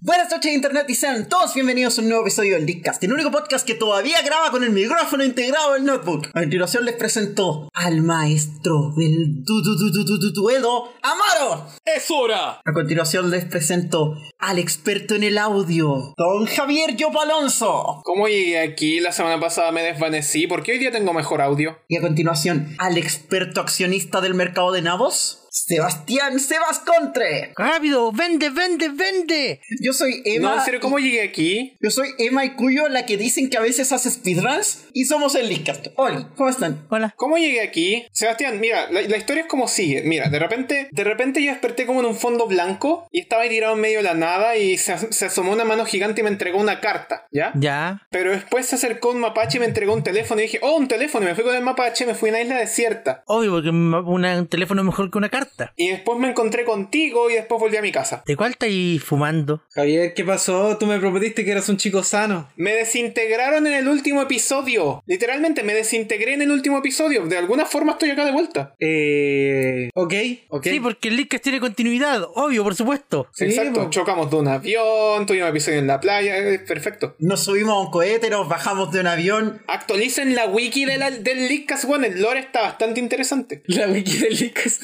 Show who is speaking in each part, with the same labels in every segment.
Speaker 1: Buenas noches Internet y sean todos bienvenidos a un nuevo episodio del Leakcast, el único podcast que todavía graba con el micrófono integrado del notebook. A continuación les presento al maestro del du- du- du- du- du- du- duelo, Amaro.
Speaker 2: ¡Es hora!
Speaker 1: A continuación les presento al experto en el audio, don Javier Yopo Alonso.
Speaker 2: ¿Cómo llegué aquí? La semana pasada me desvanecí. ¿Por qué hoy día tengo mejor audio?
Speaker 1: Y a continuación al experto accionista del mercado de nabos, Sebastián Sebas Contre.
Speaker 3: ¡Rápido! ¡Vende, vende, vende!
Speaker 1: Yo soy Emma.
Speaker 2: No, en serio, ¿cómo llegué aquí?
Speaker 1: Yo soy Emma y Cuyo, la que dicen que a veces hace speedruns y somos el Leakcast. Hola, ¿cómo están?
Speaker 3: Hola.
Speaker 2: ¿Cómo llegué aquí? Sebastián, mira, la, la historia es como sigue. Mira, de repente, de repente yo desperté como en un fondo blanco y estaba ahí tirado en medio de la nada y se, as- se asomó una mano gigante y me entregó una carta, ¿ya?
Speaker 3: Ya.
Speaker 2: Pero después se acercó un mapache y me entregó un teléfono y dije, oh, un teléfono, y me fui con el mapache, me fui a una isla desierta.
Speaker 3: Obvio, porque m- una- un teléfono es mejor que una carta.
Speaker 2: Y después me encontré contigo y después volví a mi casa.
Speaker 3: ¿De cuál estáis fumando?
Speaker 4: Javier, ¿qué pasó? Tú me prometiste que eras un chico sano.
Speaker 2: Me desintegraron en el último episodio. Literalmente me desintegré en el último episodio. De alguna forma estoy acá de vuelta.
Speaker 4: Eh. Ok, ok.
Speaker 3: Sí, porque el Lickcast tiene continuidad. Obvio, por supuesto.
Speaker 4: Sí,
Speaker 2: Exacto.
Speaker 4: po.
Speaker 2: Chocamos de un avión, tuvimos episodio en la playa. eh, Perfecto.
Speaker 1: Nos subimos a un cohete, nos bajamos de un avión.
Speaker 2: Actualicen la wiki de la- del Leakcast One. El lore está bastante interesante.
Speaker 4: La wiki de Licas.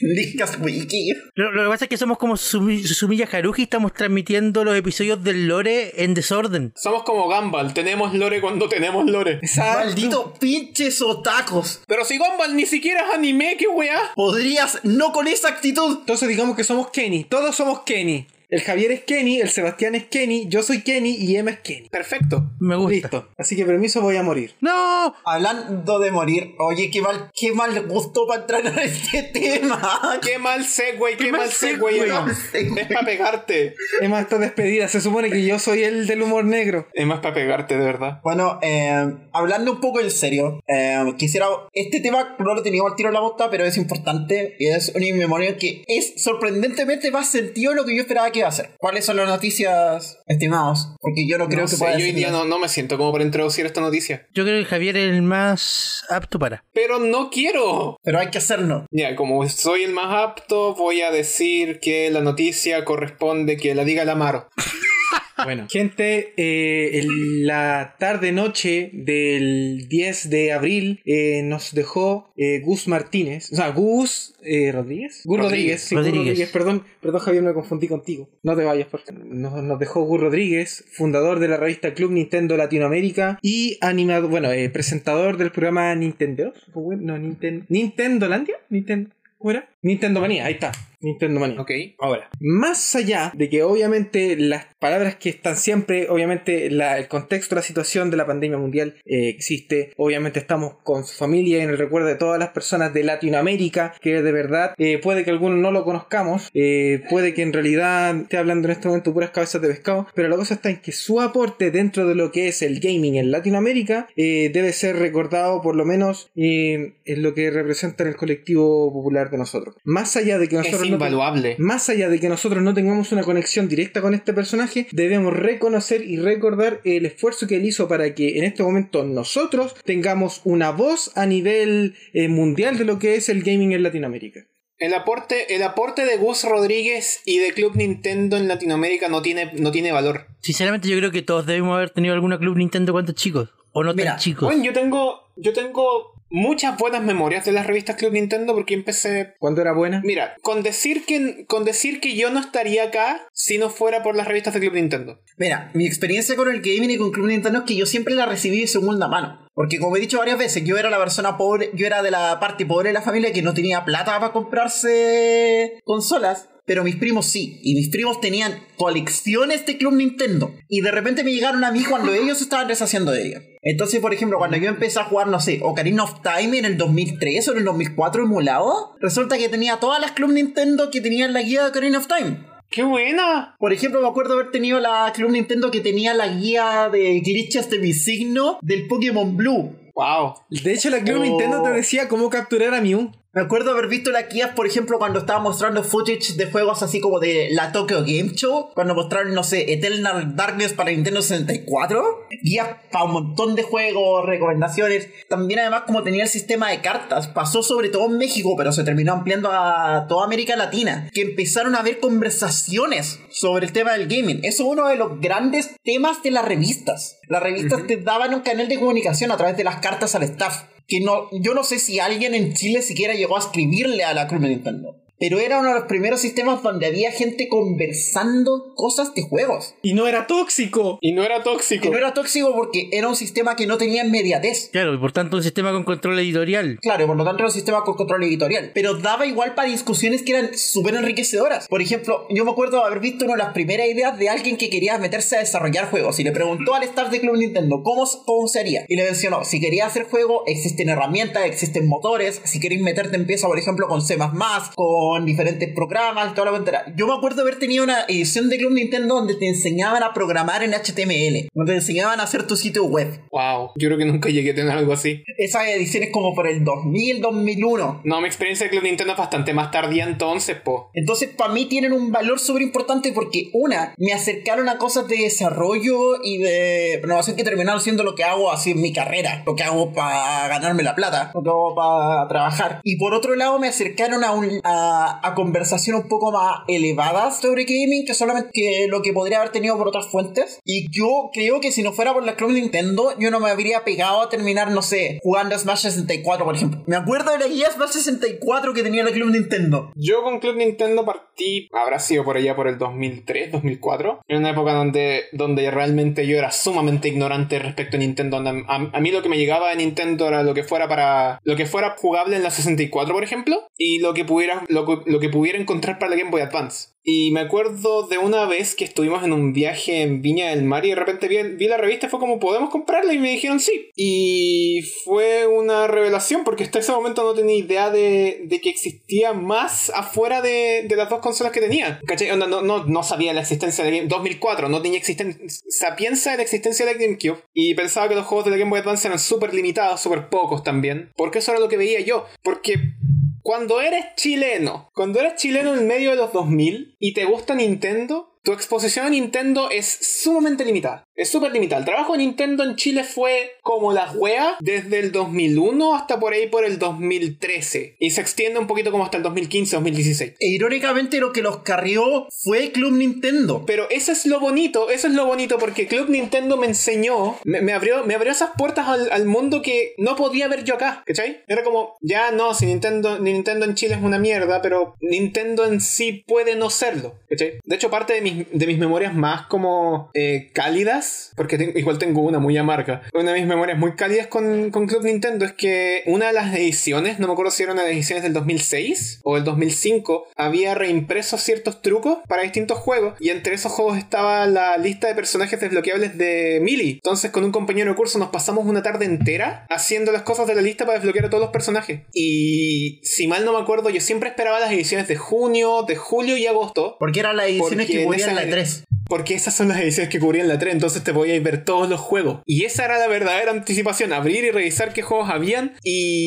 Speaker 1: Leakcast Wiki.
Speaker 3: Lo, lo que pasa es que somos como Sumi- Suzumiya Haruji y estamos transmitiendo los episodios del lore en desorden.
Speaker 2: Somos como Gumball. Tenemos lore cuando tenemos lore.
Speaker 1: Maldito pinches otacos.
Speaker 2: Pero si Gumball ni siquiera es anime, qué weá.
Speaker 1: Podrías, no con esa actitud.
Speaker 4: Entonces digamos que somos Kenny. Todos somos Kenny. El Javier es Kenny, el Sebastián es Kenny, yo soy Kenny y Emma es Kenny.
Speaker 2: Perfecto.
Speaker 3: Me gusta.
Speaker 4: Listo. Así que permiso, voy a morir.
Speaker 3: ¡No!
Speaker 1: Hablando de morir, oye, qué mal, qué mal gusto para entrar a este tema.
Speaker 2: Qué mal segue, qué,
Speaker 3: Qué
Speaker 2: mal
Speaker 3: mal
Speaker 2: segue.
Speaker 3: segue.
Speaker 2: Emma.
Speaker 1: Segue.
Speaker 2: Es para pegarte.
Speaker 4: Emma está despedida. Se supone que yo soy el del humor negro.
Speaker 2: Es más para pegarte, de verdad.
Speaker 1: Bueno, eh, hablando un poco en serio, eh, quisiera. Este tema no lo teníamos al tiro en la bota, pero es importante. y Es una memoria que es sorprendentemente más sentido de lo que yo esperaba que iba a ser. ¿Cuáles son las noticias, estimados? Porque yo no creo
Speaker 2: No
Speaker 1: que
Speaker 2: sé,
Speaker 1: pueda
Speaker 2: yo hoy
Speaker 1: decirlas.
Speaker 2: día no, no me siento como para introducir esta noticia.
Speaker 3: Yo creo que Javier es el más apto para.
Speaker 2: Pero no quiero.
Speaker 1: Pero hay que hacerlo.
Speaker 2: Ya, como soy el más apto, voy a decir que la noticia corresponde que la diga el Amaro.
Speaker 4: Bueno. Gente, eh, el- la tarde-noche del 10 de abril eh, nos dejó eh, Gus Martínez. O sea, Gus eh, Rodríguez. Gus
Speaker 2: Rodríguez.
Speaker 4: Rodríguez. sí, Gus
Speaker 3: Rodríguez.
Speaker 4: Rodríguez, Perdón, perdón, Javier, me confundí contigo. No te vayas, por favor. Nos, nos dejó Gus Rodríguez, fundador de la revista Club Nintendo Latinoamérica y animador, bueno, eh, presentador del programa Nintendo. No, Nintendo. ¿Nintendolandia? Nintendo. ¿Cómo era? Nintendo Manía, ahí está. Nintendo Manía.
Speaker 2: Ok.
Speaker 4: Ahora, más allá de que obviamente las palabras que están siempre, obviamente la- el contexto, la situación de la pandemia mundial eh, existe, obviamente estamos con su familia en el recuerdo de todas las personas de Latinoamérica, que de verdad eh, puede que algunos no lo conozcamos, eh, puede que en realidad esté hablando en este momento puras cabezas de pescado, pero la cosa está en que su aporte dentro de lo que es el gaming en Latinoamérica eh, debe ser recordado por lo menos eh, en lo que representa en el colectivo popular de nosotros. Más allá de que nosotros...
Speaker 2: es
Speaker 4: no te-
Speaker 2: invaluable.
Speaker 4: más allá de que nosotros no tengamos una conexión directa con este personaje, debemos reconocer y recordar el esfuerzo que él hizo para que en este momento nosotros tengamos una voz a nivel eh, mundial de lo que es el gaming en Latinoamérica.
Speaker 2: El aporte, el aporte de Gus Rodríguez y de Club Nintendo en Latinoamérica no tiene, no tiene valor.
Speaker 3: Sinceramente, yo creo que todos debemos haber tenido alguna club Nintendo cuando chicos. O no
Speaker 1: Mira,
Speaker 3: tan chicos.
Speaker 2: Bueno, yo tengo, yo tengo muchas buenas memorias de las revistas Club Nintendo porque empecé.
Speaker 4: ¿Cuándo era buena?
Speaker 2: Mira, con decir que, con decir que yo no estaría acá si no fuera por las revistas de Club Nintendo.
Speaker 1: Mira, mi experiencia con el gaming y con Club Nintendo es que yo siempre la recibí de segunda mano. Porque como he dicho varias veces, yo era la persona pobre, yo era de la parte pobre de la familia que no tenía plata para comprarse consolas. Pero mis primos sí, y mis primos tenían colecciones de Club Nintendo. Y de repente me llegaron a mí cuando ellos estaban deshaciendo de ellos. Entonces, por ejemplo, cuando yo empecé a jugar, no sé, Ocarina of Time en el 2003 o en el 2004 emulado, resulta que tenía todas las Club Nintendo que tenían la guía de Ocarina of Time.
Speaker 2: ¡Qué buena!
Speaker 1: Por ejemplo, me acuerdo haber tenido la Club Nintendo que tenía la guía de glitches de mi signo del Pokémon Blue.
Speaker 2: ¡Wow!
Speaker 4: De hecho, la Club
Speaker 1: Oh.
Speaker 4: Nintendo te decía cómo capturar a Mew.
Speaker 1: Me acuerdo haber visto la Kia, por ejemplo, cuando estaba mostrando footage de juegos así como de la Tokyo Game Show, cuando mostraron, no sé, Eternal Darkness para Nintendo 64. Guías para un montón de juegos, recomendaciones. También además como tenía el sistema de cartas, pasó sobre todo en México, pero se terminó ampliando a toda América Latina, que empezaron a haber conversaciones sobre el tema del gaming. Eso es uno de los grandes temas de las revistas. Las revistas te daban un canal de comunicación a través de las cartas al staff que no, yo no sé si alguien en Chile siquiera llegó a escribirle a la Club de Nintendo. Pero era uno de los primeros sistemas donde había gente conversando cosas de juegos.
Speaker 4: Y no era tóxico.
Speaker 2: Y no era tóxico.
Speaker 1: Que no era tóxico porque era un sistema que no tenía inmediatez.
Speaker 3: Claro, y por tanto un sistema con control editorial.
Speaker 1: Claro, por lo tanto era un sistema con control editorial. Pero daba igual para discusiones que eran súper enriquecedoras. Por ejemplo, yo me acuerdo de haber visto una de las primeras ideas de alguien que quería meterse a desarrollar juegos. Y le preguntó al staff de Club Nintendo cómo, cómo se haría. Y le mencionó, si quería hacer juego, existen herramientas, existen motores. Si queréis meterte en pieza, por ejemplo, con C++, con diferentes programas, toda la cuenta. Yo me acuerdo haber tenido una edición de Club Nintendo donde te enseñaban a programar en HTML. Donde te enseñaban a hacer tu sitio web.
Speaker 2: Wow. Yo creo que nunca llegué a tener algo así.
Speaker 1: Esas ediciones como por el 2000, 2001.
Speaker 2: No, mi experiencia con Nintendo es bastante más tardía entonces, po.
Speaker 1: Entonces, para mí tienen un valor súper importante porque, una, me acercaron a cosas de desarrollo y de renovación que terminaron siendo lo que hago así en mi carrera, lo que hago para ganarme la plata, lo que hago para trabajar. Y por otro lado, me acercaron a, un, a, a conversaciones un poco más elevadas sobre gaming que solamente que lo que podría haber tenido por otras fuentes. Y yo creo que si no fuera por la Club Nintendo, yo no me habría pegado a terminar, no sé, jugando Smash 64, por ejemplo. Me acuerdo de la guía Smash 64 que tenía la Club Nintendo.
Speaker 2: Yo con Club Nintendo partí, habrá sido por allá por el 2003, 2004, en una época donde, donde realmente yo era sumamente ignorante respecto a Nintendo. donde A, a mí lo que me llegaba de Nintendo era lo que fuera para lo que fuera jugable en la 64, por ejemplo, y lo que pudiera lo, que- lo que pudiera encontrar para la Game Boy Advance. Y me acuerdo de una vez que estuvimos en un viaje en Viña del Mar y de repente vi, vi la revista y fue como, ¿podemos comprarla? Y me dijeron sí. Y fue una revelación porque hasta ese momento no tenía idea de, de que existía más afuera de, de las dos consolas que tenía. ¿Cachai? Onda, No, no, no sabía la existencia de la Game 2004, no tenía existen sapienza de la existencia de la GameCube. Y pensaba que los juegos de la Game Boy Advance eran súper limitados, súper pocos también. Porque eso era lo que veía yo. Porque cuando eres chileno, cuando eres chileno en medio de los 2000 y te gusta Nintendo, tu exposición a Nintendo es sumamente limitada. Es súper limitada. El trabajo de Nintendo en Chile fue como la wea desde el 2001 hasta por ahí por el 2013. Y se extiende un poquito como hasta el 2015, 2016.
Speaker 1: E irónicamente lo que los carrió fue Club Nintendo.
Speaker 2: Pero eso es lo bonito, eso es lo bonito porque Club Nintendo me enseñó, me, me abrió, me abrió esas puertas al, al mundo que no podía ver yo acá, ¿cachai? Era como, ya no, si Nintendo, Nintendo en Chile es una mierda, pero Nintendo en sí puede no serlo, ¿cachai? De hecho, parte de mis, de mis memorias más como eh, cálidas, porque tengo- igual tengo una muy amarga, una de mis memorias muy cálidas con, con Club Nintendo es que una de las ediciones, no me acuerdo si eran las ediciones del 2006 o el 2005, había reimpreso ciertos trucos para distintos juegos y entre esos juegos estaba la lista de personajes desbloqueables de Mili. Entonces con un compañero de curso nos pasamos una tarde entera haciendo las cosas de la lista para desbloquear a todos los personajes. Y si mal no me acuerdo, yo siempre esperaba las ediciones de junio, de julio y agosto
Speaker 1: Porque eran las ediciones
Speaker 2: Porque
Speaker 1: que
Speaker 2: en
Speaker 1: cubrían
Speaker 2: esa-
Speaker 1: la E 3.
Speaker 2: porque esas son las ediciones que cubrían la 3, entonces te podías ver todos los juegos. Y esa era la verdadera anticipación, abrir y revisar qué juegos habían.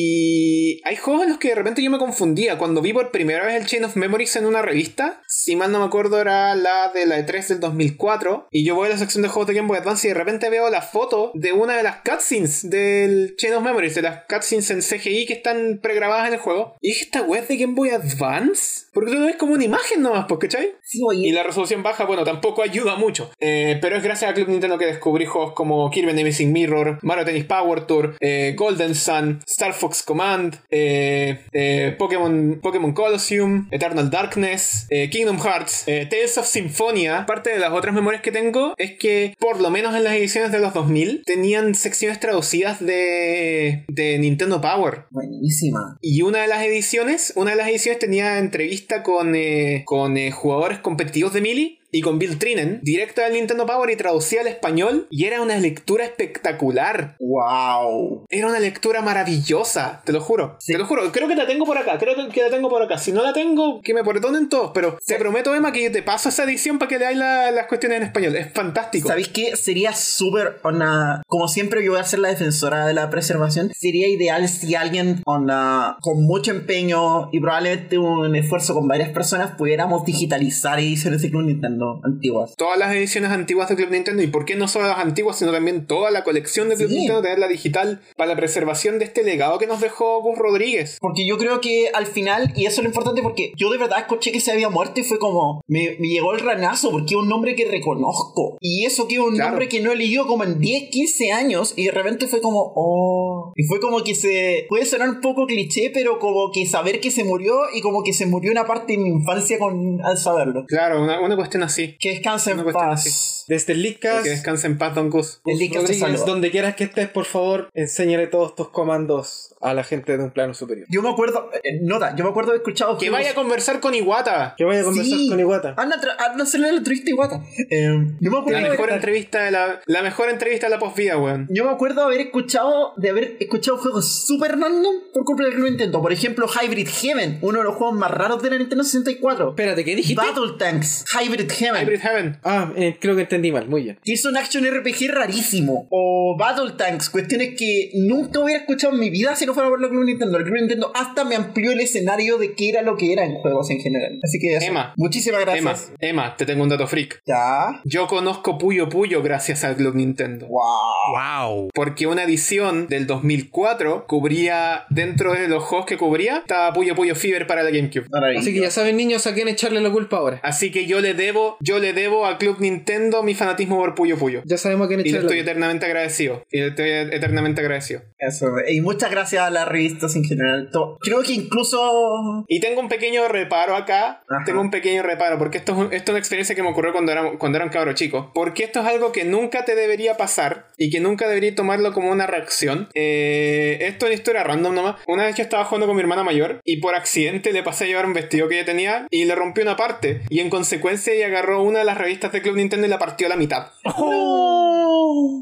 Speaker 2: Y hay juegos en los que de repente yo me confundía. Cuando vi por primera vez el Chain of Memories en una revista, si mal no me acuerdo era la de la E3 del 2004, y yo voy a la sección de juegos de Game Boy Advance y de repente veo la foto de una de las cutscenes del Chain of Memories, de las cutscenes en CGI que están pregrabadas en el juego. Y dije, ¿esta web de Game Boy Advance? Porque tú lo ves como una imagen nomás, pues, ¿cachai? Y la resolución baja, bueno, tampoco ayuda mucho. Eh, pero es gracias a Club Nintendo que descubrí juegos como Kirby and the Missing Mirror, Mario Tennis Power Tour, eh, Golden Sun, Star Fox Command, eh, eh, Pokémon, Pokémon Colosseum, Eternal Darkness, eh, Kingdom Hearts, eh, Tales of Symphonia. Parte de las otras memorias que tengo es que, por lo menos en las ediciones de los 2000, tenían secciones traducidas de, de Nintendo Power.
Speaker 1: Buenísima.
Speaker 2: Y una de las ediciones, una de las ediciones tenía entrevista con, eh, con eh, jugadores competitivos de Mili. y con Bill Trinen directo del Nintendo Power y traducida al español y era una lectura espectacular.
Speaker 1: ¡Wow!
Speaker 2: Era una lectura maravillosa, te lo juro. Te lo juro, creo que la tengo por acá, creo que la tengo por acá. Si no la tengo, que me perdonen todos, pero te prometo, Emma, que yo te paso esa edición para que leáis la- las cuestiones en español. Es fantástico.
Speaker 1: ¿Sabéis qué? Sería súper, onda, como siempre yo voy a ser la defensora de la preservación, sería ideal si alguien, onda, con mucho empeño y probablemente un esfuerzo con varias personas, pudiéramos digitalizar ediciones de Club Nintendo antiguas.
Speaker 2: Todas las ediciones antiguas de Club Nintendo, y por qué no solo las antiguas, sino también toda la colección de Club
Speaker 1: Sí.
Speaker 2: Nintendo, tenerla digital para la preservación de este legado que nos dejó Gus Rodríguez.
Speaker 1: Porque yo creo que al final, y eso es lo importante, porque yo de verdad escuché que se había muerto y fue como, me, me llegó el ranazo, porque es un nombre que reconozco. Y eso que es un
Speaker 2: Claro.
Speaker 1: nombre que no eligió como en 10, 15 años, y de repente fue como, oh. Y fue como que se. Puede sonar un poco cliché, pero como que saber que se murió y como que se murió una parte de mi infancia con, al saberlo.
Speaker 2: Claro, una, una cuestión así.
Speaker 1: Que descanse en
Speaker 2: Una cuestión
Speaker 1: paz.
Speaker 4: Desde el Leadcast,
Speaker 2: Que descanse en paz, Don Gus.
Speaker 1: El Lick
Speaker 4: Rodríguez,
Speaker 1: te salva.
Speaker 4: donde quieras que estés, por favor, enséñale todos tus comandos a la gente de un plano superior.
Speaker 1: Yo me acuerdo, eh, nota, yo me acuerdo de escuchado
Speaker 2: Que vaya a conversar con Iwata.
Speaker 4: Que vaya a conversar
Speaker 1: Sí. Ah,
Speaker 4: con Iwata.
Speaker 1: Anda a tra- anda a hacerle la entrevista a Iwata. Eh, yo me acuerdo
Speaker 2: La
Speaker 1: de
Speaker 2: mejor entrevista de la, la mejor entrevista de la posvía, weón.
Speaker 1: Yo me acuerdo haber escuchado, de haber escuchado juegos super random por culpa del Club Nintendo. Por ejemplo, Hybrid Heaven, uno de los juegos más raros de la Nintendo 64.
Speaker 4: Espérate, ¿qué dijiste?
Speaker 1: Battle Tanks, Hybrid Heaven.
Speaker 2: Hybrid Heaven.
Speaker 4: Ah, eh, creo que entendí mal, muy bien.
Speaker 1: Que es un action RPG rarísimo. O Battle Tanks, cuestiones que nunca hubiera escuchado en mi vida si no fuera por el Club Nintendo. El Club Nintendo hasta me amplió el escenario de qué era lo que era en juegos en general. Así que eso.
Speaker 2: Emma.
Speaker 1: Muchísimas
Speaker 2: Emma,
Speaker 1: gracias.
Speaker 2: Emma, te tengo un dato freak.
Speaker 1: Ya.
Speaker 2: Yo conozco Puyo Puyo gracias al Club Nintendo.
Speaker 1: Wow.
Speaker 3: ¡Wow!
Speaker 2: Porque una edición del 2004 cubría, dentro de los juegos que cubría, estaba Puyo Puyo Fever para la GameCube.
Speaker 4: Así que ya saben, niños, a quién echarle la culpa ahora.
Speaker 2: Así que yo le debo, yo le debo a Club Nintendo mi fanatismo por Puyo Puyo.
Speaker 4: Ya sabemos a quién
Speaker 2: Y le
Speaker 4: echarle la
Speaker 2: estoy
Speaker 4: culpa.
Speaker 2: eternamente agradecido. Y le estoy eternamente agradecido.
Speaker 1: Eso. Y muchas gracias a las revistas en general. To- Creo que incluso
Speaker 2: Y tengo un pequeño reparo acá.
Speaker 1: Ajá.
Speaker 2: Tengo un pequeño reparo, porque esto es, un- esto es una experiencia que me ocurrió cuando era, cuando era un cabro chico. Porque esto es algo que nunca te debería pasar y que nunca debería tomarlo como una reacción. Eh, esto es una historia random nomás. Una vez yo estaba jugando con mi hermana mayor y por accidente le pasé a llevar un vestido que ella tenía y le rompí una parte. Y en consecuencia ella agarró una de las revistas de Club Nintendo y la partió a la mitad.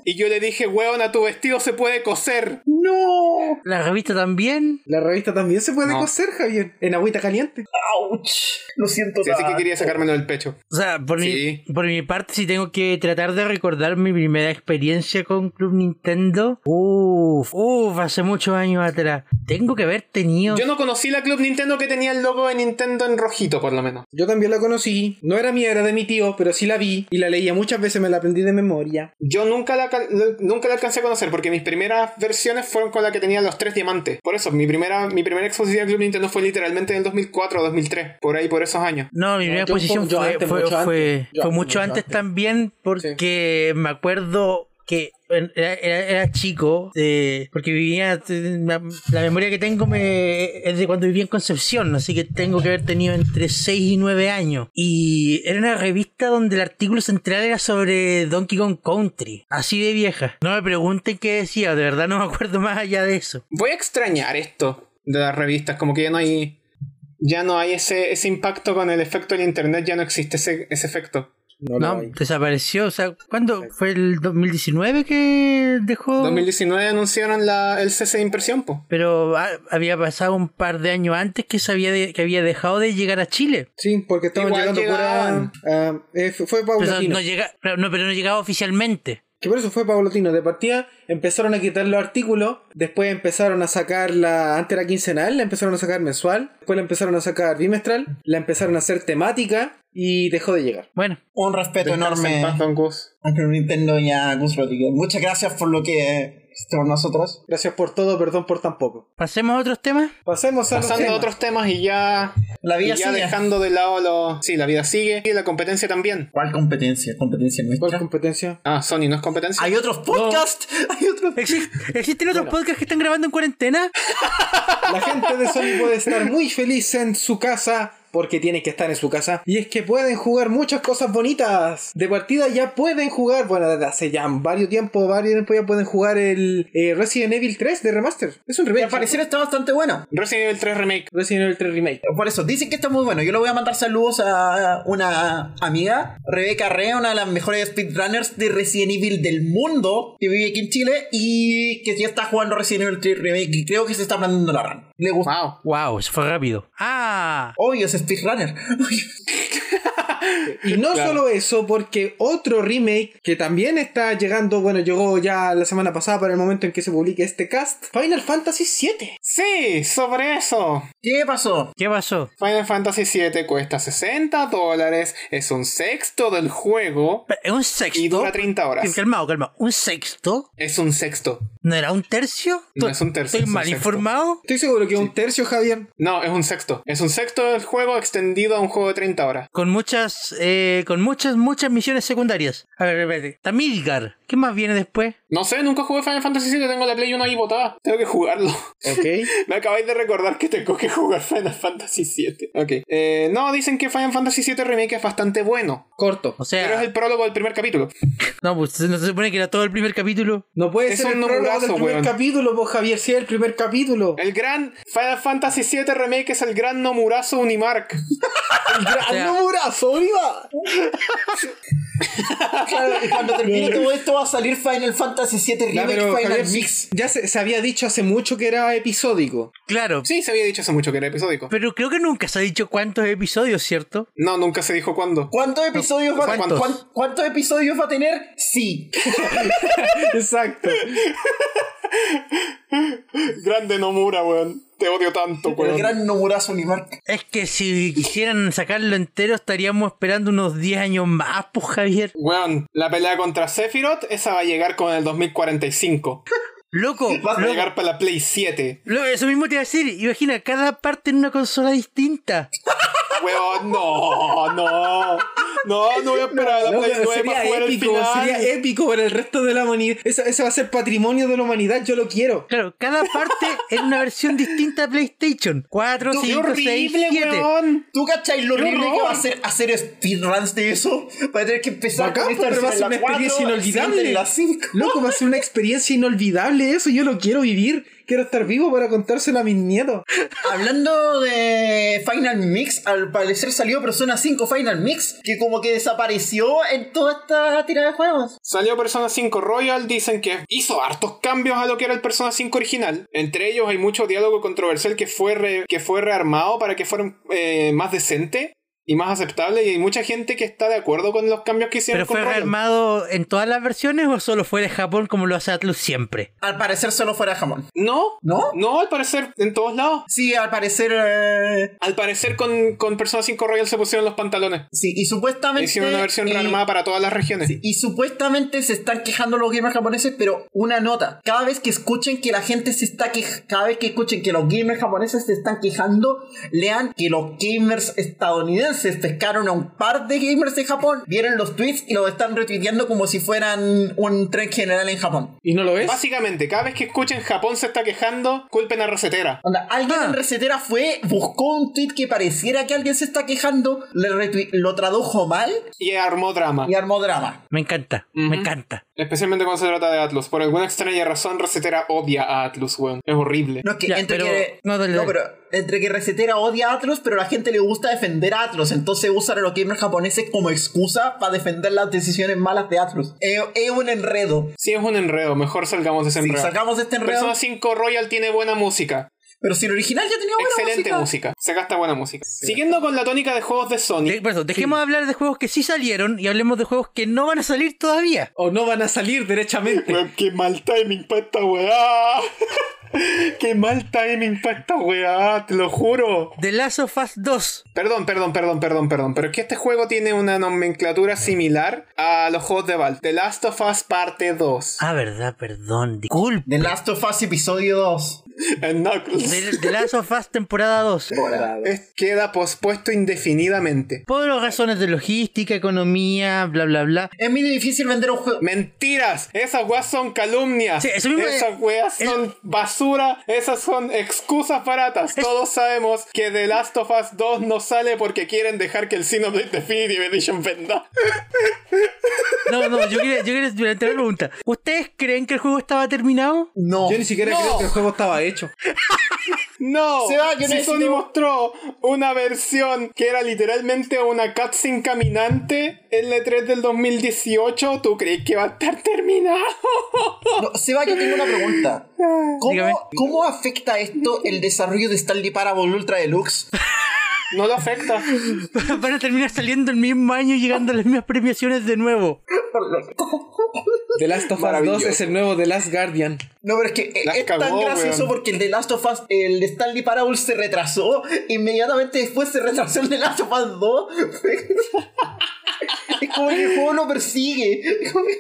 Speaker 2: Y yo le dije, weona, tu vestido se puede coser.
Speaker 1: No.
Speaker 3: ¿La revista también?
Speaker 4: La revista también se puede
Speaker 2: No.
Speaker 4: coser, Javier, en agüita caliente.
Speaker 1: Ouch. Lo siento.
Speaker 2: Sí, así que
Speaker 1: tanto.
Speaker 2: quería sacármelo del pecho.
Speaker 3: O sea, por,
Speaker 2: Sí.
Speaker 3: mi, por mi parte, si tengo que tratar de recordar mi primera experiencia con Club Nintendo, uff, uff, hace muchos años atrás. Tengo que haber tenido.
Speaker 2: Yo no conocí la Club Nintendo que tenía el logo de Nintendo en rojito, por lo menos.
Speaker 4: Yo también la conocí, no era mía, era de mi tío, pero sí la vi y la leía muchas veces, me la aprendí de memoria.
Speaker 2: Yo nunca la, cal- la- nunca la alcancé a conocer porque mis primeras versiones fueron con la que tenía los tres diamantes. Por eso, mi primera, mi primera exposición al Club Nintendo fue literalmente en el 2004 o 2003, por ahí, por esos años.
Speaker 3: No, mi
Speaker 4: No,
Speaker 3: primera
Speaker 4: yo-
Speaker 3: exposición
Speaker 4: yo
Speaker 3: fue,
Speaker 4: antes,
Speaker 3: fue, fue-
Speaker 4: mucho antes. Yo
Speaker 3: fue
Speaker 4: antes,
Speaker 3: mucho
Speaker 4: mucho
Speaker 3: antes
Speaker 4: antes.
Speaker 3: también porque me acuerdo que en- era, era- era chico, eh, porque vivía, la, la memoria que tengo me, es de cuando vivía en Concepción, así que tengo que haber tenido entre 6 y 9 años. Y era una revista donde el artículo central era sobre Donkey Kong Country, así de vieja. No me pregunten qué decía, de verdad no me acuerdo más allá de eso.
Speaker 2: Voy a extrañar esto de las revistas, como que ya no hay. Ya no hay ese, ese impacto con el efecto del internet, ya no existe ese, ese efecto.
Speaker 4: No,
Speaker 3: No,
Speaker 4: la vi.
Speaker 3: desapareció, o sea, ¿cuándo fue el 2019 que dejó?
Speaker 2: 2019 anunciaron la, el cese de impresión, po.
Speaker 3: Pero ah, había pasado un par de años antes que, se había de- que había dejado de llegar a Chile.
Speaker 4: Sí, porque estaban
Speaker 2: Igual
Speaker 4: llegando
Speaker 2: llegaban.
Speaker 4: pura. ah, eh, fue- fue
Speaker 3: Pero eso
Speaker 4: paulatino.
Speaker 3: no, llega, pero no, pero no llegaba oficialmente.
Speaker 4: Que por eso fue paulatino. De partida empezaron a quitar los artículos, después empezaron a sacar la. Antes era quincenal, la empezaron a sacar mensual, después la empezaron a sacar bimestral, la empezaron a hacer temática y dejó de llegar.
Speaker 3: Bueno,
Speaker 1: Un respeto
Speaker 2: Descansa en
Speaker 1: enorme
Speaker 2: paz, Don Gus.
Speaker 1: al Club Nintendo y a Gus Rodríguez. Muchas gracias por lo que hiciste por nosotros.
Speaker 4: Gracias por todo, perdón por tan poco.
Speaker 3: pasemos a otros temas.
Speaker 4: Pasemos a los
Speaker 2: Pasando a
Speaker 4: temas.
Speaker 2: otros temas y ya.
Speaker 1: La
Speaker 2: Y
Speaker 1: vida
Speaker 2: ya
Speaker 1: sigue.
Speaker 2: dejando de lado los. Sí, la vida sigue. Y la competencia también.
Speaker 1: ¿Cuál competencia? ¿Competencia
Speaker 4: ¿Cuál
Speaker 1: nuestra?
Speaker 4: competencia?
Speaker 2: Ah, Sony no es competencia.
Speaker 1: ¿Hay otros podcasts? ¿Hay otros?
Speaker 3: Exist- ¿Existen otros podcasts que están grabando en cuarentena?
Speaker 4: La gente de Sony puede estar muy feliz en su casa porque tienen que estar en su casa. Y es que pueden jugar muchas cosas bonitas. De partida ya pueden jugar, bueno, desde hace ya varios tiempo, varios tiempo ya pueden jugar el eh, Resident Evil 3 de remaster. Es un
Speaker 1: Y
Speaker 4: remake.
Speaker 1: al parecer está bastante bueno.
Speaker 2: Resident Evil 3 Remake.
Speaker 4: Resident Evil 3 remake.
Speaker 1: Por eso, dicen que está muy bueno. Yo le voy a mandar saludos a una amiga, Rebeca Rea, una de las mejores speedrunners de Resident Evil del mundo, que vive aquí en Chile y que ya está jugando Resident Evil 3 Remake y creo que se está aprendiendo la run. Le gusta.
Speaker 2: Wow.
Speaker 3: Wow, se fue rápido. Ah,
Speaker 1: Obvio, es speedrunner.
Speaker 4: Y no
Speaker 2: Eh, Claro.
Speaker 4: solo eso, porque otro remake que también está llegando, bueno, llegó ya la semana pasada para el momento en que se publique este cast, Final Fantasy VII.
Speaker 2: Sí, sobre eso.
Speaker 1: ¿Qué pasó?
Speaker 3: ¿qué pasó?
Speaker 2: Final Fantasy VII cuesta 60 dólares, es un sexto del juego
Speaker 3: Pero, ¿Es un sexto?
Speaker 2: y dura 30 horas.
Speaker 3: Calmado, calmado. ¿Un sexto?
Speaker 2: Es un sexto.
Speaker 3: ¿No era un tercio?
Speaker 2: No, es un tercio, es
Speaker 3: ¿Estoy
Speaker 2: un
Speaker 3: mal
Speaker 2: sexto.
Speaker 3: informado?
Speaker 4: Estoy seguro que un tercio, Javier.
Speaker 2: No, es un sexto. Es un sexto del juego extendido a un juego de 30 horas.
Speaker 3: Con muchas, eh, con muchas, muchas misiones secundarias. A ver, espérate. Está Midgar. ¿Qué más viene después?
Speaker 2: No sé, nunca jugué Final Fantasy VII, tengo la Play 1 ahí botada. Tengo que jugarlo.
Speaker 4: Ok.
Speaker 2: Me acabáis de recordar que tengo que jugar Final Fantasy VII. Ok. Eh, no, dicen que Final Fantasy VII Remake es bastante bueno.
Speaker 4: Corto.
Speaker 3: O
Speaker 2: Pero es
Speaker 3: sea,
Speaker 2: el prólogo del primer capítulo.
Speaker 3: no, pues no se supone que era todo el primer capítulo.
Speaker 4: No puede
Speaker 2: Es
Speaker 4: ser el
Speaker 2: un
Speaker 4: prólogo
Speaker 2: nublazo,
Speaker 4: del primer
Speaker 2: weón.
Speaker 4: capítulo, vos, Javier, si es el primer capítulo.
Speaker 2: El gran Final Fantasy VII Remake es el gran Nomurazo Unimark.
Speaker 4: El gran
Speaker 3: O sea-
Speaker 4: numerazo, Oliva.
Speaker 1: Claro, y cuando termine todo esto va a salir Final Fantasy VII
Speaker 4: Ya,
Speaker 1: Remake
Speaker 4: pero,
Speaker 1: Final
Speaker 4: Javier,
Speaker 1: Mix.
Speaker 4: Ya se, se había dicho hace mucho que era episódico.
Speaker 3: Claro.
Speaker 2: Sí, se había dicho hace mucho que era episódico.
Speaker 3: Pero creo que nunca se ha dicho cuántos episodios, ¿cierto?
Speaker 2: No, nunca se dijo cuándo.
Speaker 1: ¿Cuántos episodios, va,
Speaker 3: ¿cuántos?
Speaker 1: cuán- ¿Cuántos episodios va a tener? Sí.
Speaker 4: Exacto.
Speaker 2: Grande Nomura, weón. Te odio tanto,
Speaker 1: El
Speaker 2: weón.
Speaker 1: gran Nomurazo Unimark.
Speaker 3: Es que si quisieran sacarlo entero estaríamos esperando unos 10 años más, pues Javier.
Speaker 2: Weón, la pelea contra Sephiroth, esa va a llegar con el 2045.
Speaker 3: Loco,
Speaker 2: Va a
Speaker 3: loco,
Speaker 2: llegar para la Play 7.
Speaker 3: Lo- eso mismo te iba a decir. Imagina cada parte en una consola distinta.
Speaker 2: Weón, no, no. No, no voy a esperar a la
Speaker 4: No,
Speaker 2: Play
Speaker 4: pero
Speaker 2: 9 para
Speaker 4: sería
Speaker 2: jugar el
Speaker 4: épico,
Speaker 2: final.
Speaker 4: sería épico para el resto de la humanidad. Esa- Ese va a ser patrimonio de la humanidad, yo lo quiero.
Speaker 3: Claro, cada parte en una versión distinta de PlayStation. 4,
Speaker 2: ¡Qué
Speaker 3: 5, 6,
Speaker 2: horrible,
Speaker 3: 7.
Speaker 2: weón!
Speaker 1: ¿Tú cachai lo
Speaker 2: ¡Qué
Speaker 1: horrible que va a
Speaker 2: horror!
Speaker 1: ser hacer speedruns de eso? Va a tener que empezar
Speaker 4: Bacán, pues,
Speaker 1: con esta
Speaker 4: pero va a ser
Speaker 1: versión
Speaker 4: una
Speaker 1: en la
Speaker 4: experiencia
Speaker 1: 4, siguiente en
Speaker 4: inolvidable.
Speaker 1: la 5.
Speaker 4: Loco, va a ser una experiencia inolvidable eso. Yo lo quiero vivir. Quiero estar vivo para contárselo a mis nietos.
Speaker 1: Hablando de Final Mix, al parecer salió Persona 5 Final Mix, que como que desapareció en toda esta tirada de juegos.
Speaker 2: Salió Persona 5 Royal, dicen que hizo hartos cambios a lo que era el Persona 5 original. Entre ellos hay mucho diálogo controversial que fue, re- que fue rearmado para que fuera eh, más decente y más aceptable. Y hay mucha gente que está de acuerdo con los cambios que hicieron
Speaker 3: ¿Pero
Speaker 2: con
Speaker 3: fue
Speaker 2: Royal.
Speaker 3: rearmado en todas las versiones o solo fue de Japón como lo hace Atlus siempre?
Speaker 1: Al parecer solo fuera jamón.
Speaker 2: No,
Speaker 1: ¿No?
Speaker 2: no, al parecer en todos lados.
Speaker 1: Sí, al parecer... eh,
Speaker 2: Al parecer con, con Persona 5 Royal se pusieron los pantalones.
Speaker 1: sí, y supuestamente...
Speaker 2: Hicieron una versión
Speaker 1: eh,
Speaker 2: rearmada para todas las regiones.
Speaker 1: Sí, Y supuestamente se están quejando los gamers japoneses, pero una nota. Cada vez que escuchen que la gente se está quejando, cada vez que escuchen que los gamers japoneses se están quejando, lean que los gamers estadounidenses pescaron a un par de gamers de Japón, vieron los tweets y los están retuiteando como si fueran un tren general en Japón.
Speaker 4: ¿Y no lo ves?
Speaker 2: Básicamente, cada vez que escuchen Japón se está quejando, culpen a Recetera.
Speaker 1: Onda, alguien
Speaker 3: Ah.
Speaker 1: en Recetera fue, buscó un tweet que pareciera que alguien se está quejando, le retui- lo tradujo mal
Speaker 2: Y armó drama.
Speaker 1: y armó drama.
Speaker 3: Me encanta, me encanta.
Speaker 2: Especialmente cuando se trata de Atlus. Por alguna extraña razón, Recetera odia a Atlus, weón. Es horrible.
Speaker 1: No, es que
Speaker 3: Ya,
Speaker 1: entre
Speaker 3: pero-
Speaker 1: que.
Speaker 3: no, dale, dale.
Speaker 1: pero entre que Recetera odia a Atlus, pero a la gente le gusta defender a Atlus. Entonces usan a los gamers japoneses como excusa para defender las decisiones malas de Atlus. Es es un enredo.
Speaker 2: Si es un enredo, mejor salgamos de ese
Speaker 1: Si
Speaker 2: enredo.
Speaker 1: sacamos de este enredo.
Speaker 2: Persona 5 Royal tiene buena música.
Speaker 1: Pero si el original ya tenía buena
Speaker 2: Excelente música.
Speaker 1: música.
Speaker 2: Se gasta buena música. Siguiendo con la tónica de juegos de Sony.
Speaker 3: De- perdón, Eh, dejemos de hablar de juegos que sí salieron y hablemos de juegos que no van a salir todavía.
Speaker 4: O no van a salir derechamente.
Speaker 2: Weón, qué mal timing para esta weá. qué mal timing para esta weá, te lo juro.
Speaker 3: The Last of Us 2.
Speaker 2: Perdón, perdón, perdón, perdón, perdón. Pero es que este juego tiene una nomenclatura similar a los juegos de Valve. The Last of Us Parte 2.
Speaker 3: Ah, verdad, Ah, perdón. Disculpe.
Speaker 1: The Last of Us Episodio 2.
Speaker 2: And Knuckles.
Speaker 3: De, de Last of Us temporada 2.
Speaker 2: Es- queda pospuesto indefinidamente.
Speaker 3: Por las razones de logística, economía, bla, bla, bla.
Speaker 1: Es muy difícil vender un juego.
Speaker 2: Mentiras, esas weas son calumnias,
Speaker 3: Sí, eso mismo
Speaker 2: esas
Speaker 3: es-
Speaker 2: weas
Speaker 3: es-
Speaker 2: son basura, esas son excusas baratas. Todos sabemos que The Last of Us 2 no sale porque quieren dejar que el Xenoblade Definitive Edition venda.
Speaker 3: No, no, yo quería, yo quería tener una pregunta. ¿Ustedes creen que el juego estaba terminado?
Speaker 1: No.
Speaker 4: Yo ni siquiera
Speaker 2: No.
Speaker 4: creo que el juego estaba hecho.
Speaker 2: No,
Speaker 1: Se va, yo
Speaker 2: si
Speaker 1: necesito-
Speaker 2: Sony mostró una versión que era literalmente una cutscene caminante en la 3 del 2018, ¿tú crees que va a estar terminado?
Speaker 1: No, Seba, yo tengo una pregunta.
Speaker 3: Dígame.
Speaker 1: ¿Cómo, cómo afecta esto el desarrollo de Stanley Parable Ultra Deluxe?
Speaker 2: No lo afecta.
Speaker 3: Van a terminar saliendo el mismo año y llegando a las mismas premiaciones de nuevo.
Speaker 4: The Last of Us
Speaker 2: Maravilloso.
Speaker 4: 2 es el nuevo The Last Guardian.
Speaker 1: No, pero es que eh,
Speaker 2: La
Speaker 1: es tan
Speaker 2: cagó,
Speaker 1: gracioso
Speaker 2: weón.
Speaker 1: porque el de Last of Us, el de Stanley Parable se retrasó. Inmediatamente después se retrasó el de Last of Us 2. es como que el juego lo persigue.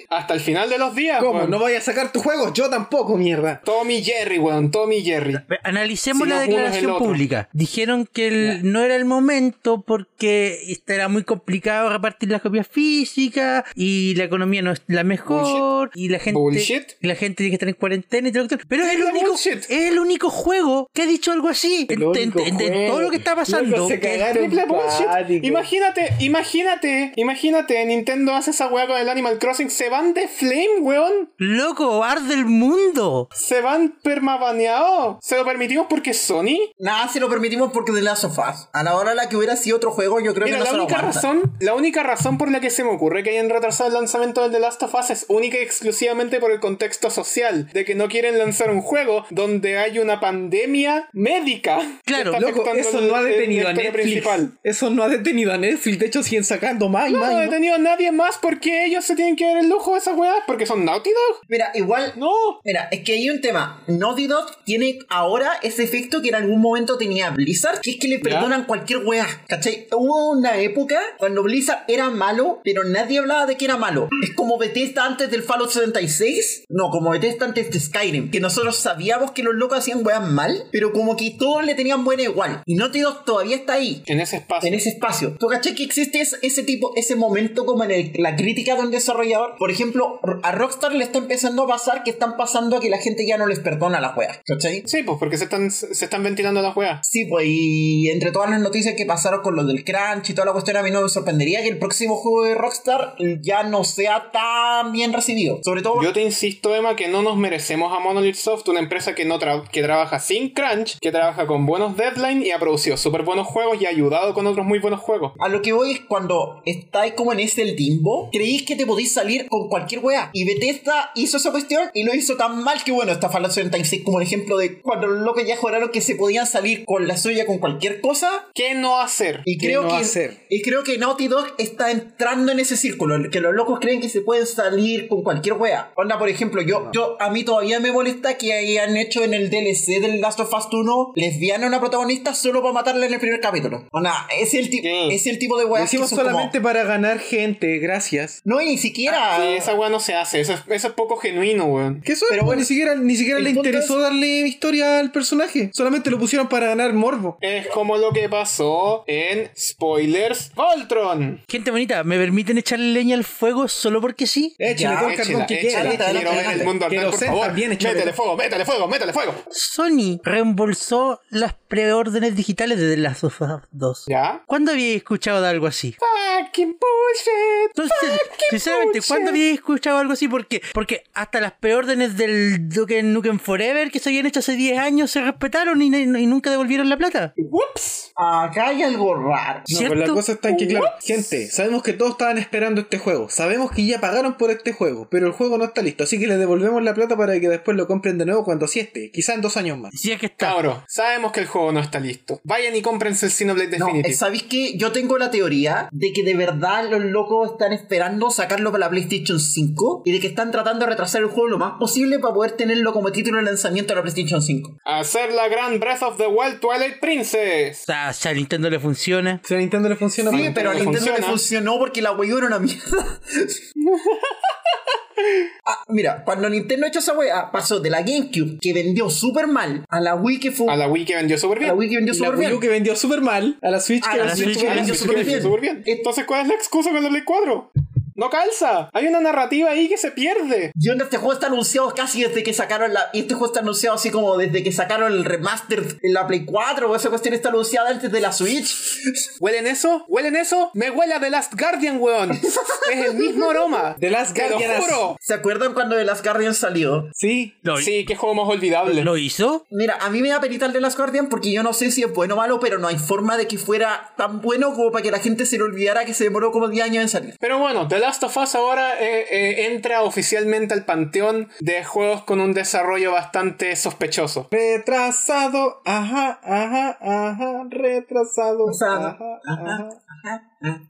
Speaker 2: Hasta el final de los días,
Speaker 4: ¿Cómo?
Speaker 2: weón.
Speaker 4: ¿No voy a sacar tu juego? Yo tampoco, mierda.
Speaker 2: Tommy Jerry, weón, Tommy Jerry.
Speaker 3: Ve, Analicemos
Speaker 2: Si no,
Speaker 3: la
Speaker 2: uno es el
Speaker 3: declaración
Speaker 2: otro.
Speaker 3: pública. Dijeron que el- no era el momento porque esta era muy complicado repartir las copias físicas y la economía no es la mejor y la gente
Speaker 2: Bullshit.
Speaker 3: y la gente tiene que estar en cuarentena y todo lo que- pero es el
Speaker 2: Era
Speaker 3: único
Speaker 2: bullshit.
Speaker 3: es el único juego que ha dicho algo así en,
Speaker 4: El único
Speaker 3: en- en- en todo lo que está
Speaker 4: juego.
Speaker 3: pasando
Speaker 4: Loco, se
Speaker 3: que-
Speaker 4: cagaron
Speaker 2: Triple bullshit.
Speaker 4: pánico.
Speaker 2: Imagínate, imagínate, imagínate, Nintendo hace esa weá con el Animal Crossing, se van de flame, weón.
Speaker 3: loco arde el mundo
Speaker 2: Se van permabaneados. ¿Se lo permitimos porque es Sony?
Speaker 1: Nada, se lo permitimos porque de Last of Us. A la hora en la que hubiera sido otro juego, yo creo que
Speaker 2: Mira,
Speaker 1: no
Speaker 2: la
Speaker 1: se lo
Speaker 2: única
Speaker 1: aguanta.
Speaker 2: razón, la única razón por la que se me ocurre que hayan retrasado el lanzamiento del The Last of Us es única y exclusivamente por el contexto social, de que no quieren lanzar un juego donde hay una pandemia médica. que
Speaker 3: Claro,
Speaker 2: está
Speaker 4: Loco,
Speaker 2: afectando
Speaker 4: eso
Speaker 2: el-
Speaker 4: no ha
Speaker 2: el- la
Speaker 4: detenido a
Speaker 2: historia
Speaker 4: Netflix.
Speaker 2: principal.
Speaker 4: Eso no ha detenido a Netflix. De hecho, siguen sacando más y
Speaker 2: No,
Speaker 4: más. y
Speaker 2: no ha
Speaker 4: más.
Speaker 2: detenido a nadie más porque ellos se tienen que dar el lujo de esas weas porque son Naughty Dog.
Speaker 1: Mira, igual
Speaker 2: No.
Speaker 1: Mira, es que hay un tema. Naughty Dog tiene ahora ese efecto que en algún momento tenía Blizzard, que es que le perdonan cualquier weá. ¿Cachai? Hubo una época cuando Blizzard era malo, pero nadie hablaba de que era malo. Es como Bethesda antes del Fallout 76. No, como Bethesda antes de Skyrim. Que nosotros sabíamos que los locos hacían weas mal, pero como que todos le tenían buena igual. Y Naughty Dog todavía está ahí
Speaker 2: En ese espacio.
Speaker 1: en ese espacio. ¿Tú caché que existe es- ese tipo, ese momento como en el- la crítica de un desarrollador? Por ejemplo, r- a Rockstar le está empezando a pasar que están pasando a que la gente ya no les perdona las weas. ¿Cachai?
Speaker 2: Sí, pues porque se están, se están ventilando las weas.
Speaker 1: Sí, pues, y entre todas las noticias que pasaron con los del crunch y toda la cuestión, a mí no me sorprendería que el próximo juego de Rockstar ya no sea tan bien recibido. Sobre todo
Speaker 2: Yo te insisto, Emma, que no nos merecemos a Monolith Soft, una empresa que, no tra- que trabaja sin crunch, que trabaja con buenos deadlines y ha producido súper buenos juegos y ha ayudado con otros muy buenos juegos.
Speaker 1: A lo que voy es cuando estáis como en ese limbo, creéis que te podéis salir con cualquier weá. Y Bethesda hizo esa cuestión y lo hizo tan mal que bueno, esta Fallout 76 como el ejemplo de cuando los locos ya juraron que se podían salir con la suya con cualquier cosa.
Speaker 2: ¿Qué no hacer?
Speaker 1: Y
Speaker 4: ¿Qué
Speaker 1: creo,
Speaker 4: no
Speaker 1: que,
Speaker 4: hacer?
Speaker 1: y creo que Naughty Dog está entrando en ese círculo, que los locos creen que se pueden salir con cualquier wea. Onda, por ejemplo, yo, yo a mí todavía me molesta que hayan hecho en el DLC del Last of Us 1 lesbiana a una protagonista solo para matarla en el primer capítulo. Onda, es el, ti-
Speaker 2: Sí.
Speaker 1: es el tipo de
Speaker 4: Lo
Speaker 2: Pues,
Speaker 1: wea que
Speaker 4: hicimos
Speaker 1: son como-
Speaker 4: solamente Ah, para ganar gente, gracias.
Speaker 1: No, y ni siquiera...
Speaker 2: Sí, Ah, esa wea no se hace, eso es, eso es poco genuino, weón.
Speaker 4: Que eso
Speaker 1: Pero
Speaker 4: pues,
Speaker 1: bueno,
Speaker 4: ni siquiera, ni siquiera
Speaker 1: el
Speaker 4: le
Speaker 1: punto
Speaker 4: interesó
Speaker 1: es-
Speaker 4: darle historia al personaje. Solamente lo pusieron para ganar morbo.
Speaker 2: Es como lo que pasó en Spoilers Voltron.
Speaker 3: gente bonita me permiten echarle leña al fuego solo porque sí
Speaker 4: Échale
Speaker 1: Ya,
Speaker 4: todo el
Speaker 2: Échela,
Speaker 4: carbón que
Speaker 2: échela,
Speaker 4: quiera.
Speaker 1: Adelante,
Speaker 2: quiero ver
Speaker 1: adelante.
Speaker 2: el mundo
Speaker 4: Que
Speaker 2: arder,
Speaker 4: lo
Speaker 2: por
Speaker 4: sepan
Speaker 2: favor.
Speaker 4: bien, échale
Speaker 2: Métele
Speaker 4: todo.
Speaker 2: fuego, métele fuego, métele fuego.
Speaker 3: Sony reembolsó las preórdenes digitales de The Last of Us 2
Speaker 2: ¿Ya?
Speaker 3: ¿Cuándo había escuchado de algo así?
Speaker 2: Fucking bullshit.
Speaker 3: Entonces,
Speaker 4: Ah,
Speaker 3: sinceramente,
Speaker 2: bullshit.
Speaker 3: ¿cuándo había escuchado algo así? Porque, porque hasta las preórdenes del Duke Nukem Forever que se habían hecho hace 10 años se respetaron y, y nunca devolvieron la plata.
Speaker 2: Whoops.
Speaker 1: Acá hay algo raro.
Speaker 4: No,
Speaker 3: ¿Cierto?
Speaker 4: pero la cosa está en que, claro, gente, sabemos que todos estaban esperando este juego. Sabemos que ya pagaron por este juego, pero el juego no está listo. Así que les devolvemos la plata para que después lo compren de nuevo cuando sí esté. Quizá en dos años más.
Speaker 3: Si es que está.
Speaker 2: Cabro, sabemos que el juego no está listo. Vayan y cómprense el Xenoblade
Speaker 1: No,
Speaker 2: Definitive.
Speaker 1: ¿sabéis qué? Yo tengo la teoría de que de verdad los locos están esperando sacarlo para la PlayStation 5 y de que están tratando de retrasar el juego lo más posible para poder tenerlo como título de lanzamiento de la PlayStation 5.
Speaker 2: Hacer la gran Breath of the Wild Twilight
Speaker 3: O
Speaker 2: Princess.
Speaker 3: sea, si a Nintendo le funciona.
Speaker 4: Si a Nintendo le funciona,
Speaker 1: Sí,
Speaker 4: pues,
Speaker 1: pero a
Speaker 2: le
Speaker 1: Nintendo le
Speaker 2: funciona.
Speaker 1: funcionó porque la Wii U era una mierda. Ah, Mira, cuando Nintendo hecho esa wea, ah, pasó de la GameCube, que vendió súper mal, a la Wii que fue.
Speaker 2: A la Wii que vendió súper
Speaker 1: a la
Speaker 2: bien.
Speaker 1: Wii que vendió
Speaker 4: La
Speaker 1: súper
Speaker 4: Wii
Speaker 1: bien.
Speaker 4: U que vendió súper mal, a la Switch
Speaker 1: Ah,
Speaker 4: que
Speaker 1: la
Speaker 4: vendió
Speaker 1: Switch
Speaker 4: súper
Speaker 1: que
Speaker 4: bien.
Speaker 1: vendió
Speaker 2: Switch que
Speaker 1: súper
Speaker 2: vendió súper bien.
Speaker 1: bien.
Speaker 2: Entonces, ¿cuál es la excusa con la Play 4? No calza. Hay una narrativa ahí que se pierde.
Speaker 1: Y onda, este juego está anunciado casi desde que sacaron la. Y este juego está anunciado así como desde que sacaron el remaster en la Play 4, o esa cuestión está anunciada antes de la Switch.
Speaker 2: ¿Huelen eso? ¿Huelen eso? Me huele a The Last Guardian, weón. es el mismo aroma.
Speaker 4: The Last
Speaker 2: Te lo
Speaker 4: Guardian as-
Speaker 2: juro.
Speaker 1: ¿Se acuerdan cuando The Last Guardian salió?
Speaker 4: Sí,
Speaker 3: ¿Lo,
Speaker 2: Sí, qué juego más olvidable.
Speaker 3: ¿lo hizo?
Speaker 1: Mira, a mí me da penita el The Last Guardian porque yo no sé si es bueno o malo, pero no hay forma de que fuera tan bueno como para que la gente se le olvidara que se demoró como 10 años en salir.
Speaker 2: Pero bueno, The Last of Us ahora eh, eh, entra oficialmente al panteón de juegos con un desarrollo bastante sospechoso.
Speaker 4: Retrasado, ajá, ajá, ajá, retrasado.
Speaker 1: Retrasado,
Speaker 4: Ajá,
Speaker 1: ajá.
Speaker 4: ajá.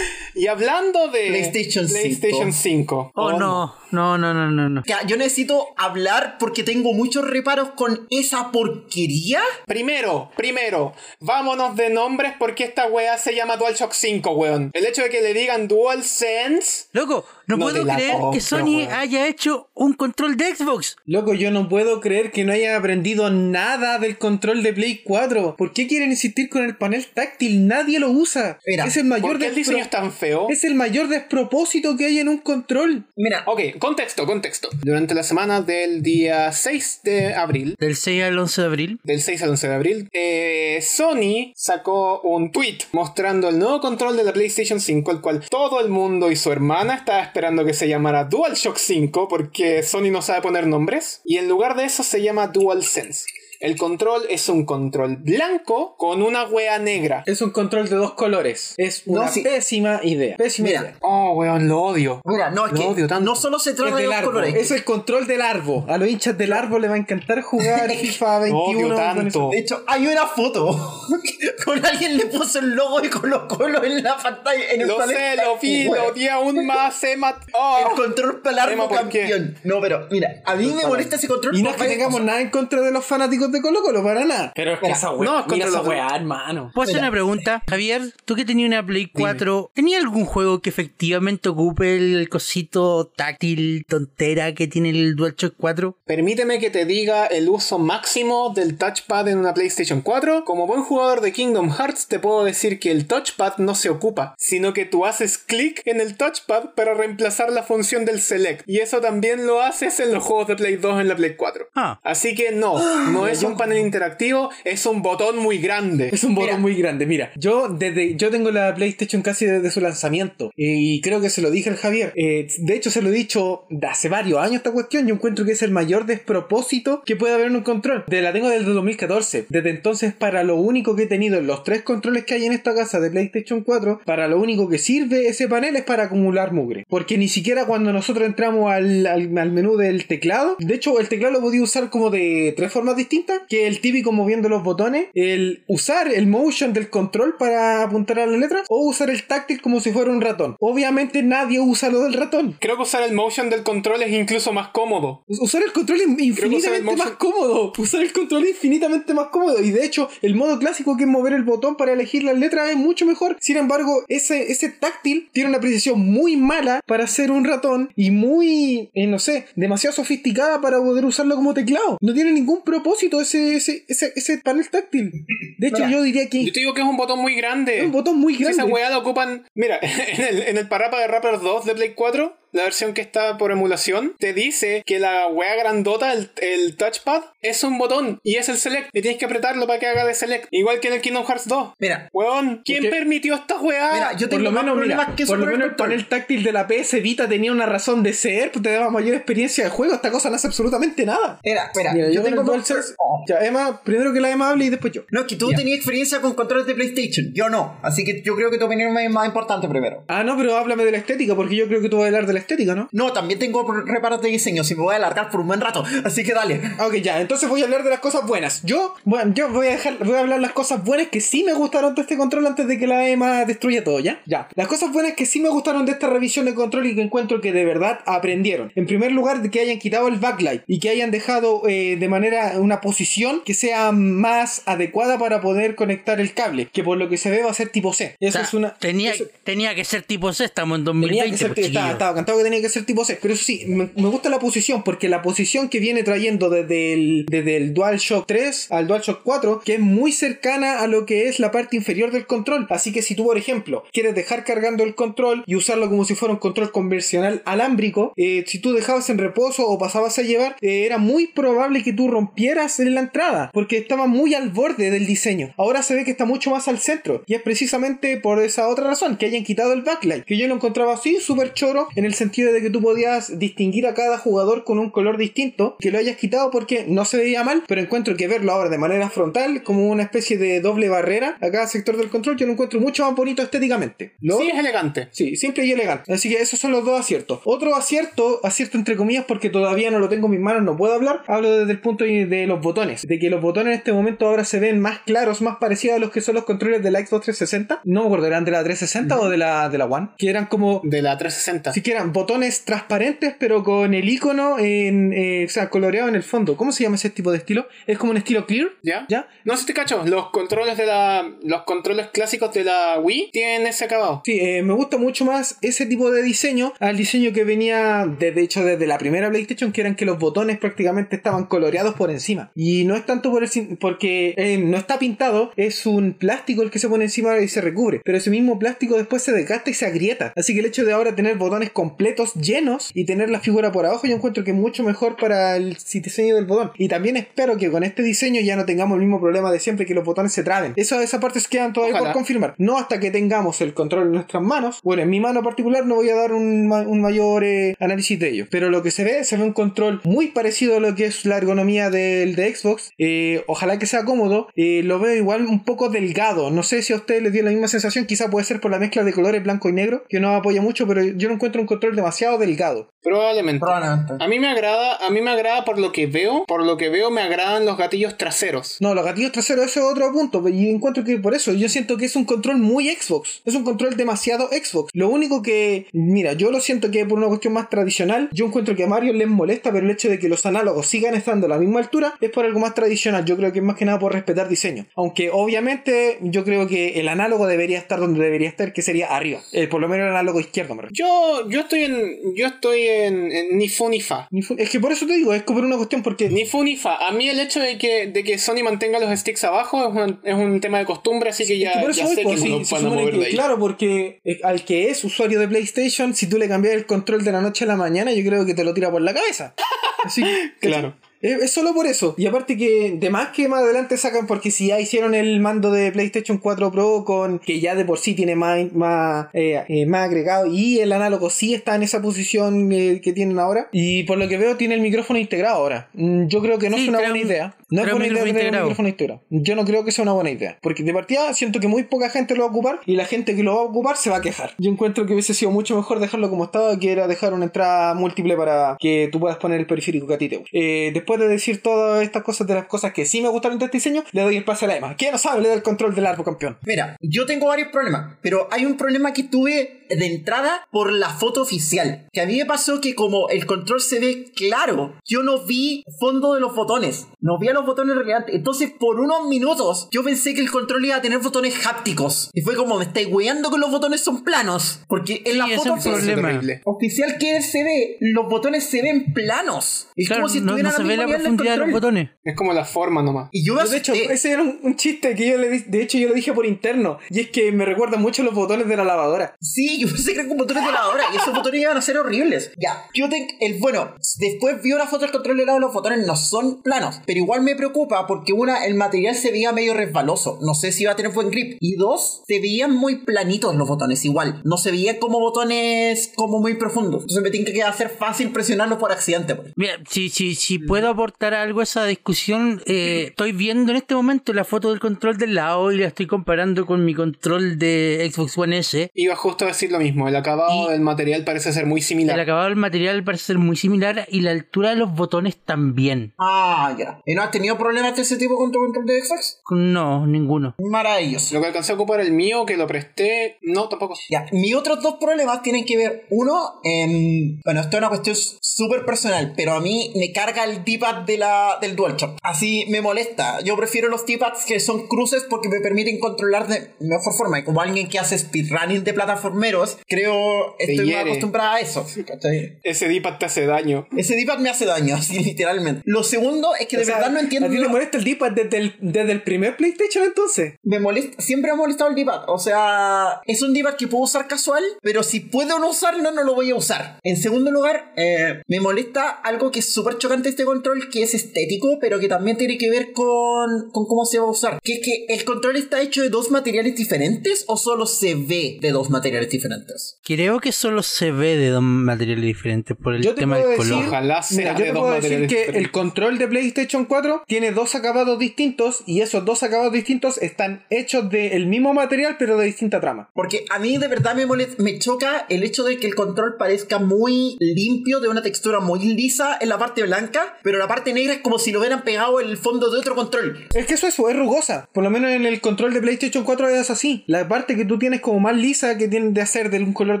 Speaker 2: Y hablando de
Speaker 1: PlayStation cinco.
Speaker 2: PlayStation 5.
Speaker 3: Oh, no. No, no, no, no, no.
Speaker 1: Ya, Yo necesito hablar porque tengo muchos reparos con esa porquería.
Speaker 2: Primero, primero, vámonos de nombres porque esta weá se llama DualShock 5, weón. El hecho de que le digan DualSense.
Speaker 3: Loco, no,
Speaker 2: No
Speaker 3: puedo
Speaker 2: te la
Speaker 3: creer
Speaker 2: compro,
Speaker 3: que Sony
Speaker 2: weón.
Speaker 3: haya hecho un control de Xbox.
Speaker 4: Loco, yo no puedo creer que no hayan aprendido nada del control de Play 4. ¿Por qué quieren insistir con el panel táctil? Nadie lo usa.
Speaker 1: Mira,
Speaker 4: es el mayor
Speaker 2: ¿Por qué el diseño
Speaker 4: despro-
Speaker 2: es tan feo?
Speaker 4: es el mayor despropósito que hay en un control.
Speaker 1: Mira,
Speaker 2: Ok, contexto, contexto. Durante la semana del día 6 de abril,
Speaker 3: Del 6 al 11 de abril.
Speaker 2: del 6 al 11 de abril, eh, Sony sacó un tweet mostrando el nuevo control de la PlayStation 5, el cual todo el mundo y su hermana estaba esperando que se llamara DualShock 5 porque Sony no sabe poner nombres, y en lugar de eso se llama DualSense. El control es un control blanco con una wea negra.
Speaker 4: Es un control de dos colores. Es
Speaker 1: No,
Speaker 4: una
Speaker 1: sí.
Speaker 4: pésima idea. Pésima
Speaker 1: Mira.
Speaker 4: idea.
Speaker 2: Oh, weón, lo odio.
Speaker 1: mira, no, es
Speaker 2: Lo
Speaker 1: que
Speaker 2: odio tanto.
Speaker 1: no solo se
Speaker 4: Es,
Speaker 1: trata de
Speaker 4: del
Speaker 1: los
Speaker 4: árbol.
Speaker 1: colores.
Speaker 4: es el control del árbol. A los hinchas del árbol les va a encantar jugar FIFA 21.
Speaker 2: Odio
Speaker 4: con
Speaker 2: tanto.
Speaker 1: De hecho, hay una foto con alguien le puso el logo de Colo Colo en la pantalla. En el
Speaker 2: Lo
Speaker 1: panel
Speaker 2: sé, lo vi,
Speaker 1: táctil,
Speaker 2: lo
Speaker 1: weón.
Speaker 2: odié aún más, Emma.
Speaker 1: El
Speaker 2: Oh.
Speaker 1: control para el
Speaker 2: Emma,
Speaker 1: árbol
Speaker 2: ¿por qué?
Speaker 1: campeón. No, pero mira, a mí me molesta ese control.
Speaker 4: Y no
Speaker 1: por
Speaker 4: es que
Speaker 1: varias
Speaker 4: tengamos
Speaker 1: cosas.
Speaker 4: nada en contra de los fanáticos de Colo Colo, para nada.
Speaker 5: Pero es que
Speaker 2: Mira,
Speaker 5: esa weá.
Speaker 2: no, es
Speaker 5: mira
Speaker 2: contra
Speaker 5: esa
Speaker 2: los-
Speaker 5: weá, hermano.
Speaker 3: ¿Puedo hacer
Speaker 1: Mira.
Speaker 3: una pregunta? Javier, tú que tenías una Play 4, ¿tenías algún juego que efectivamente ocupe el cosito táctil tontera que tiene el DualShock 4?
Speaker 2: Permíteme que te diga el uso máximo del touchpad en una PlayStation 4. Como buen jugador de Kingdom Hearts, te puedo decir que el touchpad no se ocupa, sino que tú haces clic en el touchpad para reemplazar la función del select. Y eso también lo haces en los juegos de Play 2 en la Play 4.
Speaker 3: Ah.
Speaker 2: Así que no, no es un panel interactivo, es un botón muy grande.
Speaker 4: Es un botón
Speaker 1: Mira.
Speaker 4: muy grande. Mira, yo desde yo tengo la PlayStation casi desde su lanzamiento. Y creo que se lo dije al Javier. Eh, de hecho, se lo he dicho de hace varios años esta cuestión. Yo encuentro que es el mayor despropósito que puede haber en un control. De, la tengo desde 2014. Desde entonces, para lo único que he tenido en los tres controles que hay en esta casa de PlayStation 4, para lo único que sirve ese panel es para acumular mugre. Porque ni siquiera cuando nosotros entramos al, al- al menú del teclado, de hecho, el teclado lo podía usar como de tres formas distintas: que el típico moviendo los botones, el usar el motion del control para apuntar a las letras, o usar el táctil como si fuera un ratón. Obviamente, nadie usa lo del ratón.
Speaker 2: Creo que usar el motion del control es incluso más cómodo.
Speaker 4: Us- Usar el control in-
Speaker 2: usar el
Speaker 4: infinitamente
Speaker 2: motion-
Speaker 4: más cómodo. Usar el control infinitamente más cómodo. Y de hecho, el modo clásico que es mover el botón para elegir las letras es mucho mejor. Sin embargo, ese, ese táctil tiene una precisión muy mala para ser un ratón y muy, eh, no sé, demasiado sofisticada para poder usarlo como teclado. No tiene ningún propósito ese, ese, ese, ese panel táctil. De hecho,
Speaker 1: Mira,
Speaker 4: yo diría que
Speaker 2: Yo te digo que es un botón muy grande.
Speaker 4: es un botón muy
Speaker 2: Si
Speaker 4: grande.
Speaker 2: Esa weá la ocupan. Mira, en el, en el parrapa de Rapper 2 de Play 4, la versión que está por emulación, te dice que la weá grandota, el, el touchpad, es un botón y es el select. Y tienes que apretarlo para que haga de select. Igual que en el Kingdom Hearts 2.
Speaker 1: Mira,
Speaker 2: Weón, ¿quién
Speaker 4: Porque-
Speaker 2: permitió esta weá?
Speaker 1: mira, yo
Speaker 4: por
Speaker 1: tengo
Speaker 4: lo
Speaker 1: más
Speaker 4: menos,
Speaker 1: problemas
Speaker 4: mira,
Speaker 1: que eso
Speaker 4: por lo
Speaker 1: con el
Speaker 4: menos el
Speaker 1: control.
Speaker 4: panel táctil de la PS Vita tenía una razón de ser, pues, te daba mayor experiencia de juego. Esta cosa no hace absolutamente nada.
Speaker 1: Mira, mira,
Speaker 4: Mira,
Speaker 1: yo,
Speaker 4: yo, con
Speaker 1: tengo
Speaker 4: el
Speaker 1: más-
Speaker 4: DualSense-
Speaker 1: Oh.
Speaker 4: Ya, Emma, primero que la Emma hable y después yo.
Speaker 1: No, es que tú
Speaker 4: Ya.
Speaker 1: tenías experiencia con controles de PlayStation, yo no. Así que yo creo que tu opinión es más importante primero.
Speaker 4: Ah, no, pero háblame de la estética, porque yo creo que tú vas a hablar de la estética, ¿no?
Speaker 1: No, también tengo pro- reparos de diseño, si me voy a alargar por un buen rato. Así que dale.
Speaker 4: Ah, Ok, ya, entonces voy a hablar de las cosas buenas. Yo, bueno, yo voy a dejar, voy a hablar las cosas buenas que sí me gustaron de este control antes de que la EMA destruya todo, ¿ya? Ya. Las cosas buenas que sí me gustaron de esta revisión de control y que encuentro que de verdad aprendieron. En primer lugar, de que hayan quitado el backlight y que hayan dejado eh, de manera una posición que sea más adecuada para poder conectar el cable, que por lo que se ve va a ser tipo C. Eso
Speaker 3: O sea,
Speaker 4: es una.
Speaker 3: tenía,
Speaker 4: eso-
Speaker 3: tenía que ser tipo C, estamos en
Speaker 4: Tenía que
Speaker 3: 2020.
Speaker 4: ser-
Speaker 3: pues,
Speaker 4: estaba,
Speaker 3: chiquillo.
Speaker 4: estaba cantado pensado que tenía que ser tipo C. Pero eso sí, me, me gusta la posición, porque la posición que viene trayendo desde el, desde el DualShock 3 al DualShock 4, que es muy cercana a lo que es la parte inferior del control. Así que si tú, por ejemplo, quieres dejar cargando el control y usarlo como si fuera un control convencional alámbrico, eh, si tú dejabas en reposo o pasabas a llevar, eh, era muy probable que tú rompieras en la entrada, porque estaba muy al borde del diseño. Ahora se ve que está mucho más al centro, y es precisamente por esa otra razón, que hayan quitado el backlight, que yo lo encontraba así, súper choro, en el sentido de que tú podías distinguir a cada jugador con un color distinto, que lo hayas quitado porque no se veía mal, pero encuentro que verlo ahora de manera frontal, como una especie de doble barrera a cada sector del control, yo lo encuentro mucho más bonito estéticamente. Lo
Speaker 2: Sí, es elegante.
Speaker 4: Sí, simple y elegante. Así que esos son los dos aciertos. Otro acierto, acierto entre comillas, porque todavía no lo tengo en mis manos, no puedo hablar. Hablo desde el punto de de los botones. De que los botones en este momento ahora se ven más claros, más parecidos a los que son los controles de la Xbox 360. No me acuerdo, eran de la 360 o de la, de la One. Que eran como.
Speaker 2: De la 360.
Speaker 4: Si que eran botones transparentes, pero con el icono en, eh, o sea, coloreado en el fondo. ¿Cómo se llama ese tipo de estilo? Es como un estilo clear.
Speaker 2: ¿Ya?
Speaker 4: ¿Ya?
Speaker 2: No sé si te cacho, los controles de la. Los controles clásicos de la Wii tienen ese acabado.
Speaker 4: Sí, eh, me gusta mucho más ese tipo de diseño al diseño que venía, de, de hecho, desde la primera PlayStation, que eran que los botones prácticamente estaban coloreados por encima. Y no es tanto por el, sin- porque eh, no está pintado, es un plástico el que se pone encima y se recubre. Pero ese mismo plástico después se desgasta y se agrieta. Así que el hecho de ahora tener botones completos llenos y tener la figura por abajo, yo encuentro que es mucho mejor para el si- diseño del botón. Y también espero que con este diseño ya no tengamos el mismo problema de siempre que los botones se traben. Eso, esa parte se quedan todavía por
Speaker 2: Ojalá.
Speaker 4: confirmar. No hasta que tengamos el control en nuestras manos. Bueno, en mi mano particular no voy a dar un, ma- un mayor eh, análisis de ello. Pero lo que se ve, se ve un control muy parecido a lo que es la ergonomía del de Xbox. Eh, ojalá que sea cómodo. Eh, lo veo igual un poco delgado. No sé si a ustedes les dio la misma sensación. Quizá puede ser por la mezcla de colores blanco y negro, que no apoya mucho, pero yo no encuentro un control demasiado delgado.
Speaker 2: Probablemente.
Speaker 1: Probablemente.
Speaker 2: a mí me agrada, a mí me agrada por lo que veo, por lo que veo me agradan los gatillos traseros.
Speaker 4: No, los gatillos traseros, eso es otro punto. Y encuentro que por eso, yo siento que es un control muy Xbox. Es un control demasiado Xbox. Lo único que, mira, yo lo siento que por una cuestión más tradicional, yo encuentro que a Mario les molesta, pero el hecho de que los análogos sigan estando a la misma altura es por algo más tradicional. Yo creo que es más que nada por respetar diseño. Aunque obviamente yo creo que el análogo debería estar donde debería estar, que sería arriba. Eh, por lo menos el análogo izquierdo, me refiero.
Speaker 2: Yo, yo estoy en. Yo estoy en, en ni fu ni fa.
Speaker 4: Ni fu- Es que por eso te digo, es como por una cuestión porque...
Speaker 2: Ni fu ni fa. A mí el hecho de que, de que Sony mantenga los sticks abajo es un, es un tema de costumbre, así que ya,
Speaker 4: Es que por eso
Speaker 2: ya
Speaker 4: voy,
Speaker 2: sé
Speaker 4: pues,
Speaker 2: que no
Speaker 4: sí,
Speaker 2: lo
Speaker 4: se
Speaker 2: van a
Speaker 4: supone
Speaker 2: mover
Speaker 4: que-
Speaker 2: de ahí.
Speaker 4: Claro, porque eh, al que es usuario de PlayStation, si tú le cambias el control de la noche a la mañana, yo creo que te lo tira por la cabeza. Así que,
Speaker 2: Claro.
Speaker 4: Es, es solo por eso. Y aparte que de más que más adelante sacan, porque si ya hicieron el mando de PlayStation 4 Pro con que ya de por sí tiene más, más, eh, eh, más agregado y el análogo sí está en esa posición eh, que tienen ahora. Y por lo que veo tiene el micrófono integrado ahora. Mm, Yo creo que no
Speaker 3: Sí,
Speaker 4: es una
Speaker 3: creo-
Speaker 4: buena idea. No es
Speaker 3: creo
Speaker 4: buena idea
Speaker 3: micrófono
Speaker 4: tener un
Speaker 3: integrado.
Speaker 4: micrófono integrado. Yo no creo que sea una buena idea. Porque de partida siento que muy poca gente lo va a ocupar y la gente que lo va a ocupar se va a quejar. Yo encuentro que hubiese sido mucho mejor dejarlo como estaba que era dejar una entrada múltiple para que tú puedas poner el periférico que a ti te guste. Eh, después de decir todas estas cosas de las cosas que sí me gustaron de este diseño, le doy el pase a la Emma. ¿Quién no sabe? Le da el control del árbol campeón.
Speaker 1: Mira, yo tengo varios problemas, pero hay un problema que tuve de entrada por la foto oficial. Que a mí me pasó que como el control se ve claro, yo no vi fondo de los botones, no vi a los botones relevantes. Entonces, por unos minutos, yo pensé que el control iba a tener botones hápticos. Y fue como, me estáis weando que los botones son planos. Porque en la
Speaker 3: ese
Speaker 1: foto
Speaker 3: es un
Speaker 1: oficial-
Speaker 3: problema.
Speaker 2: terrible.
Speaker 1: oficial que se ve, los botones se ven planos. Es
Speaker 3: Claro,
Speaker 1: como si
Speaker 3: no, no
Speaker 1: estuvieran
Speaker 3: se
Speaker 1: al
Speaker 3: ve
Speaker 1: mismo
Speaker 3: la
Speaker 1: nivel del
Speaker 3: profundidad de los
Speaker 1: control.
Speaker 3: botones.
Speaker 2: Es como la forma nomás.
Speaker 1: Y yo me
Speaker 4: Yo, de hecho,
Speaker 1: asusté.
Speaker 4: ese era un, un chiste que yo le di- de hecho yo le dije por interno y es que me recuerda mucho a los botones de la lavadora.
Speaker 1: Sí, yo pensé que eran con botones de lavadora y esos botones iban a ser horribles. Ya, yo te, el bueno, después vi una foto del control de lado, los botones no son planos, pero igual me preocupa porque una, el material se veía medio resbaloso, no sé si iba a tener buen grip, y dos, se veían muy planitos los botones igual, no se veían como botones como muy profundos, entonces me tiene que hacer fácil presionarlos por accidente. pues.
Speaker 3: Mira, si, si, si
Speaker 4: Mm.
Speaker 3: puedo aportar algo a esa discusión, eh, estoy viendo en este momento la foto del control del lado y la estoy comparando con mi control de Xbox One S.
Speaker 2: Iba justo a decir lo mismo, el acabado
Speaker 3: Y-
Speaker 2: del material parece ser muy
Speaker 3: El
Speaker 2: similar.
Speaker 3: acabado del material parece ser muy similar y la altura de los botones también.
Speaker 1: Ah, ya. ¿Y no has tenido problemas de ese tipo con tu control de Xbox?
Speaker 3: No, ninguno.
Speaker 1: Maravilloso.
Speaker 2: Lo que alcancé a ocupar el mío, que lo presté, no, tampoco.
Speaker 1: Ya, mis otros dos problemas tienen que ver, uno, em, bueno, esto es una cuestión s- súper personal, pero a mí me carga el D-pad de la, del DualShock. Así me molesta. Yo prefiero los D-pads que son cruces porque me permiten controlar de mejor forma. Y como alguien que hace speedrunning de plataformeros, creo
Speaker 2: Te
Speaker 1: estoy más
Speaker 2: hiere.
Speaker 1: acostumbrada a eso. ¿cachai?
Speaker 2: Ese D-pad te hace daño.
Speaker 1: Ese D-pad me hace daño, así literalmente. Lo segundo es que de
Speaker 4: O sea,
Speaker 1: verdad no entiendo.
Speaker 4: ¿A ti te molesta el D-pad desde el, desde el primer PlayStation entonces?
Speaker 1: Me molesta, siempre me ha molestado el D-pad. O sea, es un D-pad que puedo usar casual, pero si puedo no usarlo, no lo voy a usar. En segundo lugar, eh, me molesta algo que es súper chocante este control, que es estético, pero que también tiene que ver con, con cómo se va a usar. Que es que el control está hecho de dos materiales diferentes o solo se ve de dos materiales diferentes.
Speaker 3: Creo que solo se ve de dos materiales diferentes por el
Speaker 4: Yo te
Speaker 3: tema
Speaker 4: puedo
Speaker 3: del
Speaker 4: decir-
Speaker 3: color.
Speaker 2: Ojalá sea
Speaker 4: Mira, yo
Speaker 2: de
Speaker 4: te
Speaker 2: dos
Speaker 4: puedo decir
Speaker 2: materiales
Speaker 4: que el
Speaker 2: diferentes.
Speaker 4: control de PlayStation 4 tiene dos acabados distintos y esos dos acabados distintos están hechos del mismo material pero de distinta trama.
Speaker 1: Porque a mí de verdad me molesta, me choca el hecho de que el control parezca muy limpio, de una textura muy lisa en la parte blanca, pero la parte negra es como si lo hubieran pegado el fondo de otro control.
Speaker 4: Es que eso es, es rugosa. Por lo menos en el control de PlayStation 4 es así. La parte que tú tienes como más lisa que tiene de hacer de un color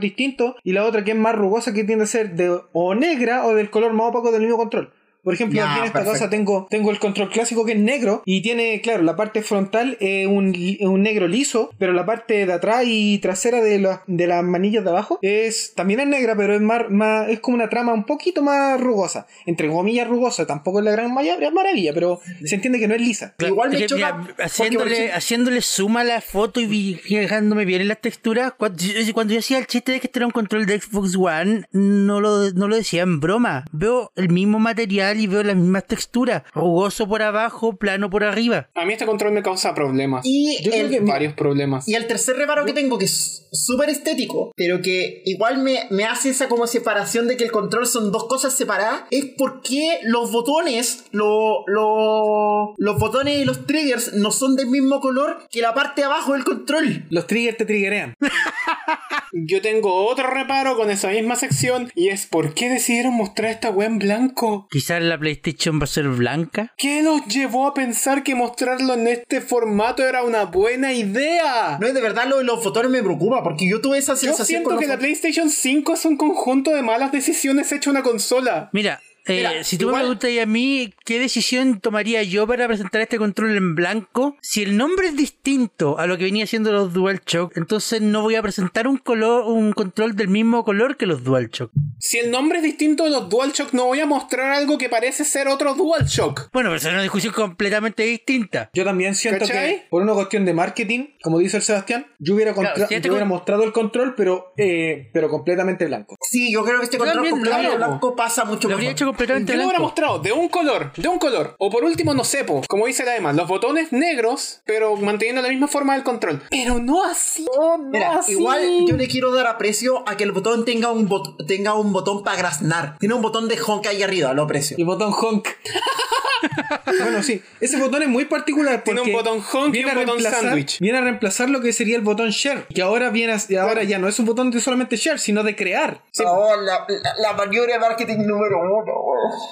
Speaker 4: distinto y la otra que es más rugosa que tiende a ser de o negra o del color más opaco del mismo control. Por ejemplo,
Speaker 1: Ya,
Speaker 4: aquí en esta
Speaker 1: perfecto.
Speaker 4: casa tengo, tengo el control clásico que es negro y tiene, claro, la parte frontal es un, li- un negro liso, pero la parte de atrás y trasera de, la- de las manillas de abajo es también es negra, pero es más, más- es como una trama un poquito más rugosa. Entre comillas rugosa, tampoco es la gran maya- maravilla, pero se entiende que no es lisa.
Speaker 3: Claro,
Speaker 1: Igual me
Speaker 3: es que,
Speaker 1: choca
Speaker 3: mira,
Speaker 1: porque, por
Speaker 3: haciéndole,
Speaker 1: ejemplo-
Speaker 3: haciéndole suma a la foto y vi- fijándome bien en las texturas. Cuando, yo- cuando yo hacía el chiste de que este era un control de Xbox One, no lo, no lo decía en broma. Veo el mismo material y veo las mismas texturas. Rugoso por abajo, plano por arriba.
Speaker 2: A mí este control me causa problemas.
Speaker 1: Y
Speaker 4: Yo creo
Speaker 1: el-
Speaker 4: que mi-
Speaker 2: Varios problemas.
Speaker 1: Y el tercer reparo que tengo, que es súper estético, pero que igual me, me hace esa como separación de que el control son dos cosas separadas, es porque los botones, lo- lo- los botones y los triggers no son del mismo color que la parte de abajo del control.
Speaker 4: Los triggers te triggerean.
Speaker 2: Yo tengo otro reparo con esa misma sección y es ¿por qué decidieron mostrar esta web en blanco?
Speaker 3: Quizás la PlayStation va a ser blanca.
Speaker 2: ¿Qué los llevó a pensar que mostrarlo en este formato era una buena idea?
Speaker 1: No es de verdad lo de los botones me preocupa, porque yo tuve esa
Speaker 2: Yo
Speaker 1: sensación con
Speaker 2: siento
Speaker 1: los
Speaker 2: que la
Speaker 1: botones.
Speaker 2: PlayStation 5 es un conjunto de malas decisiones hecha una consola.
Speaker 3: Mira. eh,
Speaker 1: Mira,
Speaker 3: si tú
Speaker 1: igual-
Speaker 3: me preguntas a mí qué decisión tomaría yo para presentar este control en blanco, si el nombre es distinto a lo que venía siendo los DualShock, entonces no voy a presentar un color, un control del mismo color que los DualShock.
Speaker 2: Si el nombre es distinto de los DualShock, no voy a mostrar algo que parece ser otro DualShock.
Speaker 3: Bueno, pero esa es una discusión completamente distinta.
Speaker 4: Yo también siento
Speaker 2: ¿Cachai?
Speaker 4: que por una cuestión de marketing, como dice el Sebastián, yo hubiera, contra-
Speaker 3: Claro, si este
Speaker 4: yo hubiera
Speaker 3: con-
Speaker 4: mostrado el control, pero, eh, pero completamente blanco.
Speaker 1: Sí, yo creo que este
Speaker 3: Yo
Speaker 1: control
Speaker 3: también,
Speaker 1: completamente
Speaker 3: claro.
Speaker 1: blanco pasa mucho
Speaker 3: Lo
Speaker 1: mejor.
Speaker 3: habría hecho completamente
Speaker 2: Yo lo hubiera
Speaker 3: blanco.
Speaker 2: mostrado de un color, de un color. O por último, no sé, po, como dice la Emma, los botones negros, pero manteniendo la misma forma del control. Pero no así. No, no
Speaker 1: Mira,
Speaker 2: así.
Speaker 1: igual yo le quiero dar aprecio a que el botón tenga un, bot- tenga un botón para graznar. Tiene un botón de honk ahí arriba, lo aprecio.
Speaker 4: El botón honk. bueno, sí, ese botón es muy particular porque
Speaker 2: Tiene un botón honk y
Speaker 4: viene
Speaker 2: un
Speaker 4: a
Speaker 2: botón
Speaker 4: reemplazar-
Speaker 2: sándwich.
Speaker 4: Viene a reemplazar lo que sería el botón share, que ahora viene a- ahora ya no es un botón de solamente share, sino de crear.
Speaker 1: Oh, la, la, la maniobra de marketing número uno.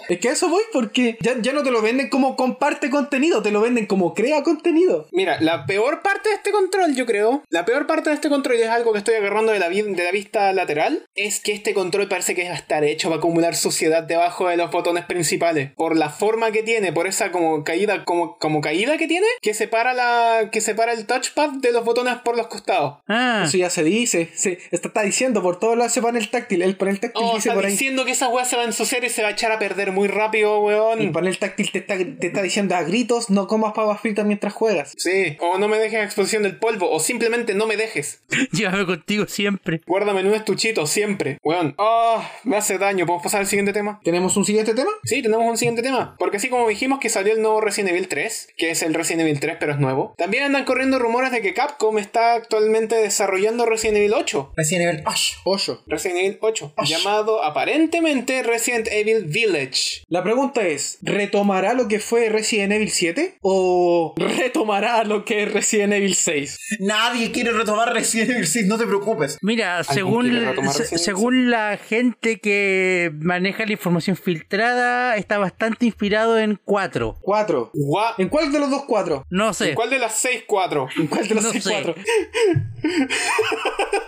Speaker 4: Es que a eso voy porque ya, ya no te lo venden como comparte contenido, te lo venden como crea contenido.
Speaker 2: Mira, la peor parte de este control, yo creo, la peor parte de este control, y es algo que estoy agarrando de la, vi- de la vista lateral, es que este control parece que va a estar hecho para acumular suciedad debajo de los botones principales. Por la forma que tiene, por esa como caída, como, como caída que tiene, que separa la. que separa el touchpad de los botones por los costados.
Speaker 3: Ah,
Speaker 4: Eso ya se dice, se está, está diciendo por todos lados ese panel táctil, el panel táctil
Speaker 2: Oh,
Speaker 4: dice
Speaker 2: está
Speaker 4: por ahí.
Speaker 2: diciendo que esa weá se va a ensuciar y se va a echar a perder muy rápido, weón.
Speaker 4: El panel táctil te está, te está diciendo a gritos, no comas papas fritas mientras juegas.
Speaker 2: Sí, o no me dejes a exposición del polvo, o simplemente no me dejes.
Speaker 3: llévame contigo siempre.
Speaker 2: Guárdame en un estuchito, siempre. Weón. Ah, me hace daño. ¿Podemos pasar al siguiente tema?
Speaker 4: ¿Tenemos un siguiente tema?
Speaker 2: Sí, tenemos un siguiente tema. Porque así como dijimos que salió el nuevo Resident Evil 3, que es el Resident Evil 3 pero es nuevo, también andan corriendo rumores de que Capcom está actualmente desarrollando Resident Evil 8.
Speaker 1: Recién nivel. ¡Ash!
Speaker 4: Ocho.
Speaker 2: Resident Evil 8,
Speaker 1: Osh.
Speaker 2: llamado aparentemente Resident Evil Village.
Speaker 4: La pregunta es, ¿retomará lo que fue Resident Evil 7 o retomará lo que es Resident Evil 6?
Speaker 1: Nadie quiere retomar Resident Evil 6, no te preocupes.
Speaker 3: Mira,
Speaker 2: quiere
Speaker 3: según,
Speaker 2: retomar
Speaker 3: se-
Speaker 2: residencia?
Speaker 3: según la gente que maneja la información filtrada, está bastante inspirado en eran cuatro.
Speaker 4: Cuatro.
Speaker 2: Gua-
Speaker 4: ¿En cuál de los dos cuatro?
Speaker 3: No sé.
Speaker 2: ¿Cuál de las seis cuatro?
Speaker 4: ¿En cuál de los
Speaker 3: No
Speaker 4: seis
Speaker 3: sé.
Speaker 4: cuatro?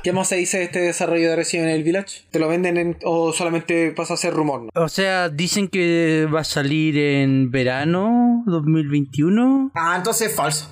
Speaker 4: ¿Qué más se dice de este desarrollo de Resident Evil Village? ¿Te lo venden en- o solamente pasa a ser rumor? no?
Speaker 3: O sea, dicen que va a salir en verano 2021.
Speaker 1: Ah, entonces es falso.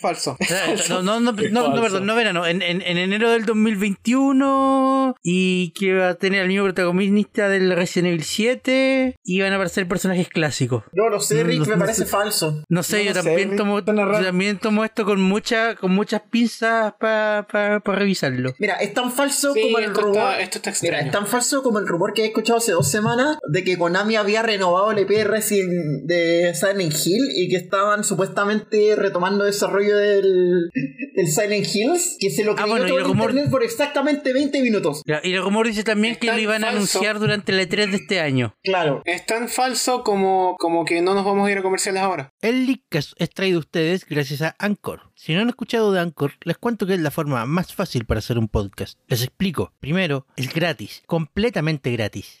Speaker 4: Falso.
Speaker 3: O sea, No, no, no,
Speaker 2: Qué
Speaker 3: no, no,
Speaker 2: falso.
Speaker 3: perdón, no verano, en, en, en enero del 2021 y que va a tener al mismo protagonista del Resident Evil 7 y van a aparecer personajes clásicos.
Speaker 1: No lo sé,
Speaker 3: No,
Speaker 1: Rick,
Speaker 3: no
Speaker 1: me
Speaker 3: sé.
Speaker 1: parece falso.
Speaker 3: No sé,
Speaker 4: No
Speaker 3: yo
Speaker 4: lo sé,
Speaker 3: también
Speaker 4: Rick,
Speaker 3: tomo,
Speaker 4: suena raro.
Speaker 3: yo también tomo esto con mucha, con muchas pinzas para revisarlo.
Speaker 1: Mira, es tan falso
Speaker 2: Sí,
Speaker 1: como el
Speaker 2: esto
Speaker 1: rumor.
Speaker 2: está- esto está extraño.
Speaker 1: Mira, es tan falso como el rumor que he escuchado hace dos semanas de que Konami había renovado el EP de Resident- de Silent Hill y que estaban supuestamente retomando desarrollo del, del Silent Hills, que se lo
Speaker 3: Ah,
Speaker 1: creyó
Speaker 3: bueno, y
Speaker 1: todo
Speaker 3: el
Speaker 1: el
Speaker 3: rumor-
Speaker 1: internet por exactamente 20 minutos.
Speaker 3: Ya, Y el rumor dice también
Speaker 2: Es
Speaker 3: que lo
Speaker 2: tan
Speaker 3: iban a
Speaker 2: falso.
Speaker 3: anunciar durante el E3 de este año.
Speaker 1: Claro.
Speaker 2: Es tan falso como, como que no nos vamos a ir a comerciales ahora.
Speaker 5: El Leadcast es traído a ustedes gracias a Anchor. Si no han escuchado de Anchor, les cuento que es la forma más fácil para hacer un podcast. Les explico. Primero, es gratis, completamente gratis.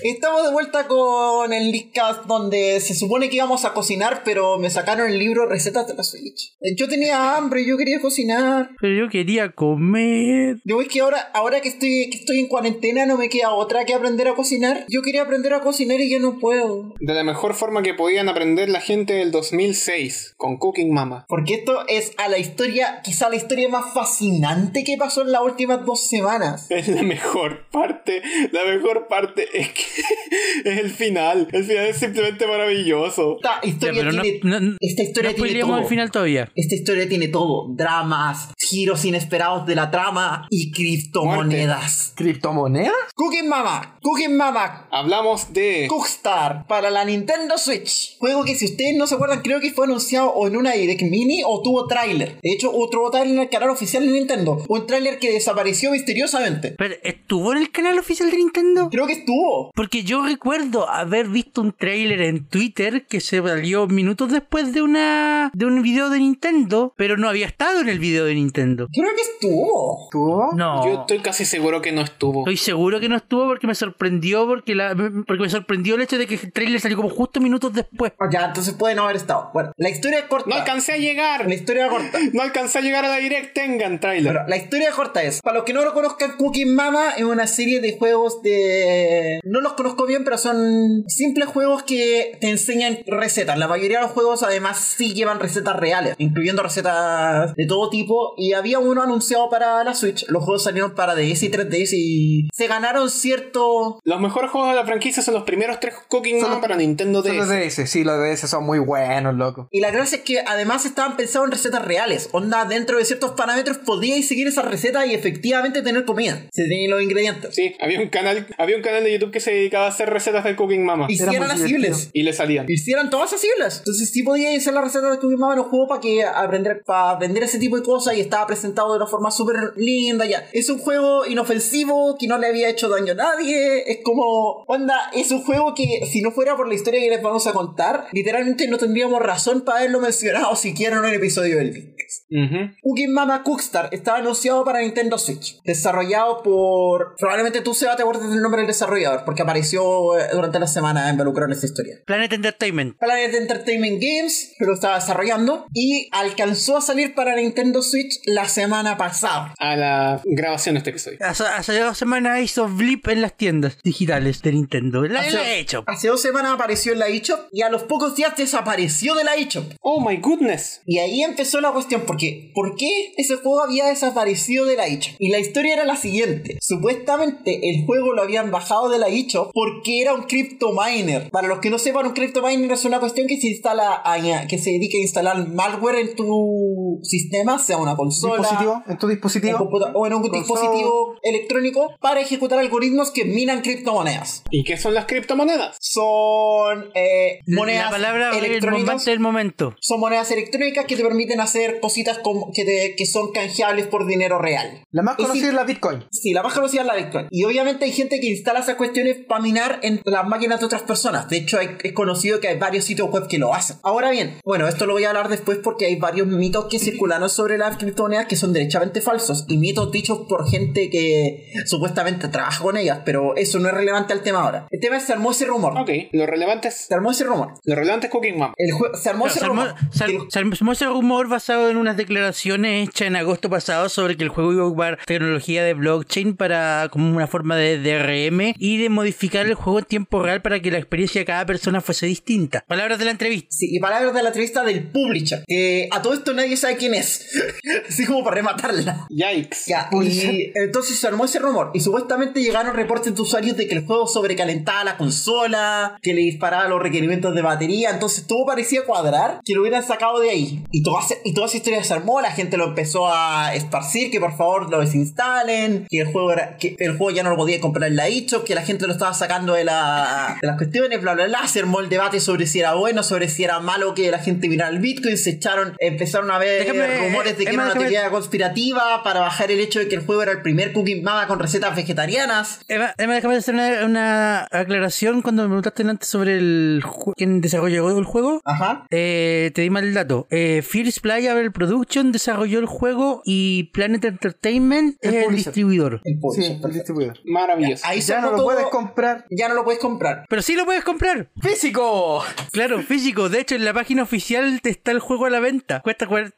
Speaker 1: Estamos de vuelta con el Leadcast donde se supone que íbamos a cocinar, pero me sacaron el libro Recetas de la Switch. Yo tenía hambre, yo quería cocinar.
Speaker 3: Pero yo quería comer.
Speaker 1: Yo es que ahora, ahora que estoy, que estoy en cuarentena no me queda otra que aprender a cocinar. Yo quería aprender a cocinar y yo no puedo.
Speaker 2: De la mejor forma que podían aprender la gente del 2006, con Cooking Mama.
Speaker 1: Porque esto es a la historia, quizá la historia más fascinante que pasó en las últimas dos semanas.
Speaker 2: Es la mejor parte, la mejor parte es que es el final. El final es simplemente maravilloso.
Speaker 1: Esta
Speaker 3: Ya,
Speaker 1: historia
Speaker 3: pero no,
Speaker 1: tiene,
Speaker 3: no, no,
Speaker 1: esta historia
Speaker 3: no
Speaker 1: tiene
Speaker 3: spoileemos
Speaker 1: todo.
Speaker 3: al final todavía.
Speaker 1: Esta historia tiene todo. Dramas, giros inesperados de la trama y criptomonedas.
Speaker 4: ¿Criptomoneda?
Speaker 1: Cooking Mama, Cooking Mama,
Speaker 2: Hablamos de...
Speaker 1: Cookstar para la Nintendo Switch. Juego que si ustedes no se acuerdan, creo que fue anunciado o en una Direct Mini o tuvo tráiler. De hecho, otro tráiler en el canal oficial de Nintendo. Un tráiler que desapareció misteriosamente.
Speaker 3: Pero, ¿estuvo en el canal oficial de Nintendo?
Speaker 1: Creo que estuvo.
Speaker 3: Porque yo recuerdo haber visto un tráiler en Twitter que se valió minutos después de una de un video de Nintendo, pero no había estado en el video de Nintendo.
Speaker 1: Creo que estuvo.
Speaker 4: ¿Tú?
Speaker 3: No.
Speaker 2: Yo estoy casi seguro que no estuvo.
Speaker 3: Estoy seguro que no estuvo porque me sorprendió porque la porque me sorprendió el hecho de que el tráiler salió como justo minutos después.
Speaker 1: Ah, Ya, entonces puede no haber estado. Bueno, la historia es corta.
Speaker 2: No alcancé a
Speaker 1: La
Speaker 2: llegar.
Speaker 1: historia corta.
Speaker 2: No alcancé a llegar a la direct. Tengan trailer.
Speaker 1: Pero la historia corta es, para los que no lo conozcan, Cookie Mama es una serie de juegos de... No los conozco bien, pero son simples juegos que te enseñan recetas. La mayoría de los juegos además sí llevan recetas reales, incluyendo recetas de todo tipo. Y había uno anunciado para la Switch. Los juegos salieron para DS y 3DS y se ganaron cierto...
Speaker 2: Los mejores juegos de la franquicia son los primeros tres Cooking Mama para Nintendo
Speaker 4: Son los
Speaker 2: DS.
Speaker 4: DS, sí, los DS son muy buenos, loco.
Speaker 1: Y la gracia es que además estaban pensados en recetas reales. Onda, dentro de ciertos parámetros podíais seguir esa receta y efectivamente tener comida. Se tenían los ingredientes.
Speaker 2: Sí, había un canal, había un canal de YouTube que se dedicaba a hacer recetas de Cooking Mama.
Speaker 1: Y si
Speaker 4: Ah, Era muy
Speaker 1: eran
Speaker 4: divertido.
Speaker 1: asibles.
Speaker 2: Y le salían.
Speaker 1: hicieran todas accesibles. Entonces sí podía hacer la receta de Cooking Mama en los juegos para que aprender para aprender ese tipo de cosas y estaba presentado de una forma súper linda ya. Es un juego inofensivo que no le había hecho daño a nadie. Es como onda, es un juego que si no fuera por la historia que les vamos a contar, literalmente no tendríamos razón para haberlo mencionado siquiera en un episodio del podcast.
Speaker 2: Ujú.
Speaker 1: Cooking Mama Cookstar estaba anunciado para Nintendo Switch, desarrollado por probablemente tú Seba te acuerdas del nombre del desarrollador porque apareció eh, durante la semana involucrado en esta historia.
Speaker 3: Planet Entertainment.
Speaker 1: Planet Entertainment Games, que lo estaba desarrollando, y alcanzó a salir para Nintendo Switch la semana pasada.
Speaker 2: A la grabación de este episodio.
Speaker 3: Hace, hace dos semanas hizo blip en las tiendas digitales de Nintendo. La,
Speaker 1: Hace-
Speaker 3: la he hecho.
Speaker 1: Hace dos semanas apareció en la eShop y a los pocos días desapareció de la eShop.
Speaker 2: Oh my goodness.
Speaker 1: Y ahí empezó la cuestión, porque ¿por qué ese juego había desaparecido de la eShop? Y la historia era la siguiente. Supuestamente el juego lo habían bajado de la eShop Ubisoft porque era un crypto miner. Para los que no sepan, un crypto miner es una cuestión que se instala, a- que se dedica a instalar malware en tu sistema, sea una consola,
Speaker 4: dispositivo, en tu
Speaker 1: en
Speaker 4: dispositivo.
Speaker 1: computa- o en un
Speaker 4: Consola.
Speaker 1: dispositivo electrónico para ejecutar algoritmos que minan criptomonedas.
Speaker 2: ¿Y qué son las criptomonedas?
Speaker 1: Son eh, monedas
Speaker 3: La palabra el
Speaker 1: electrónicas.
Speaker 3: bombante del momento.
Speaker 1: Son monedas electrónicas que te permiten hacer cositas como- que, te- que son canjeables por dinero real.
Speaker 4: La más
Speaker 1: Y si-
Speaker 4: conocida es la Bitcoin.
Speaker 1: Sí, la más conocida es la Bitcoin. Y obviamente hay gente que instala esas cuestiones para minar en las máquinas de otras personas. De hecho, hay- es conocido que hay varios sitios web que lo hacen. Ahora bien, bueno, esto lo voy a hablar después porque hay varios mitos que circularon sobre las criptomonedas que son derechamente falsos. Y mitos dichos por gente que supuestamente trabaja con ellas, pero eso no es relevante al tema ahora. El tema es se armó ese rumor.
Speaker 2: Ok, lo relevante es,
Speaker 1: Se armó ese rumor.
Speaker 2: lo relevante es Cooking Mama.
Speaker 1: El jue- se armó
Speaker 3: Claro,
Speaker 1: ese
Speaker 3: se armó-
Speaker 1: rumor.
Speaker 3: se ar-
Speaker 1: Que el-
Speaker 3: se armó ese rumor basado en unas declaraciones hechas en agosto pasado sobre que el juego iba a ocupar tecnología de blockchain para como una forma de DRM y de modificar el juego en tiempo real para que la experiencia de cada persona fuese distinta. Palabras de la entrevista.
Speaker 1: Sí, y palabras de la entrevista del publisher. Que a todo esto nadie sabe quién es. Así como para rematarla.
Speaker 2: Yikes.
Speaker 1: Ya, y entonces se armó ese rumor. Y supuestamente llegaron reportes de usuarios de que el juego sobrecalentaba la consola, que le disparaba los requerimientos de batería. Entonces todo parecía cuadrar que lo hubieran sacado de ahí. Y toda, esa- y toda esa historia se armó, la gente lo empezó a esparcir, que por favor lo desinstalen, que el juego era, que el juego ya no lo podía comprar en la eShop, que la gente lo estaba sacando de, la, de las cuestiones, bla, bla, bla. Se armó el debate sobre si era bueno, sobre si era malo que la gente mirara el Bitcoin. Se echaron, empezaron a ver
Speaker 3: Déjame,
Speaker 1: Eh, rumores de que
Speaker 3: Emma,
Speaker 1: era una
Speaker 3: déjame-
Speaker 1: teoría conspirativa para bajar el hecho de que el juego era el primer cooking mama con recetas vegetarianas.
Speaker 3: Eva, Emma, déjame hacer una, una aclaración cuando me preguntaste antes sobre el ju- quién desarrolló el juego.
Speaker 1: Ajá.
Speaker 3: Eh, te di mal el dato. Eh, Fierce Playable Production desarrolló el juego y Planet Entertainment
Speaker 4: El
Speaker 3: es el
Speaker 4: publisher.
Speaker 3: distribuidor.
Speaker 1: El pollo.
Speaker 4: Sí, el distribuidor.
Speaker 2: Maravilloso.
Speaker 1: Ahí se
Speaker 4: Ya no
Speaker 1: armó
Speaker 4: lo
Speaker 1: todo-
Speaker 4: puedes comprar.
Speaker 1: Ya no lo puedes comprar.
Speaker 3: Pero sí lo puedes comprar.
Speaker 4: ¡Físico!
Speaker 3: Claro, físico. De hecho, en la página oficial te está el juego a la venta. Cuesta cua-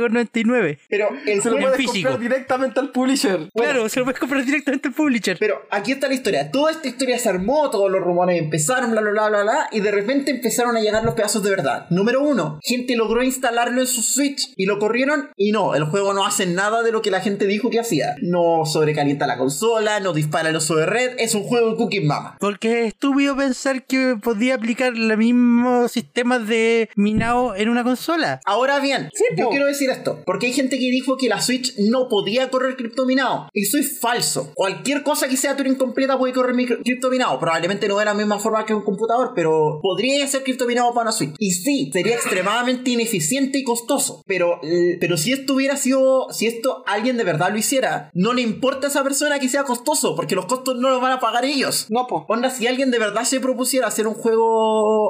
Speaker 3: 39,99.
Speaker 1: Pero el
Speaker 4: Se lo
Speaker 1: juego-
Speaker 4: puedes
Speaker 3: físico.
Speaker 4: comprar directamente al publisher.
Speaker 3: Claro, se lo puedes comprar directamente al publisher.
Speaker 1: Pero aquí está la historia. Toda esta historia se armó, todos los rumores empezaron, bla, bla, bla, bla, bla, y de repente empezaron a llegar los pedazos de verdad. Número uno, gente logró instalarlo en su Switch y lo corrieron y no, el juego no hace nada de lo que la gente dijo que hacía. No sobrecalienta la consola, no dispara el oso de red, es un juego de cooking mama.
Speaker 3: Porque es estúpido pensar que podía aplicar los mismos sistemas de minado en una consola.
Speaker 1: Ahora bien, yo
Speaker 2: po.
Speaker 1: quiero decir esto, porque hay gente que dijo que la Switch no podía correr criptominado. Y eso es falso. Cualquier cosa que sea Turing completa puede correr mi cri- criptominado. Probablemente no de la misma forma que un computador, pero podría ser criptominado para una Switch. Y sí, sería extremadamente ineficiente y costoso. Pero, eh, pero si esto hubiera sido, si esto alguien de verdad lo hiciera, no le importa a esa persona que sea costoso, porque los costos no los van a pagar ellos.
Speaker 2: No, po.
Speaker 1: Onda, si alguien de verdad se propusiera hacer un juego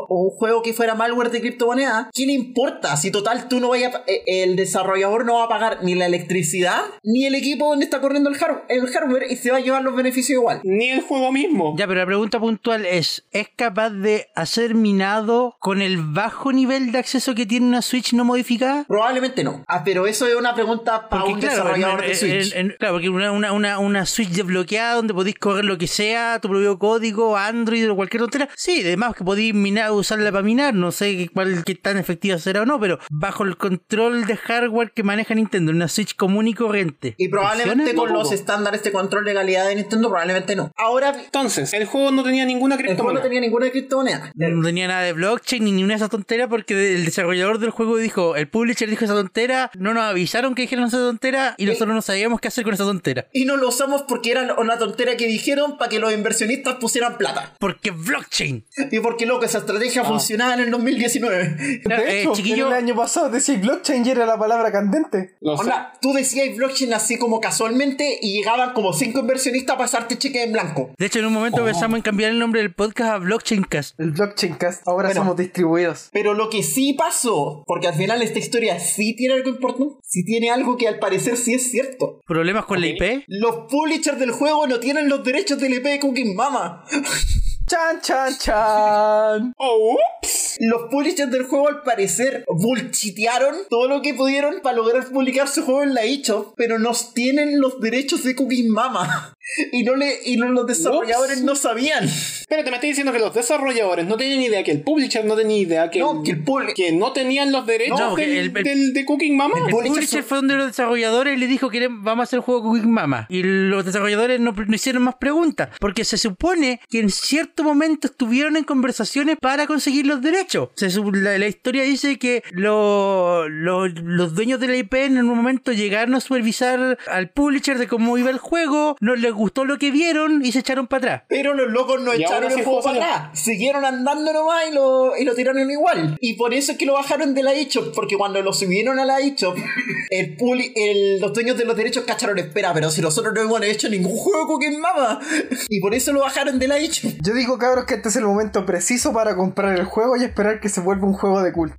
Speaker 1: o un juego que fuera malware de criptomoneda, ¿qué le importa? Si total tú no vayas, eh, el desarrollador no va a pagar ni la electricidad ni el equipo donde está corriendo el, har- el hardware y se va a llevar los beneficios igual.
Speaker 2: Ni el juego mismo.
Speaker 3: Ya, pero la pregunta puntual es, ¿es capaz de hacer minado con el bajo nivel de acceso que tiene una Switch no modificada?
Speaker 1: Probablemente no. Ah, pero eso es una pregunta para
Speaker 3: Porque
Speaker 1: un
Speaker 3: claro,
Speaker 1: desarrollador
Speaker 3: en-
Speaker 1: de Switch.
Speaker 3: en- en- claro, porque una, una, una, una Switch desbloqueada donde podéis correr lo que sea, tu propio código, Android o cualquier otra. Sí, además que podéis minar, usarla para minar, no sé qué- cuál, qué tan efectiva será o no, pero bajo el control de hardware que maneja Nintendo, una Switch común y corriente.
Speaker 1: y probablemente
Speaker 3: ¿Funciona?
Speaker 1: con
Speaker 2: No,
Speaker 1: los
Speaker 2: poco.
Speaker 1: estándares de control de calidad de Nintendo, probablemente no. Ahora,
Speaker 2: Entonces, el juego no tenía ninguna
Speaker 1: el juego no
Speaker 2: criptomoneda.
Speaker 1: tenía ninguna criptomoneda.
Speaker 3: No tenía nada de blockchain ni ninguna de esas tonteras porque el desarrollador del juego dijo, el publisher dijo esa tontera, no nos avisaron que dijeron esa tontera y nosotros no sabíamos qué hacer con esa tontera.
Speaker 1: Y no lo usamos porque era una tontera que dijeron para que los inversionistas pusieran plata.
Speaker 3: Porque blockchain.
Speaker 1: Y porque, loco, esa estrategia funcionaba en el 2019.
Speaker 3: Claro,
Speaker 4: De
Speaker 3: eh,
Speaker 4: hecho,
Speaker 3: chiquillo-
Speaker 4: en el año pasado decía blockchain y era la palabra candente.
Speaker 2: Lo sé.
Speaker 1: Onda, tú decías blockchain así como casualmente y llegaban como cinco inversionistas a pasarte cheque en blanco.
Speaker 3: De hecho, en un momento pensamos en cambiar el nombre del podcast a Blockchaincast.
Speaker 4: El blockchain cast. Ahora
Speaker 1: Bueno.
Speaker 4: somos distribuidos.
Speaker 1: Pero lo que sí pasó, porque al final esta historia sí tiene algo importante, sí tiene algo que al parecer sí es cierto.
Speaker 3: ¿Problemas con
Speaker 2: Ok.
Speaker 3: la IP?
Speaker 1: Los publishers del juego no tienen los derechos del E IP de Cooking Mama.
Speaker 4: Chan, chan, chan.
Speaker 2: Oh, ups.
Speaker 1: Los publishers del juego al parecer bullchitearon todo lo que E pudieron para lograr publicar su juego en la eShop, pero no tienen los derechos de Cooking Mama. Y no, le, y no- los desarrolladores
Speaker 2: Ups.
Speaker 1: no sabían.
Speaker 2: Pero te me estoy diciendo que los desarrolladores no tenían idea, que el publisher no tenía idea, que,
Speaker 1: No, que el pul-
Speaker 2: que no tenían los derechos
Speaker 3: No, que
Speaker 2: del-
Speaker 3: el- el-
Speaker 2: del- de Cooking Mama.
Speaker 1: el-
Speaker 3: El publisher fue donde los desarrolladores y le dijo que vamos a hacer el juego con Quick Mama. Y los desarrolladores no, no hicieron más preguntas. Porque se supone que en cierto momento estuvieron en conversaciones para conseguir los derechos. Se su- la, la historia dice que lo- lo- los dueños de la IP en un momento llegaron a supervisar al publisher de cómo iba el juego, no les gustó lo que vieron y se echaron para atrás.
Speaker 1: Pero los locos no
Speaker 2: Y ahora
Speaker 1: echaron
Speaker 2: sí
Speaker 1: el juego
Speaker 2: fue
Speaker 1: para
Speaker 2: solo.
Speaker 1: atrás. Siguieron andando nomás y lo, y lo tiraron igual. Y por eso es que lo bajaron de la eShop. Porque cuando lo subieron a la eShop, el puli- el- los dueños de los derechos cacharon. Espera, pero si nosotros no hemos hecho ningún juego con Mama. Y por eso lo bajaron de la E eShop.
Speaker 6: Yo digo, cabros, que este es el momento preciso para comprar el juego y esperar que se vuelva un juego de culto.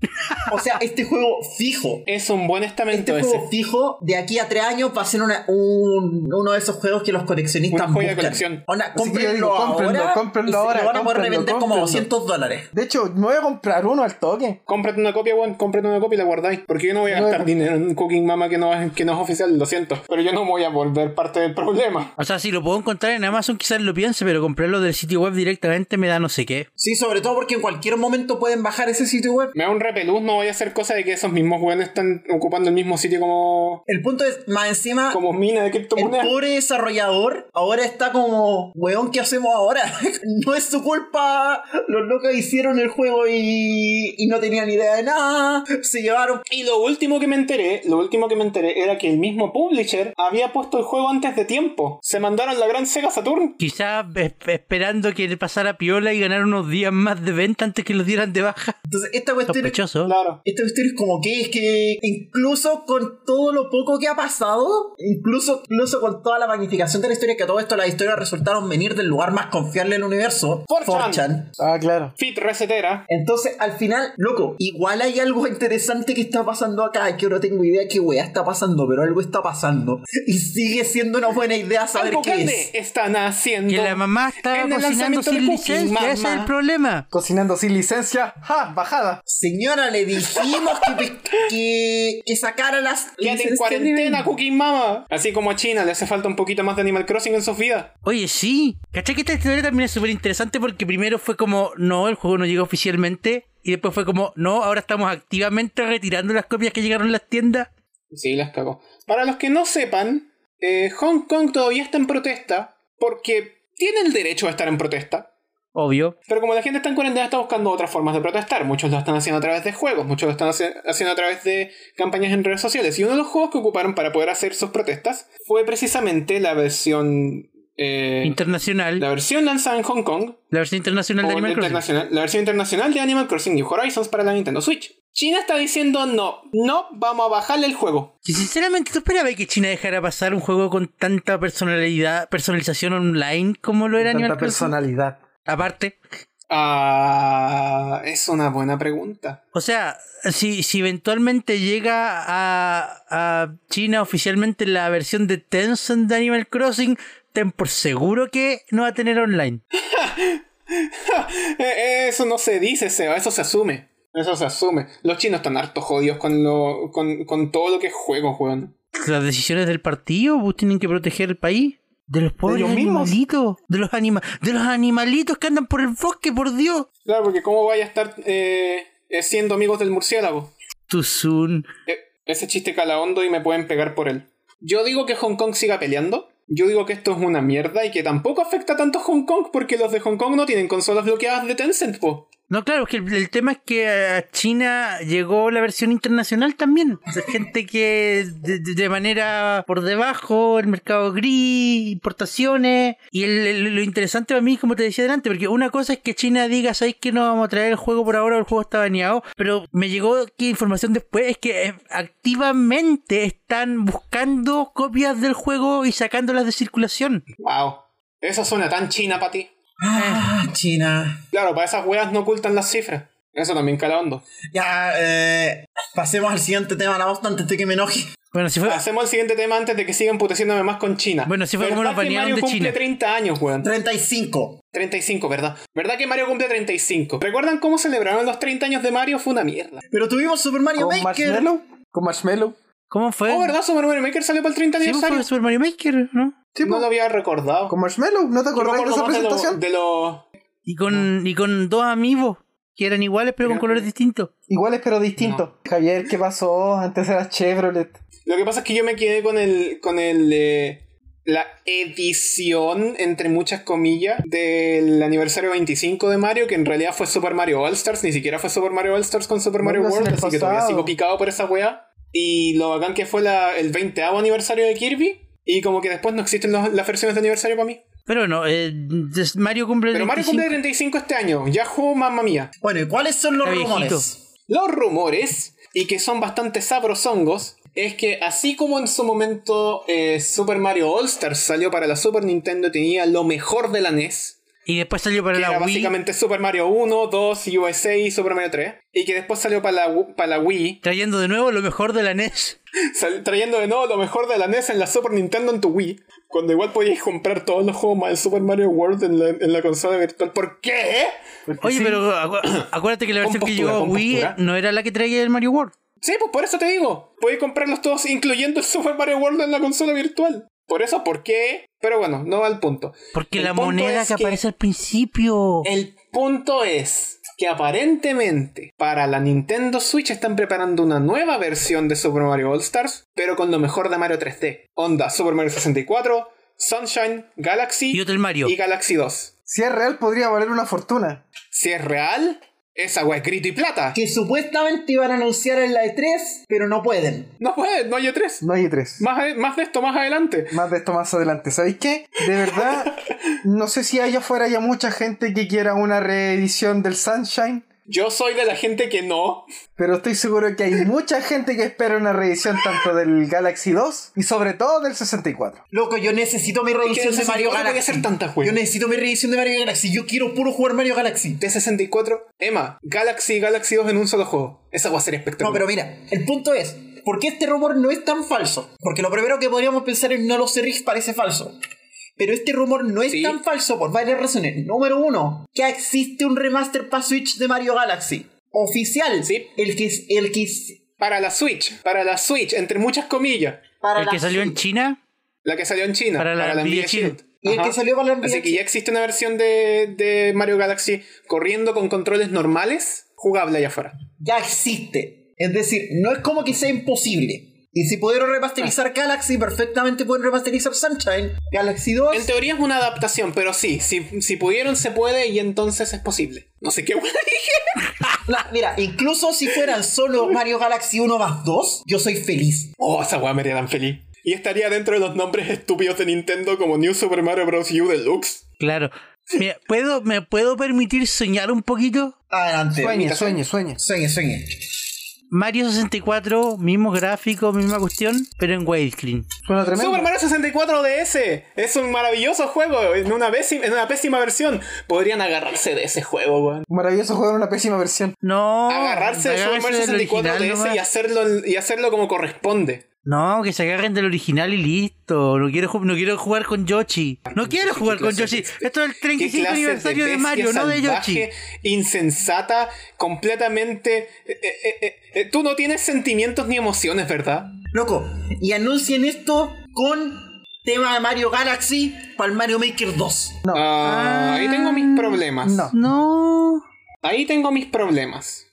Speaker 1: O sea, este juego fijo.
Speaker 2: Es un buen
Speaker 1: Este
Speaker 2: estamento
Speaker 1: juego
Speaker 2: ese.
Speaker 1: fijo, de aquí a tres años va a ser una- un- uno de esos juegos que los coleccionistas
Speaker 2: Una joya de
Speaker 1: buscan.
Speaker 2: colección.
Speaker 1: Onda,
Speaker 6: Así que yo digo,
Speaker 1: cómprenlo
Speaker 6: cómprenlo,
Speaker 1: ahora,
Speaker 6: cómprenlo
Speaker 1: y se
Speaker 6: ahora,
Speaker 1: Lo van a poder
Speaker 6: cómprenlo,
Speaker 1: revender como
Speaker 6: cómprenlo.
Speaker 1: 200 dólares.
Speaker 6: De hecho, me voy a comprar uno al toque.
Speaker 2: Cómprate una copia, weón, cómprate una copia y la guardáis. Porque yo no voy a
Speaker 6: No,
Speaker 2: gastar
Speaker 6: no.
Speaker 2: dinero en Cooking Mama que no, es- que no es oficial, lo siento. Pero yo no voy a volver parte del problema.
Speaker 3: O sea, si lo puedo encontrar en Amazon quizás lo piense, pero comprarlo del sitio web directamente me da no sé qué.
Speaker 1: Sí, sobre todo porque en cualquier momento pueden bajar ese sitio web.
Speaker 2: Me da un repelús, no voy a hacer cosa de que esos mismos weones están ocupando el mismo sitio como,
Speaker 1: El punto es, más encima,
Speaker 2: como mina de
Speaker 1: el
Speaker 2: criptomonedas.
Speaker 1: pobre desarrollador ahora está como, weón, ¿qué hacemos ahora? no es su culpa. Los locos hicieron el juego y, y no tenían idea de nada. Se llevaron.
Speaker 2: Y lo último que me enteré, lo último que me enteré era que el mismo publisher había puesto el juego antes de tiempo. Se mandaron la gran Sega Saturn.
Speaker 3: Quizás esperando que le pasara piola y ganar unos días más de venta antes que los dieran de baja.
Speaker 1: Entonces, esta cuestión es
Speaker 3: Sospechoso.
Speaker 2: Claro.
Speaker 1: Esta cuestión es como que es que incluso con todo lo poco que ha pasado, incluso, incluso con toda la magnificación de la historia, que a todo esto las historias resultaron venir del lugar más confiable del universo,
Speaker 2: 4chan.
Speaker 1: 4chan.
Speaker 6: Ah, claro.
Speaker 2: Fit resetera.
Speaker 1: Entonces, al final, loco, igual hay algo interesante que está pasando acá, que yo no tengo idea qué weá está pasando, pero algo está pasando. Y sigue siendo una buena idea saber
Speaker 2: Algo
Speaker 1: qué
Speaker 2: grande
Speaker 1: es.
Speaker 2: están haciendo.
Speaker 3: Que la mamá estaba
Speaker 2: En el
Speaker 3: cocinando
Speaker 2: lanzamiento de
Speaker 3: sin
Speaker 2: Cooking
Speaker 3: licencia,
Speaker 2: Mama.
Speaker 3: ese es el problema.
Speaker 6: Cocinando sin licencia. ¡Ja! Bajada.
Speaker 1: Señora, le dijimos que, pe- que, que sacara las...
Speaker 2: Quédate en
Speaker 1: licencias de este
Speaker 2: cuarentena,
Speaker 1: venta.
Speaker 2: Cooking Mama. Así como a China le hace falta un poquito más de Animal Crossing en sus vidas.
Speaker 3: Oye, sí. ¿Cachai que esta historia también es súper interesante? Porque primero fue como, no, el juego no llegó oficialmente. Y después fue como, no, ahora estamos activamente retirando las copias que llegaron a las tiendas.
Speaker 2: Sí, las cagó. Para los que no sepan, eh, Hong Kong todavía está en protesta porque tiene el derecho a estar en protesta.
Speaker 3: Obvio.
Speaker 2: Pero como la gente está en cuarentena, está buscando otras formas de protestar. Muchos lo están haciendo a través de juegos, muchos lo están hace- haciendo a través de campañas en redes sociales. Y uno de los juegos que ocuparon para poder hacer sus protestas fue precisamente la versión. eh,
Speaker 3: Internacional.
Speaker 2: la
Speaker 3: La,
Speaker 2: versión lanzada en Hong Kong
Speaker 3: versión internacional de
Speaker 2: o
Speaker 3: Animal
Speaker 2: la
Speaker 3: Crossing.
Speaker 2: internacional- la versión internacional de Animal Crossing New Horizons para la Nintendo Switch. China está diciendo no, no, vamos a bajarle el juego.
Speaker 3: Si sinceramente tú esperabas que China dejara pasar un juego con tanta personalidad, personalización online como lo era
Speaker 6: Tanta
Speaker 3: Animal Crossing.
Speaker 6: personalidad.
Speaker 3: Aparte.
Speaker 2: Ah, es una buena pregunta.
Speaker 3: O sea, si, si eventualmente llega a, a China oficialmente la versión de Tencent de Animal Crossing, ten por seguro que no va a tener online.
Speaker 2: Eh, eh, Eso no se dice, Seba, eso se asume. Eso se asume. Los chinos están hartos jodidos con, lo, con, con todo lo que es juego, weón.
Speaker 3: Las decisiones del partido pues, tienen que proteger el país. De los pobres
Speaker 6: ellos mismos.
Speaker 3: animalitos. De los, anima de los animalitos que andan por el bosque, por Dios.
Speaker 2: Claro, porque ¿cómo vaya a estar eh, eh, siendo amigos del murciélago?
Speaker 3: Tuzun.
Speaker 2: Eh, ese chiste cala hondo y me pueden pegar por él. Yo digo que Hong Kong siga peleando. Yo digo que esto es una mierda y que tampoco afecta tanto a Hong Kong porque los de Hong Kong no tienen consolas bloqueadas de Tencent, po.
Speaker 3: No, claro, es que el, el tema es que a China llegó la versión internacional también. O sea, gente que de, de- de manera por debajo, el mercado gris, importaciones. Y el- el- lo interesante para mí, como te decía delante, porque una cosa es que China diga, ¿sabéis que no vamos a traer el juego por ahora? El juego está baneado. Pero me llegó que información después es que eh, activamente están buscando copias del juego y sacándolas de circulación.
Speaker 2: Wow. Eso suena tan china para ti.
Speaker 1: Ah, China.
Speaker 2: Claro, para esas weas no ocultan las cifras. Eso también cala hondo.
Speaker 1: Ya, eh, pasemos al siguiente tema, la voz antes de que me enoje.
Speaker 3: Bueno, si fue...
Speaker 2: Hacemos el siguiente tema antes de que sigan puteciéndome más con China.
Speaker 3: Ah. Bueno, sí fue como
Speaker 2: ¿Verdad
Speaker 3: nos
Speaker 2: que
Speaker 3: banearon
Speaker 2: Mario
Speaker 3: de
Speaker 2: cumple
Speaker 3: China?
Speaker 2: 30 años, weón.
Speaker 1: 35.
Speaker 2: 35, ¿verdad? ¿Verdad que Mario cumple 35? ¿Recuerdan cómo celebraron los 30 años de Mario? Fue una mierda.
Speaker 1: Pero tuvimos Super Mario
Speaker 6: ¿Con
Speaker 1: Maker.
Speaker 6: marshmallow? ¿Con marshmallow?
Speaker 3: ¿Cómo fue?
Speaker 2: Oh, ¿verdad? Super Mario Maker salió para el 30
Speaker 3: Sí, pues,
Speaker 2: aniversario.
Speaker 3: fue Super Mario Maker, ¿no?
Speaker 4: Sí,
Speaker 2: no
Speaker 4: po.
Speaker 2: lo había recordado.
Speaker 4: Con Marshmallow, ¿no te
Speaker 2: Yo me
Speaker 4: acordás de
Speaker 2: acuerdo
Speaker 4: esa
Speaker 2: más de lo-
Speaker 4: presentación?
Speaker 2: De los.
Speaker 3: Y con, y con dos amigos que eran iguales pero con
Speaker 2: Mira.
Speaker 3: colores distintos.
Speaker 4: Iguales pero distintos. Javier, ¿qué pasó? Antes era Chevrolet.
Speaker 2: Lo que pasa es que yo me quedé con el. con el. eh, la edición, entre muchas comillas, del aniversario 25 de Mario, que en realidad fue Super Mario All Stars, ni siquiera fue Super Mario All Stars con Super Mario
Speaker 4: Bueno, es en
Speaker 2: World,
Speaker 4: el
Speaker 2: así que todavía
Speaker 4: pasado.
Speaker 2: sigo picado por esa weá. Y lo bacán que fue la- el 20 aniversario de Kirby, y como que después no existen los- las versiones de aniversario para mí.
Speaker 3: Pero no, eh, des- Mario cumple
Speaker 2: Pero Mario cumple
Speaker 3: 25.
Speaker 2: 35 este año, Yahoo, mamma mía.
Speaker 1: Bueno, ¿y cuáles son los
Speaker 3: Está viejito.
Speaker 1: rumores?
Speaker 2: Los rumores, y que son bastante sabrosongos, es que así como en su momento eh, Super Mario All Stars salió para la Super Nintendo, tenía lo mejor de la NES,
Speaker 3: Y después salió para
Speaker 2: que era
Speaker 3: la Wii.
Speaker 2: básicamente Super Mario 1, 2, USA y Super Mario 3, y que después salió para la, Wi- para la Wii,
Speaker 3: Trayendo de nuevo lo mejor de la E NES.
Speaker 2: sal- trayendo de nuevo lo mejor de la NES en la Super Nintendo en tu Wii, cuando igual podías comprar todos los juegos más de Super Mario World en la, en la consola virtual. ¿Por qué?
Speaker 3: Oye, pero acu- acuérdate que la
Speaker 2: Con
Speaker 3: versión que
Speaker 2: postura,
Speaker 3: llegó a
Speaker 2: con
Speaker 3: Wii
Speaker 2: postura.
Speaker 3: no era la que traía el Mario World.
Speaker 2: Sí, pues por eso te digo. Puedes comprarlos todos, incluyendo el Super Mario World en la consola virtual. Por eso, ¿por qué? Pero bueno, no va al punto.
Speaker 3: Porque
Speaker 2: El
Speaker 3: la
Speaker 2: punto
Speaker 3: moneda
Speaker 2: es
Speaker 3: que
Speaker 2: que-
Speaker 3: aparece al principio.
Speaker 2: El punto es que aparentemente para la Nintendo Switch están preparando una nueva versión de Super Mario All Stars, pero con lo mejor de Mario 3D. Onda, Super Mario 64, Sunshine, Galaxy
Speaker 3: Y otro el Mario.
Speaker 2: y Galaxy 2.
Speaker 4: Si es real, podría valer una fortuna.
Speaker 2: Si es real, esa wea es grito y plata.
Speaker 1: Que supuestamente iban a anunciar en la E3, pero no pueden.
Speaker 2: No puede, no hay E3.
Speaker 4: No hay tres.
Speaker 2: Más, ade- más de esto más adelante.
Speaker 4: Más de esto más adelante. ¿Sabéis qué? De verdad, no sé si allá afuera haya mucha gente que quiera una reedición del Sunshine,
Speaker 2: Yo soy de la gente que no.
Speaker 4: pero estoy seguro que hay mucha gente que espera una reedición tanto del Galaxy 2 y sobre todo del 64.
Speaker 1: Loco, yo necesito mi
Speaker 2: que
Speaker 1: reedición de Mario
Speaker 2: no
Speaker 1: Galaxy.
Speaker 2: podía hacer tantas
Speaker 1: Yo
Speaker 2: weas.
Speaker 1: necesito mi reedición de Mario Galaxy. Yo quiero puro jugar Mario Galaxy.
Speaker 2: de 64, Emma, Galaxy y Galaxy 2 en un solo juego. Esa va a ser espectacular.
Speaker 1: No, pero mira, el punto es, ¿por qué este rumor no es tan falso? Porque lo primero que podríamos pensar en No lo sé, Rick parece falso. Pero este rumor no es
Speaker 2: Sí.
Speaker 1: tan falso por varias razones. Número uno, ya existe un remaster para Switch de Mario Galaxy. Oficial.
Speaker 2: Sí.
Speaker 1: El que, es- el que es-
Speaker 2: Para la Switch, para la Switch, entre muchas comillas.
Speaker 1: para
Speaker 3: el que
Speaker 1: la
Speaker 3: salió en
Speaker 1: Switch.
Speaker 3: China.
Speaker 2: La que salió en China,
Speaker 3: Para
Speaker 2: para
Speaker 3: la
Speaker 2: la,
Speaker 3: Nvidia
Speaker 2: Nvidia Shield.
Speaker 1: Y el
Speaker 2: Ajá.
Speaker 1: que salió para la
Speaker 2: Así
Speaker 1: Nvidia
Speaker 2: que ya existe una versión de, de Mario Galaxy corriendo con controles normales, jugable allá afuera.
Speaker 1: ya existe. Es decir, no es como que sea imposible. Y si pudieron
Speaker 2: Ah.
Speaker 1: remasterizar Galaxy, perfectamente pueden remasterizar Sunshine, Galaxy 2.
Speaker 2: En teoría es una adaptación, pero sí, si, si pudieron se puede y entonces es posible. No sé qué buena dije.
Speaker 1: La- mira, incluso si fueran solo Mario Galaxy 1 más 2, yo soy feliz.
Speaker 2: Oh, esa weá me haría tan feliz. Y estaría dentro de los nombres estúpidos de Nintendo como New Super Mario Bros. U Deluxe.
Speaker 3: Claro. Mira, ¿puedo, ¿Me puedo permitir soñar un poquito?
Speaker 1: Adelante.
Speaker 4: Sueña, sueña, sueña.
Speaker 1: Sueñe, sueñe.
Speaker 3: Mario 64, mismo gráfico, misma cuestión, pero en widescreen.
Speaker 4: Suena tremendo.
Speaker 2: Super Mario 64 DS es un maravilloso juego en una, bési- en una pésima versión. Podrían agarrarse de ese juego, weón.
Speaker 4: Maravilloso juego en una pésima versión.
Speaker 3: No.
Speaker 2: agarrarse de Super Mario
Speaker 3: del
Speaker 2: 64
Speaker 3: original
Speaker 2: DS
Speaker 3: nomás.
Speaker 2: y hacerlo, y hacerlo como corresponde.
Speaker 3: No, que se agarren del original y listo. No quiero, ju- no quiero jugar con Yoshi. No quiero jugar con
Speaker 2: clase
Speaker 3: Yoshi.
Speaker 2: de-
Speaker 3: Esto es el
Speaker 2: ¿Qué
Speaker 3: 35
Speaker 2: clase
Speaker 3: aniversario de,
Speaker 2: bestia
Speaker 3: Mario, no de Yoshi.
Speaker 2: salvaje, Insensata, completamente. eh, eh, eh, eh, tú no tienes sentimientos ni emociones, ¿verdad?
Speaker 1: Loco, y anuncien esto con tema de Mario Galaxy para el Mario Maker 2.
Speaker 2: Ah, ahí tengo mis problemas.
Speaker 4: No.
Speaker 3: No.
Speaker 2: Ahí tengo mis problemas.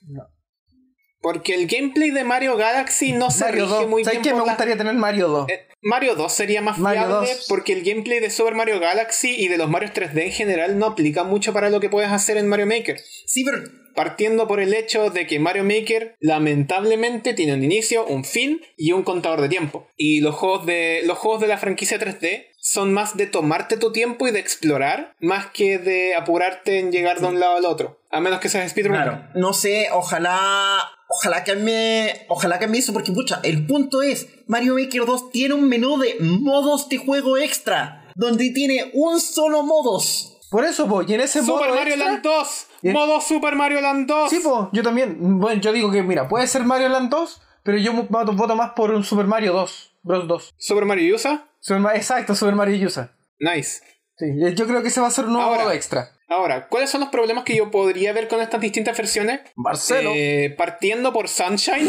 Speaker 2: Porque el gameplay de Mario Galaxy no se
Speaker 4: Mario
Speaker 2: rige
Speaker 4: 2.
Speaker 2: muy
Speaker 4: ¿Sabes
Speaker 2: bien
Speaker 4: qué? Me
Speaker 2: por las
Speaker 4: gustaría tener Mario 2.
Speaker 2: Eh, Mario 2 sería más
Speaker 4: Mario
Speaker 2: fiable
Speaker 4: 2.
Speaker 2: porque el gameplay de Super Mario Galaxy y de los Mario 3D en general no aplica mucho para lo que puedes hacer en Mario Maker.
Speaker 1: Sí, pero
Speaker 2: Partiendo por el hecho de que Mario Maker lamentablemente tiene un inicio, un fin y un contador de tiempo. Y los juegos de, los juegos de la franquicia 3D son más de tomarte tu tiempo y de explorar más que de apurarte en llegar de un lado al otro. A menos que seas speedrunner.
Speaker 1: Claro. No sé, ojalá. Ojalá cambie. Ojalá cambie eso, porque pucha, el punto es: Mario Maker 2 tiene un menú de modos de juego extra, donde tiene un solo modos.
Speaker 4: Por eso, po, y en ese modo
Speaker 2: Super Mario
Speaker 4: extra-
Speaker 2: Land 2.
Speaker 4: Bien.
Speaker 2: Modo Super Mario Land 2.
Speaker 4: Sí, po, yo también. Bueno, yo digo que, mira, puede ser Mario Land 2, pero yo mu- voto voto más por un Super Mario 2. Bros 2.
Speaker 2: Super Mario USA.
Speaker 4: Super Ma- Exacto, Super Mario Yusa.
Speaker 2: Nice.
Speaker 4: Sí, yo creo que ese va a ser un nuevo
Speaker 2: Ahora.
Speaker 4: modo extra.
Speaker 2: Ahora, ¿cuáles son los problemas que yo podría ver con estas distintas versiones?
Speaker 7: Marcelo.
Speaker 2: Eh, partiendo por Sunshine.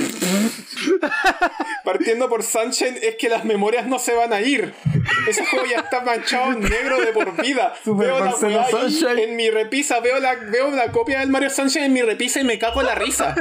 Speaker 2: partiendo por Sunshine es que las memorias no se van a ir. Ese juego ya está manchado en negro de por vida.
Speaker 7: Super
Speaker 2: veo la
Speaker 7: Marcelo
Speaker 2: weá ahí
Speaker 7: Sunshine.
Speaker 2: en mi repisa, veo la, veo la copia del Mario Sunshine en mi repisa y me cago en la risa.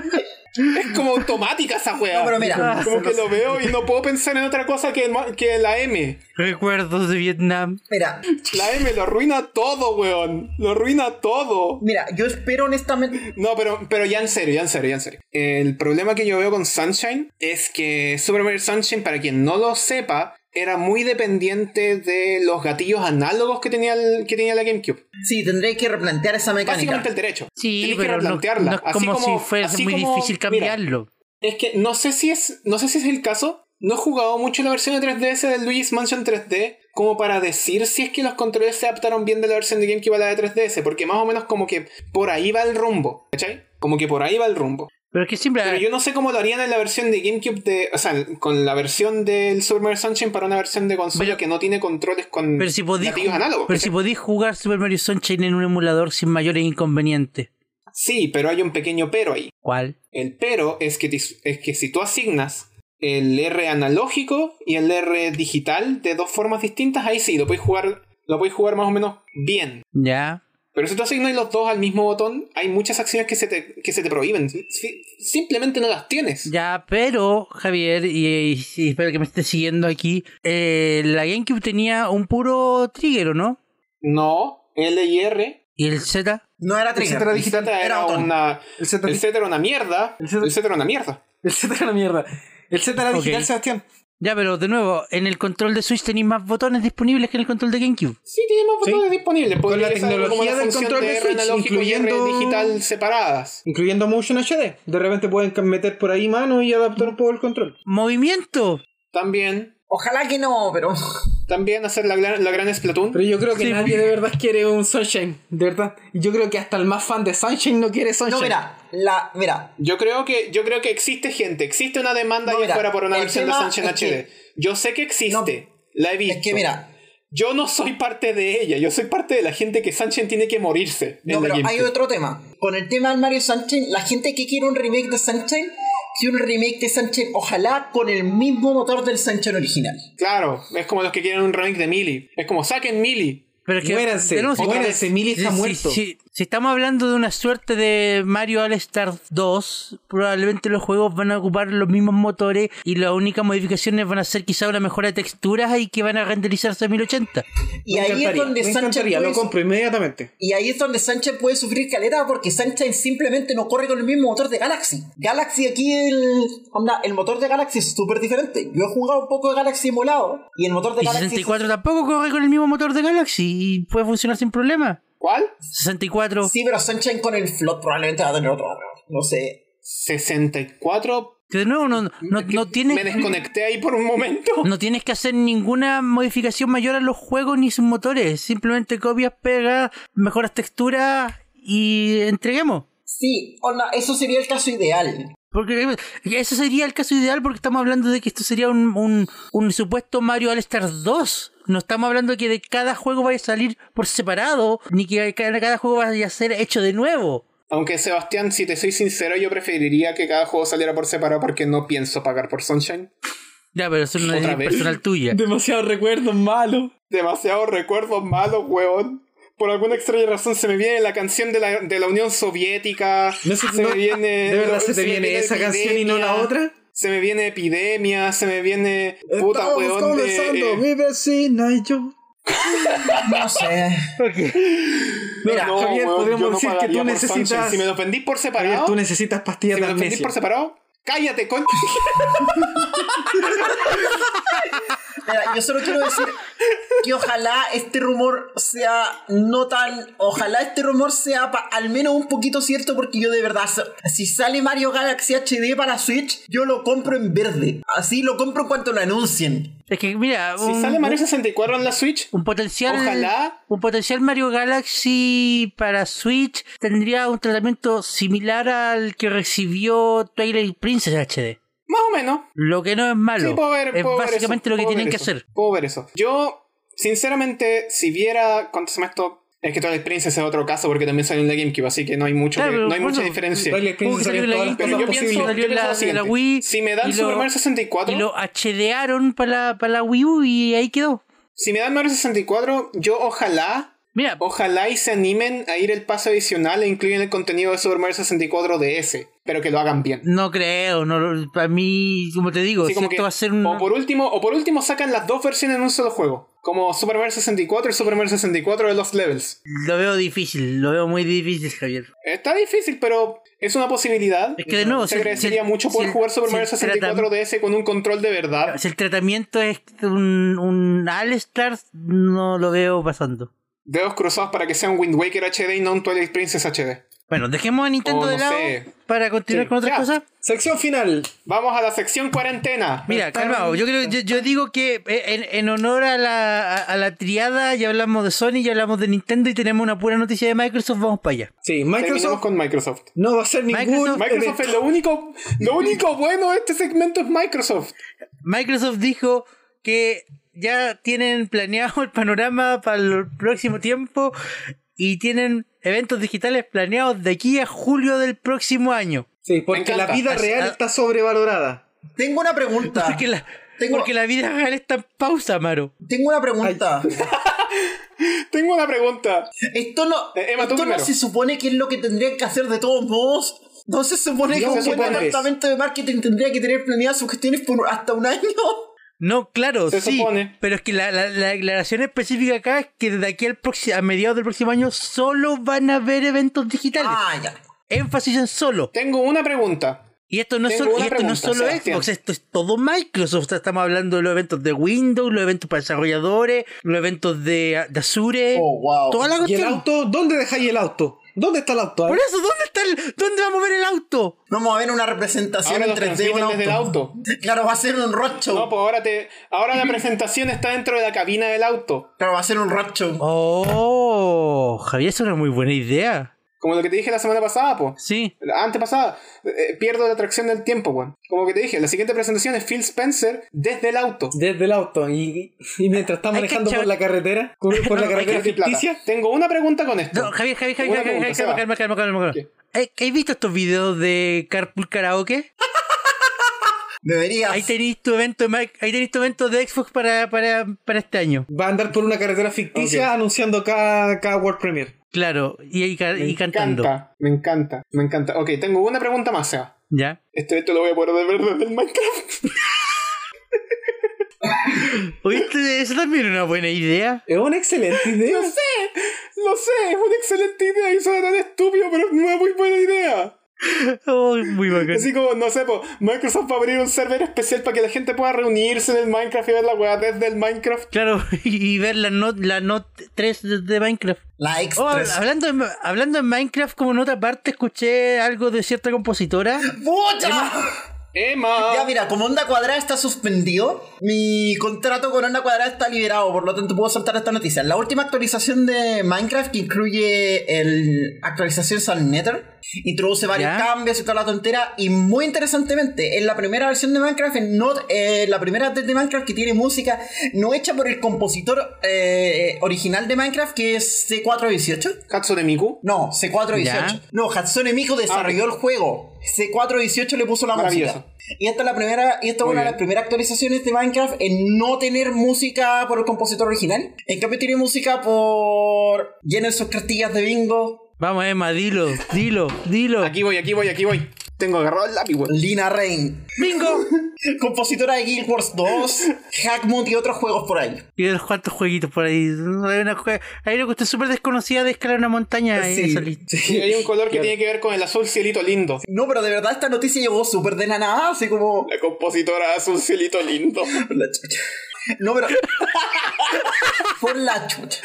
Speaker 2: Es como automática esa weá.
Speaker 1: No, pero mira.
Speaker 2: como que lo veo y no puedo pensar en otra cosa que, en ma- que la M.
Speaker 3: Recuerdos de Vietnam.
Speaker 1: Mira,
Speaker 2: La M lo arruina todo, weón. Lo arruina todo.
Speaker 1: mira, yo espero honestamente.
Speaker 2: No, pero, pero ya en serio, ya en serio, ya en serio. El problema que yo veo con Sunshine es que Super Mario Sunshine, para quien no lo sepa, era muy dependiente de los gatillos análogos que tenía, el- que tenía la GameCube.
Speaker 1: Sí, tendré que replantear esa mecánica.
Speaker 2: Básicamente el derecho.
Speaker 3: Sí,
Speaker 2: Tenés que
Speaker 3: pero no,
Speaker 2: replantearla.
Speaker 3: no es
Speaker 2: Así
Speaker 3: como, si fuera
Speaker 2: así
Speaker 3: muy
Speaker 2: como-
Speaker 3: difícil
Speaker 2: mira,
Speaker 3: cambiarlo.
Speaker 2: Es que no sé si es, no sé si es el caso. No he jugado mucho la versión de 3DS del Luigi's Mansion 3D como para decir si es que los controles se adaptaron bien de la versión de GameCube a la de 3DS, porque más o menos como que por ahí va el rumbo, ¿cachai? Como que por ahí va el rumbo.
Speaker 3: pero es que siempre.
Speaker 2: Pero yo no sé cómo lo harían en la versión de GameCube de, o sea, con la versión del Super Mario Sunshine para una versión de consola
Speaker 3: Pero-
Speaker 2: que no tiene controles con
Speaker 3: pero si podís,
Speaker 2: gatillos análogos.
Speaker 3: pero si
Speaker 2: ¿cachai?
Speaker 3: podís jugar Super Mario Sunshine en un emulador sin mayores inconvenientes.
Speaker 2: Sí, pero hay un pequeño pero ahí.
Speaker 3: ¿Cuál?
Speaker 2: El pero es que, tis- es que si tú asignas el R analógico y el R digital de dos formas distintas, ahí sí, lo puedes jugar, lo puedes jugar más o menos bien.
Speaker 3: Ya.
Speaker 2: Pero si tú asignas los dos al mismo botón, hay muchas acciones que se te, que se te prohíben. Si- Simplemente no las tienes.
Speaker 3: Ya, pero, Javier, y, y- y espero que me estés siguiendo aquí. eh, la GameCube tenía un puro trigger, ¿o no?
Speaker 2: No, L y R.
Speaker 3: ¿Y el Z?
Speaker 1: No era
Speaker 7: El
Speaker 1: trigger.
Speaker 7: Z digital.
Speaker 2: Era,
Speaker 1: Era botón.
Speaker 2: una,
Speaker 7: El Z
Speaker 2: El Z era una mierda. El
Speaker 7: El
Speaker 2: Z,
Speaker 7: Z-
Speaker 2: era una mierda.
Speaker 7: el Z era la mierda. El Z era
Speaker 3: Ok.
Speaker 7: digital, Sebastián.
Speaker 3: Ya, pero de nuevo, en el control de Switch tenéis más botones disponibles que en el control de GameCube.
Speaker 2: Sí, tiene más
Speaker 4: Sí.
Speaker 2: botones disponibles.
Speaker 4: Con
Speaker 2: Podría
Speaker 4: la
Speaker 2: ser algo como
Speaker 4: tecnología
Speaker 2: la
Speaker 4: del
Speaker 2: función
Speaker 4: control de
Speaker 2: R
Speaker 4: Switch,
Speaker 2: analógico
Speaker 4: incluyendo-
Speaker 2: y R digital separadas.
Speaker 4: Incluyendo Motion HD. De repente pueden meter por ahí mano y adaptar un poco el control.
Speaker 3: ¡Movimiento!
Speaker 2: También,
Speaker 1: Ojalá que no, pero.
Speaker 2: también hacer la, gran- la gran Splatoon.
Speaker 4: Pero yo creo que
Speaker 3: Sí.
Speaker 4: nadie de verdad quiere un Sunshine. De verdad. Y yo creo que hasta el más fan de Sunshine no quiere Sunshine.
Speaker 1: No, mira, la. Mira,
Speaker 2: Yo creo que, yo creo que existe gente, existe una demanda
Speaker 1: No,
Speaker 2: allá
Speaker 1: mira,
Speaker 2: afuera por una
Speaker 1: el
Speaker 2: versión de
Speaker 1: tema
Speaker 2: Sunshine
Speaker 1: es que-
Speaker 2: HD. Yo sé que existe, la he visto.
Speaker 1: es que mira.
Speaker 2: Yo no soy parte de ella, yo soy parte de la gente que Sunshine tiene que morirse.
Speaker 1: No,
Speaker 2: en la
Speaker 1: pero hay
Speaker 2: GameCube.
Speaker 1: otro tema. Con el tema del Mario Sunshine, la gente que quiere un remake de Sunshine, quiere un remake de Sunshine, ojalá con el mismo motor del Sunshine original.
Speaker 2: Claro, es como los que quieren un remake de Millie. Es como saquen Millie.
Speaker 3: Pero es que,
Speaker 4: Muéranse,
Speaker 3: de nuevo, si-
Speaker 4: muéranse, Mili está
Speaker 3: si-
Speaker 4: muerto.
Speaker 3: Si, si estamos hablando de una suerte de Mario All Star 2, probablemente los juegos van a ocupar los mismos motores y las únicas modificaciones van a ser quizá una mejora de texturas y que van a renderizarse a 1080.
Speaker 1: Y
Speaker 4: Me
Speaker 1: ahí es
Speaker 4: encantaría,
Speaker 1: donde
Speaker 4: me
Speaker 1: Sunshine
Speaker 4: encantaría,
Speaker 1: puede
Speaker 4: lo compro inmediatamente.
Speaker 1: Y ahí es donde Sunshine puede sufrir caleta porque Sunshine simplemente no corre con el mismo motor de Galaxy. Galaxy aquí, el, onda, el motor de Galaxy es súper diferente. Yo he jugado un poco de Galaxy emulado y el motor de
Speaker 3: Y
Speaker 1: Galaxy...
Speaker 3: 64 tampoco corre con el mismo motor de Galaxy y puede funcionar sin problema.
Speaker 2: ¿Cuál?
Speaker 3: 64.
Speaker 1: Sí, pero Sunshine con el float probablemente va a tener otro. No sé.
Speaker 2: 64
Speaker 3: Que de nuevo no, no, no,
Speaker 2: Que
Speaker 3: tienes...
Speaker 2: Me desconecté ahí por un momento.
Speaker 3: No tienes que hacer ninguna modificación mayor a los juegos ni sus motores. Simplemente copias, pegas, mejoras texturas y entreguemos.
Speaker 1: Sí, onda, eso sería el caso ideal.
Speaker 3: Porque ese sería el caso ideal porque estamos hablando de que esto sería un, un, un supuesto Mario All Stars 2. No estamos hablando que de cada juego vaya a salir por separado, ni que cada cada juego vaya a ser hecho de nuevo.
Speaker 2: Aunque Sebastián, si te soy sincero, yo preferiría que cada juego saliera por separado porque no pienso pagar por Sunshine.
Speaker 3: Ya, pero eso no es
Speaker 2: ¿Otra vez?
Speaker 3: personal tuya.
Speaker 4: Demasiados recuerdos malos.
Speaker 2: Demasiados recuerdos malos, weón. Por alguna extraña razón se me viene la canción de la, de la Unión Soviética.
Speaker 4: No sé-
Speaker 2: se
Speaker 4: no-
Speaker 2: me viene.
Speaker 4: ¿De verdad
Speaker 2: lo-
Speaker 4: se te
Speaker 2: me
Speaker 4: viene esa
Speaker 2: epidemia,
Speaker 4: canción y no la otra?
Speaker 2: Se me viene epidemia, se me viene. Puta,
Speaker 4: Estábamos
Speaker 2: weón. de-
Speaker 4: conversando,
Speaker 2: eh,
Speaker 4: mi vecina y yo.
Speaker 1: No sé. Mira,
Speaker 2: no,
Speaker 4: Javier,
Speaker 2: weón,
Speaker 4: podríamos
Speaker 2: yo no
Speaker 4: decir que
Speaker 2: pagaría
Speaker 4: tú
Speaker 2: por
Speaker 4: necesitas-
Speaker 2: Sunshine. Si me lo vendís por separado.
Speaker 4: Javier, tú necesitas pastillas
Speaker 2: si
Speaker 4: de
Speaker 2: me lo vendís
Speaker 4: amnesia.
Speaker 2: por separado. Cállate, coño.
Speaker 1: Mira, yo solo quiero decir que ojalá este rumor sea no tan. Ojalá este rumor sea pa- al menos un poquito cierto, porque yo de verdad, so- si sale Mario Galaxy HD para Switch, yo lo compro en verde. Así lo compro en cuanto lo anuncien.
Speaker 3: Es que, mira,
Speaker 2: Si
Speaker 3: un,
Speaker 2: sale
Speaker 4: Mm,
Speaker 2: Mario 64 en la Switch,
Speaker 3: un potencial.
Speaker 2: Ojalá.
Speaker 3: Un potencial Mario Galaxy para Switch tendría un tratamiento similar al que recibió Twilight Princess HD.
Speaker 2: más o menos.
Speaker 3: Lo que no es malo.
Speaker 2: Sí, puedo ver-
Speaker 3: es
Speaker 2: puedo ver
Speaker 3: básicamente
Speaker 2: eso,
Speaker 3: lo que
Speaker 2: puedo
Speaker 3: tienen
Speaker 2: ver
Speaker 3: que
Speaker 2: eso,
Speaker 3: hacer.
Speaker 2: Puedo ver eso. Yo, sinceramente, si viera. ¿Cuánto se llama esto? Es que toda la experiencia es otro caso porque también salió en la GameCube, así que no hay mucho
Speaker 3: Claro,
Speaker 2: que-
Speaker 3: pero
Speaker 2: no hay mucha
Speaker 3: bueno,
Speaker 2: diferencia.
Speaker 4: Dale,
Speaker 3: Tuvo que
Speaker 4: Prince,
Speaker 3: salir de
Speaker 4: salió
Speaker 3: la
Speaker 4: todas las
Speaker 3: GameCube,
Speaker 2: Pero
Speaker 4: cosas
Speaker 2: yo
Speaker 3: Posible.
Speaker 2: pienso,
Speaker 4: posibles.
Speaker 3: Salió
Speaker 2: yo pienso
Speaker 3: la-
Speaker 2: lo siguiente.
Speaker 3: la Wii
Speaker 2: si me dan
Speaker 3: y lo-
Speaker 2: Super Mario 64,
Speaker 3: Y lo HDaron para la, para la Wii U y ahí quedó.
Speaker 2: si me dan Mario 64, yo ojalá,
Speaker 3: Mira,
Speaker 2: ojalá y se animen a ir el paso adicional e incluyan el contenido de Super Mario 64 DS, pero que lo hagan bien.
Speaker 3: no creo, no, para mí, como te digo,
Speaker 2: Así como
Speaker 3: esto
Speaker 2: que-
Speaker 3: va a ser un...
Speaker 2: o por último, o por último sacan las dos versiones en un solo juego, como Super Mario 64 y Super Mario 64 de los levels.
Speaker 3: Lo veo difícil, lo veo muy difícil, Javier.
Speaker 2: Está difícil, pero es una posibilidad.
Speaker 3: Es que de nuevo,
Speaker 2: se
Speaker 3: si-
Speaker 2: agradecería
Speaker 3: si-
Speaker 2: mucho poder
Speaker 3: si-
Speaker 2: jugar Super
Speaker 3: si
Speaker 2: Mario
Speaker 3: tratan-
Speaker 2: 64 DS con un control de verdad.
Speaker 3: Si el tratamiento es un, un All-Stars, no lo veo pasando.
Speaker 2: Dedos cruzados para que sea un Wind Waker HD y no un Twilight Princess HD.
Speaker 3: Bueno, dejemos a Nintendo
Speaker 2: Oh, no
Speaker 3: de lado
Speaker 2: sé.
Speaker 3: para continuar
Speaker 2: Sí,
Speaker 3: con otras
Speaker 2: ya.
Speaker 3: cosas.
Speaker 4: Sección final.
Speaker 2: Vamos a la sección cuarentena.
Speaker 3: Mira, calmado, yo creo, yo, yo digo que eh, en, en honor a la, a, a la triada ya hablamos de Sony, ya hablamos de Nintendo y tenemos una pura noticia de Microsoft, vamos para allá.
Speaker 4: Sí,
Speaker 2: Terminamos
Speaker 4: Microsoft
Speaker 2: con Microsoft.
Speaker 4: no va a ser ningún.
Speaker 3: Microsoft-
Speaker 2: Microsoft
Speaker 4: evento.
Speaker 2: es lo único, lo único bueno de este segmento es Microsoft.
Speaker 3: Microsoft dijo que ya tienen planeado el panorama para el próximo tiempo y tienen eventos digitales planeados de aquí a julio del próximo año.
Speaker 4: Sí, porque
Speaker 2: encanta.
Speaker 4: la vida
Speaker 3: Así-
Speaker 4: real
Speaker 3: ah.
Speaker 4: está sobrevalorada.
Speaker 1: Tengo una pregunta.
Speaker 3: Porque la,
Speaker 1: Tengo-
Speaker 3: porque la vida real está en pausa, Maro.
Speaker 1: Tengo una pregunta.
Speaker 2: Tengo una pregunta.
Speaker 1: Esto no,
Speaker 2: Eh, Emma, tú
Speaker 1: esto no
Speaker 2: primero.
Speaker 1: se supone que es lo que tendrían que hacer de todos modos. No se supone que
Speaker 2: No
Speaker 1: un
Speaker 2: se
Speaker 1: buen
Speaker 2: supone.
Speaker 1: departamento de marketing tendría que tener planeadas sus gestiones por hasta un año.
Speaker 3: No, claro,
Speaker 2: Se
Speaker 3: sí.
Speaker 2: supone.
Speaker 3: Pero es que la, la- la declaración específica acá es que desde aquí al próximo, a mediados del próximo año solo van a haber eventos digitales.
Speaker 1: Ah, ya.
Speaker 3: Énfasis en solo.
Speaker 2: Tengo una pregunta.
Speaker 3: Y esto no es
Speaker 2: Tengo
Speaker 3: solo, y
Speaker 2: una
Speaker 3: esto no es
Speaker 2: pregunta,
Speaker 3: solo
Speaker 2: Sebastián.
Speaker 3: Xbox, esto es todo Microsoft. O sea, Estamos hablando de los eventos de Windows, los eventos para desarrolladores, los eventos de, de Azure.
Speaker 1: Oh, wow.
Speaker 3: Toda la
Speaker 4: ¿Y el
Speaker 3: cuestión.
Speaker 4: auto? ¿Dónde dejáis el auto? ¿Dónde está el auto?
Speaker 3: Por eso, ¿dónde está el, dónde vamos a ver el auto?
Speaker 1: Vamos a ver una representación
Speaker 2: Ahora
Speaker 1: en
Speaker 2: los
Speaker 1: 3D de un
Speaker 2: transmiten desde el auto.
Speaker 1: Claro, va a ser un roadshow.
Speaker 2: No, pues ahora te. Ahora la presentación está dentro de la cabina del auto.
Speaker 1: Claro, va a ser un roadshow.
Speaker 3: Oh, Javier, es una muy buena idea.
Speaker 2: Como lo que te dije la semana pasada, pues.
Speaker 3: Sí.
Speaker 2: La antepasada. Eh, pierdo la atracción del tiempo, weón. Como que te dije, la siguiente presentación es Phil Spencer desde el auto.
Speaker 4: Desde el auto. Y, y mientras está
Speaker 3: Hay que
Speaker 4: manejando por
Speaker 3: echar-
Speaker 4: la carretera, por, por la
Speaker 3: No, hay
Speaker 4: carretera
Speaker 2: Quiero decir, plata.
Speaker 4: ficticia.
Speaker 2: Tengo una pregunta con esto.
Speaker 3: No, Javier, Javier, Javier,
Speaker 2: Una
Speaker 3: Javier,
Speaker 2: pregunta,
Speaker 3: Javier, calma, calma, calma, calma, calma.
Speaker 2: ¿Qué? Ah.
Speaker 3: ¿Hay- ¿Has visto estos videos de Carpool Karaoke?
Speaker 1: Deberías.
Speaker 3: Ahí tenéis tu evento de Mic- ahí tenéis tu evento de Xbox para, para, para este año.
Speaker 4: Va a andar por una carretera ficticia anunciando cada, cada World Premiere.
Speaker 3: Claro, y, y, ca-
Speaker 2: me
Speaker 3: y cantando.
Speaker 2: encanta, me encanta, me encanta. Ok, tengo una pregunta más, Seba.
Speaker 3: ¿Ya?
Speaker 2: Esto, esto lo voy a poder ver desde el Minecraft.
Speaker 3: ¿Oíste? Eso también es una buena idea.
Speaker 4: Es una excelente idea.
Speaker 2: Lo sé, lo sé, es una excelente idea y suena tan estúpido, pero es una muy buena idea.
Speaker 3: Oh, muy bacán.
Speaker 2: Así como, no sé, po, Microsoft va a abrir un server especial para que la gente pueda reunirse en el Minecraft y ver la weá desde el Minecraft.
Speaker 3: Claro, y, y ver la not, la not 3 de, de Minecraft.
Speaker 1: La ex
Speaker 3: Oh, hab-
Speaker 1: 3.
Speaker 3: hablando, en, hablando en Minecraft, como en otra parte, escuché algo de cierta compositora.
Speaker 1: ¡Pucha!
Speaker 2: Emma,
Speaker 1: Ya mira, como Onda Cuadrada está suspendido, mi contrato con Onda Cuadrada está liberado, por lo tanto puedo saltar esta noticia. La última actualización de Minecraft, que incluye el actualización Sun Nether, introduce varios
Speaker 3: ¿Ya?
Speaker 1: cambios y toda la tontera, y muy interesantemente, en la primera versión de Minecraft, en Not- eh, la primera update de Minecraft que tiene música no hecha por el compositor eh, original de Minecraft, que es C418.
Speaker 2: Hatsune Miku.
Speaker 1: No, C418.
Speaker 3: Ya.
Speaker 1: No, Hatsune Miku desarrolló el juego. C418 le puso la
Speaker 2: Ah, Maravilloso.
Speaker 1: música. Y esta es la primera, y esta es
Speaker 2: Muy
Speaker 1: una de
Speaker 2: bien.
Speaker 1: las primeras actualizaciones de Minecraft en no tener música por el compositor original. En cambio tiene música por llenen sus cartillas de bingo.
Speaker 3: Vamos, Emma, dilo, dilo, dilo.
Speaker 2: Aquí voy, aquí voy, aquí voy. Tengo agarrado el lápiz, weón.
Speaker 1: Lina Rain,
Speaker 3: ¡Bingo!
Speaker 1: compositora de Guild Wars 2, Hackmont y otros juegos por ahí.
Speaker 3: Y unos cuantos jueguitos por ahí. Hay una, jue- hay una cuestión súper desconocida de escalar una montaña. y
Speaker 1: Sí.
Speaker 3: eso, li-
Speaker 2: Y hay un color que tiene que ver con el azul cielito lindo.
Speaker 1: No, pero de verdad esta noticia llegó súper de la nada, así como...
Speaker 2: La compositora azul cielito lindo.
Speaker 1: Por la chucha. No, pero... Por la chucha.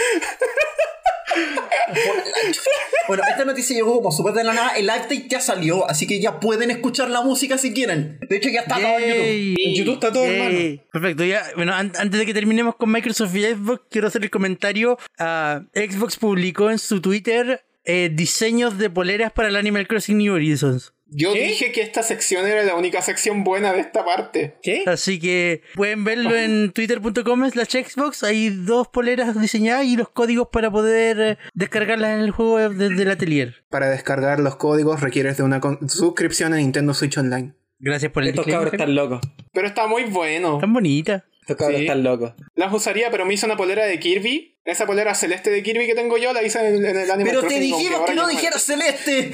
Speaker 1: Bueno, esta noticia llegó como súper de la nada. El update ya salió, así que ya pueden escuchar la música si quieren. De hecho, ya está todo en YouTube.
Speaker 3: Yay.
Speaker 4: En YouTube está todo,
Speaker 3: Yay.
Speaker 4: hermano.
Speaker 3: Perfecto, ya, bueno, an- antes de que terminemos con Microsoft y Xbox, quiero hacer el comentario. ah, Xbox publicó en su Twitter eh, diseños de poleras para el Animal Crossing New Horizons.
Speaker 2: Yo
Speaker 4: ¿Qué?
Speaker 2: dije que esta sección era la única sección buena de esta parte.
Speaker 4: ¿Qué?
Speaker 3: Así que pueden verlo en twitter.com slash Xbox. Hay dos poleras diseñadas y los códigos para poder eh, descargarlas en el juego desde el atelier.
Speaker 2: Para descargar los códigos requieres de una con- suscripción a Nintendo Switch Online.
Speaker 3: Gracias por el
Speaker 4: Estos cabros
Speaker 3: disclaimer.
Speaker 4: están locos.
Speaker 2: Pero está muy bueno.
Speaker 3: Tan bonita.
Speaker 4: Estos cabros
Speaker 2: Sí.
Speaker 4: están locos.
Speaker 2: Las usaría, pero me hice una polera de Kirby. Esa polera celeste de Kirby que tengo yo la hice en el, en el Animal
Speaker 1: Pero te
Speaker 2: Crossing,
Speaker 1: dijeron
Speaker 2: aunque
Speaker 1: que no
Speaker 2: ahora ya
Speaker 1: dijeras celeste.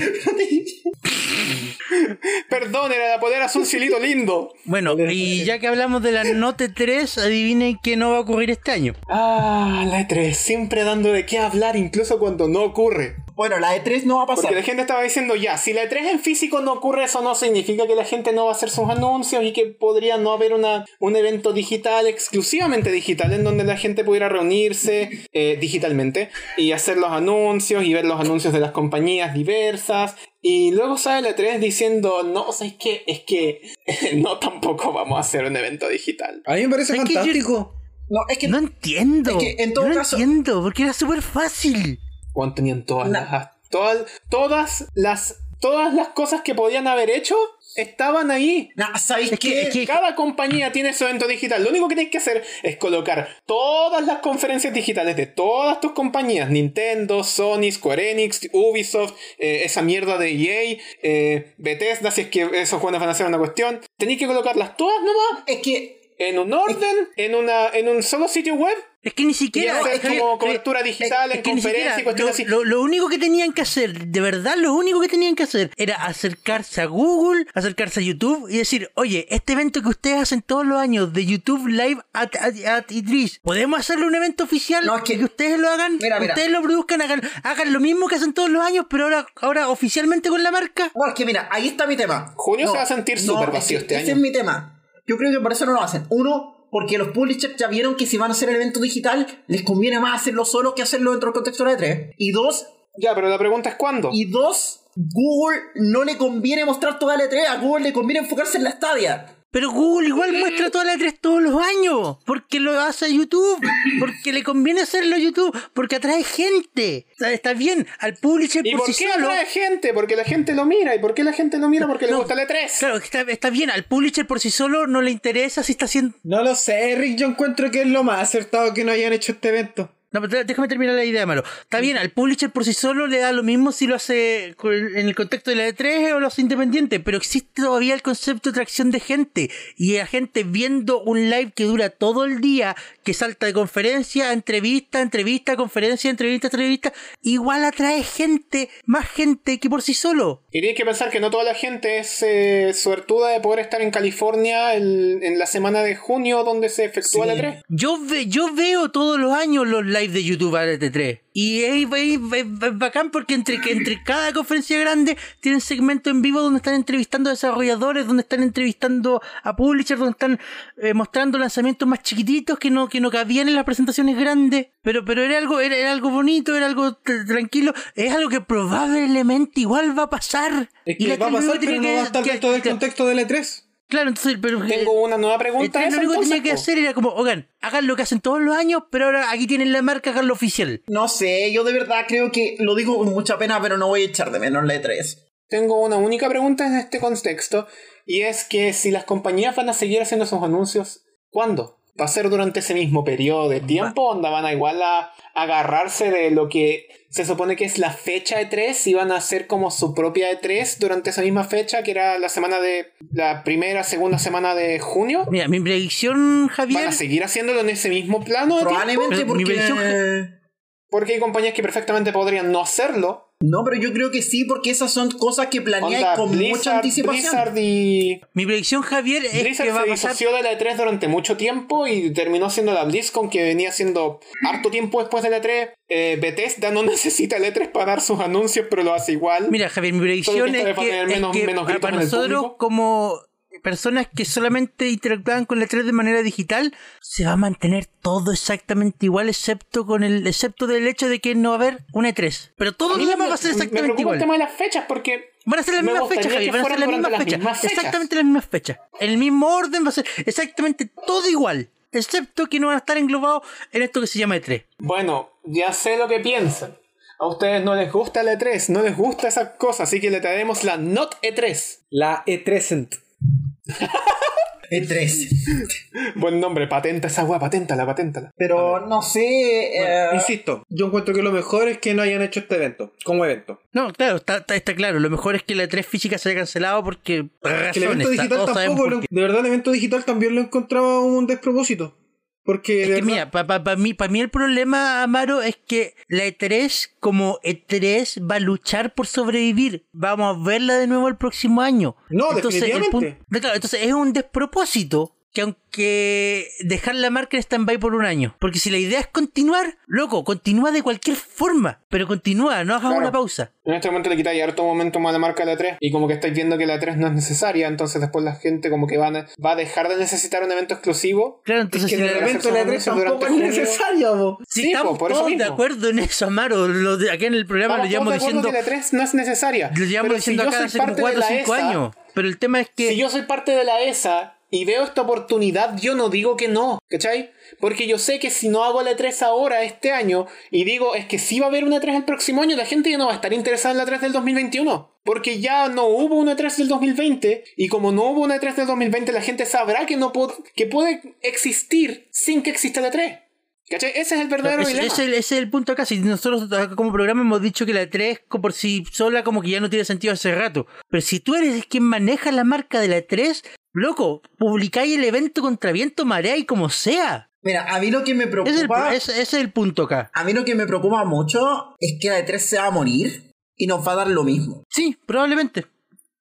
Speaker 2: Perdón, era la polera azul cielito lindo.
Speaker 3: Bueno, y ya que hablamos de la Note 3, adivinen qué no va a ocurrir este año.
Speaker 2: Ah, la E3, siempre dando de qué hablar, incluso cuando no ocurre.
Speaker 1: bueno, la E3 no va a
Speaker 2: Porque
Speaker 1: pasar.
Speaker 2: la gente estaba diciendo ya, si la E3 en físico no ocurre, eso no significa que la gente no va a hacer sus anuncios y que podría no haber una, un evento digital, exclusivamente digital, en donde la gente pudiera reunirse eh, digitalmente y hacer los anuncios y ver los anuncios de las compañías diversas. Y luego sale la E3 diciendo, no, o sea, es que, es que, no, tampoco vamos a hacer un evento digital.
Speaker 4: A mí me parece
Speaker 3: Es que yo-
Speaker 4: fantástico.
Speaker 1: No, es que
Speaker 3: No entiendo.
Speaker 1: Es que, en todo
Speaker 3: no
Speaker 1: caso-
Speaker 3: entiendo, porque era súper fácil.
Speaker 2: Juan tenían todas
Speaker 1: No.
Speaker 2: las todas, todas las todas las cosas que podían haber hecho estaban ahí.
Speaker 1: Nah, ¿sabéis
Speaker 3: Es que-
Speaker 1: qué?
Speaker 3: es que-
Speaker 2: Cada compañía tiene su evento digital. Lo único que tienes que hacer es colocar todas las conferencias digitales de todas tus compañías: Nintendo, Sony, Square Enix, Ubisoft, eh, esa mierda de EA, eh, Bethesda, si es que esos juegos van a ser una cuestión. Tenéis que colocarlas todas nomás
Speaker 1: Es que
Speaker 2: en un orden, en, una, en un solo sitio web
Speaker 3: Es que ni
Speaker 2: y
Speaker 3: siquiera.
Speaker 2: hacer
Speaker 3: Javier,
Speaker 2: como
Speaker 3: eh,
Speaker 2: cobertura digital
Speaker 3: es
Speaker 2: en
Speaker 3: que ni siquiera-
Speaker 2: conferencias y cuestiones así.
Speaker 3: lo, lo- lo único que tenían que hacer, de verdad, lo único que tenían que hacer era acercarse a Google, acercarse a YouTube y decir, oye, este evento que ustedes hacen todos los años de YouTube Live at, at, at E3, ¿podemos hacerle un evento oficial?
Speaker 1: No, es que-
Speaker 3: ustedes lo hagan,
Speaker 1: Mira, mira.
Speaker 3: ustedes lo produzcan, hagan, hagan lo mismo que hacen todos los años, pero ahora, ahora oficialmente con la marca.
Speaker 1: No, es que mira, ahí está mi tema.
Speaker 2: Junio se va a sentir súper vacío
Speaker 1: es que
Speaker 2: este
Speaker 1: ese es
Speaker 2: año.
Speaker 1: mi tema. Yo creo que por eso no lo hacen. Uno, porque los publishers ya vieron que si van a hacer el evento digital, les conviene más hacerlo solo que hacerlo dentro del contexto de la E3. Y dos,
Speaker 2: Ya, pero la pregunta es cuándo.
Speaker 1: y dos, Google no le conviene mostrar toda la E3, a Google le conviene enfocarse en la estadia.
Speaker 3: Pero Google igual muestra toda la 3 todos los años. Porque lo hace a YouTube. Porque le conviene hacerlo a YouTube. Porque atrae gente. O sea, Está bien, al publisher
Speaker 2: ¿Y
Speaker 3: por
Speaker 2: por
Speaker 3: sí
Speaker 2: qué
Speaker 3: solo.
Speaker 2: atrae gente? Porque la gente lo mira. ¿Y por qué la gente lo mira? Porque le
Speaker 3: No,
Speaker 2: gusta E la 3
Speaker 3: Claro, está, está bien, al publisher por sí solo no le interesa si está haciendo.
Speaker 4: No lo sé, Rick. Yo encuentro que es lo más acertado que no hayan hecho este evento.
Speaker 3: No, pero déjame terminar la idea, Maro. Está bien, al publisher por sí solo le da lo mismo si lo hace con- en el contexto de la E3 o lo hace independiente, pero existe todavía el concepto de atracción de gente. Y la gente viendo un live que dura todo el día, que salta de conferencia, a entrevista, a entrevista, a conferencia, a entrevista, a entrevista, igual atrae gente, más gente que por sí solo.
Speaker 2: Y tienes que pensar que no toda la gente es eh, suertuda de poder estar en California el- en la semana de junio donde se efectúa la 3
Speaker 3: Yo, ve, yo veo todos los años los lives de YouTube a T3. Y es, es- es- es bacán porque entre, que entre cada conferencia grande tienen segmento en vivo donde están entrevistando a desarrolladores, donde están entrevistando a publishers, donde están eh, mostrando lanzamientos más chiquititos que no, que no cabían en las presentaciones grandes. Pero, pero era algo, era, era algo bonito, era algo tr- tranquilo. Es algo que probablemente igual va a pasar.
Speaker 4: Es
Speaker 3: Y la
Speaker 4: que va a
Speaker 3: T3
Speaker 4: pasar,
Speaker 3: tenía
Speaker 4: pero no
Speaker 3: que-
Speaker 4: va a estar
Speaker 3: que-
Speaker 4: dentro del
Speaker 3: que-
Speaker 4: contexto del E E3.
Speaker 3: Claro, entonces, pero-
Speaker 2: Tengo una nueva
Speaker 3: entonces,
Speaker 2: pregunta. esa,
Speaker 3: Eh, este lo único que
Speaker 2: entonces,
Speaker 3: tenía que
Speaker 2: po.
Speaker 3: hacer era como, oigan, hagan lo que hacen todos los años, pero ahora aquí tienen la marca, hagan lo oficial.
Speaker 1: No sé, yo de verdad creo que lo digo con mucha pena, pero no voy a echar de menos la E E3.
Speaker 2: Tengo una única pregunta en este contexto. Y es que si las compañías van a seguir haciendo sus anuncios, ¿cuándo? ¿Va a ser durante ese mismo periodo de tiempo? ¿Onda van a igual a agarrarse de lo que se supone que es la fecha de 3 y van a hacer como su propia E3 durante esa misma fecha, que era la semana de la primera, segunda semana de junio?
Speaker 3: Mira, mi predicción,
Speaker 2: ¿Van a
Speaker 3: Javier,
Speaker 2: seguir haciéndolo en ese mismo plano? de tiempo?
Speaker 1: Probablemente
Speaker 3: Pero mi
Speaker 1: porque...
Speaker 3: versión-
Speaker 2: Porque hay compañías que perfectamente podrían no hacerlo.
Speaker 1: No, pero yo creo que sí, porque esas son cosas que planeáis
Speaker 2: Onda,
Speaker 1: con mucha
Speaker 2: Blizzard,
Speaker 1: anticipación.
Speaker 2: Blizzard y
Speaker 3: mi predicción, Javier, es
Speaker 2: Blizzard
Speaker 3: que va a
Speaker 2: se
Speaker 3: pasar.
Speaker 2: disoció de la E3 durante mucho tiempo y terminó siendo la BlizzCon que venía siendo harto tiempo después de la E3. Eh, Bethesda no necesita la E3 para dar sus anuncios, pero lo hace igual.
Speaker 3: Mira, Javier, mi predicción
Speaker 2: Solo que esta
Speaker 3: es
Speaker 2: vez va a
Speaker 3: que,
Speaker 2: tener
Speaker 3: es
Speaker 2: menos-
Speaker 3: que
Speaker 2: menos
Speaker 3: para-
Speaker 2: gritos
Speaker 3: para
Speaker 2: en el
Speaker 3: nosotros,
Speaker 2: público.
Speaker 3: como personas que solamente interactuaban con la 3 de manera digital, se va a mantener todo exactamente igual, excepto con el excepto del hecho de que no va a haber una E3. Pero todo
Speaker 2: A
Speaker 3: lo
Speaker 2: mí
Speaker 3: demás
Speaker 2: me-
Speaker 3: va a ser
Speaker 2: Me
Speaker 3: exactamente
Speaker 2: preocupa el
Speaker 3: igual.
Speaker 2: tema de las fechas porque...
Speaker 3: Van a ser las
Speaker 2: Me
Speaker 3: mismas
Speaker 2: gustaría
Speaker 3: fechas, Javier.
Speaker 2: que
Speaker 3: Van a ser las
Speaker 2: fueran durante
Speaker 3: mismas
Speaker 2: las
Speaker 3: fechas.
Speaker 2: mismas fechas.
Speaker 3: Exactamente las mismas fechas. El mismo orden va a ser exactamente todo igual. E Excepto que no van a estar englobados en esto que se llama E3.
Speaker 2: Bueno, ya sé lo que piensan. A ustedes no les gusta la E3, no les gusta esa cosa, así que le traeremos la Not E E3.
Speaker 4: La E E3.
Speaker 1: E E3.
Speaker 2: Buen nombre, patenta esa weá, paténtala, paténtala.
Speaker 1: Pero no sé. eh,
Speaker 4: Insisto, yo encuentro que lo mejor es que no hayan hecho este evento, como evento.
Speaker 3: No, claro, está, está, está claro. Lo mejor es que la E3 física se haya cancelado porque razones.
Speaker 4: Que el evento
Speaker 3: está-
Speaker 4: digital
Speaker 3: todos
Speaker 1: ¿eh?
Speaker 3: sabemos
Speaker 4: tampoco,
Speaker 3: por
Speaker 4: lo-
Speaker 3: qué.
Speaker 4: de verdad el evento digital también lo encontraba un despropósito. Porque de
Speaker 3: Es que
Speaker 4: verdad-
Speaker 3: mira, para mí, pa' mí el problema, Amaro, es que la E3 como E3 va a luchar por sobrevivir. Vamos a verla de nuevo el próximo año.
Speaker 4: No,
Speaker 3: el
Speaker 4: definitivamente.
Speaker 3: pun- no, claro, entonces es un despropósito que aunque dejar la marca en stand-by por un año. Porque si la idea es continuar, loco, continúa de cualquier forma. Pero continúa, no hagas
Speaker 2: Claro.
Speaker 3: una pausa.
Speaker 2: En este momento le quitáis harto momento más a la marca de la 3 y como que estáis viendo que la 3 no es necesaria, entonces después la gente como que van a- va a dejar de necesitar un evento exclusivo.
Speaker 3: Claro, entonces
Speaker 2: que
Speaker 3: si
Speaker 2: de
Speaker 3: la- E
Speaker 2: verdad
Speaker 4: el evento de la E3
Speaker 2: Durante
Speaker 4: tampoco es
Speaker 2: junio.
Speaker 4: necesario, po.
Speaker 3: Si
Speaker 2: Sí,
Speaker 3: estamos
Speaker 2: po, por eso
Speaker 3: todos de
Speaker 2: mismo.
Speaker 3: acuerdo en eso, Amaro. Lo de- aquí en el programa lo
Speaker 2: Estamos todos
Speaker 3: llevamos
Speaker 2: de acuerdo
Speaker 3: diciendo.
Speaker 2: que la 3 no es necesaria.
Speaker 3: Lo llevamos
Speaker 2: Pero si
Speaker 3: diciendo
Speaker 2: yo
Speaker 3: acá
Speaker 2: soy
Speaker 3: hace como
Speaker 2: parte de
Speaker 3: 4 o
Speaker 2: la E
Speaker 3: 5
Speaker 2: ESA,
Speaker 3: años. Pero el tema es que.
Speaker 2: Si yo soy parte de la ESA y veo esta oportunidad, yo no digo que no, ¿cachai? Porque yo sé que si no hago la 3 ahora, este año, y digo, es que si va a haber una 3 el próximo año, la gente ya no va a estar interesada en la 3 del 2021. Porque ya no hubo una 3 del 2020, y como no hubo una 3 del 2020, la gente sabrá que, no pod- que puede existir sin que exista la 3. ¿Cachai? Ese es el verdadero
Speaker 3: Ese,
Speaker 2: dilema.
Speaker 3: ese es el- ese es el punto acá. Si nosotros acá como programa hemos dicho que la 3 por sí sola como que ya no tiene sentido hace rato. Pero si tú eres quien maneja la marca de la 3, loco, publicáis el evento contra viento, marea y como sea.
Speaker 1: Mira, a mí lo que me
Speaker 3: Ese es el,
Speaker 1: preocupa.
Speaker 3: ese- ese es el punto acá.
Speaker 1: A mí lo que me preocupa mucho es que la E3 se va a morir y nos va a dar lo mismo.
Speaker 3: Sí, probablemente.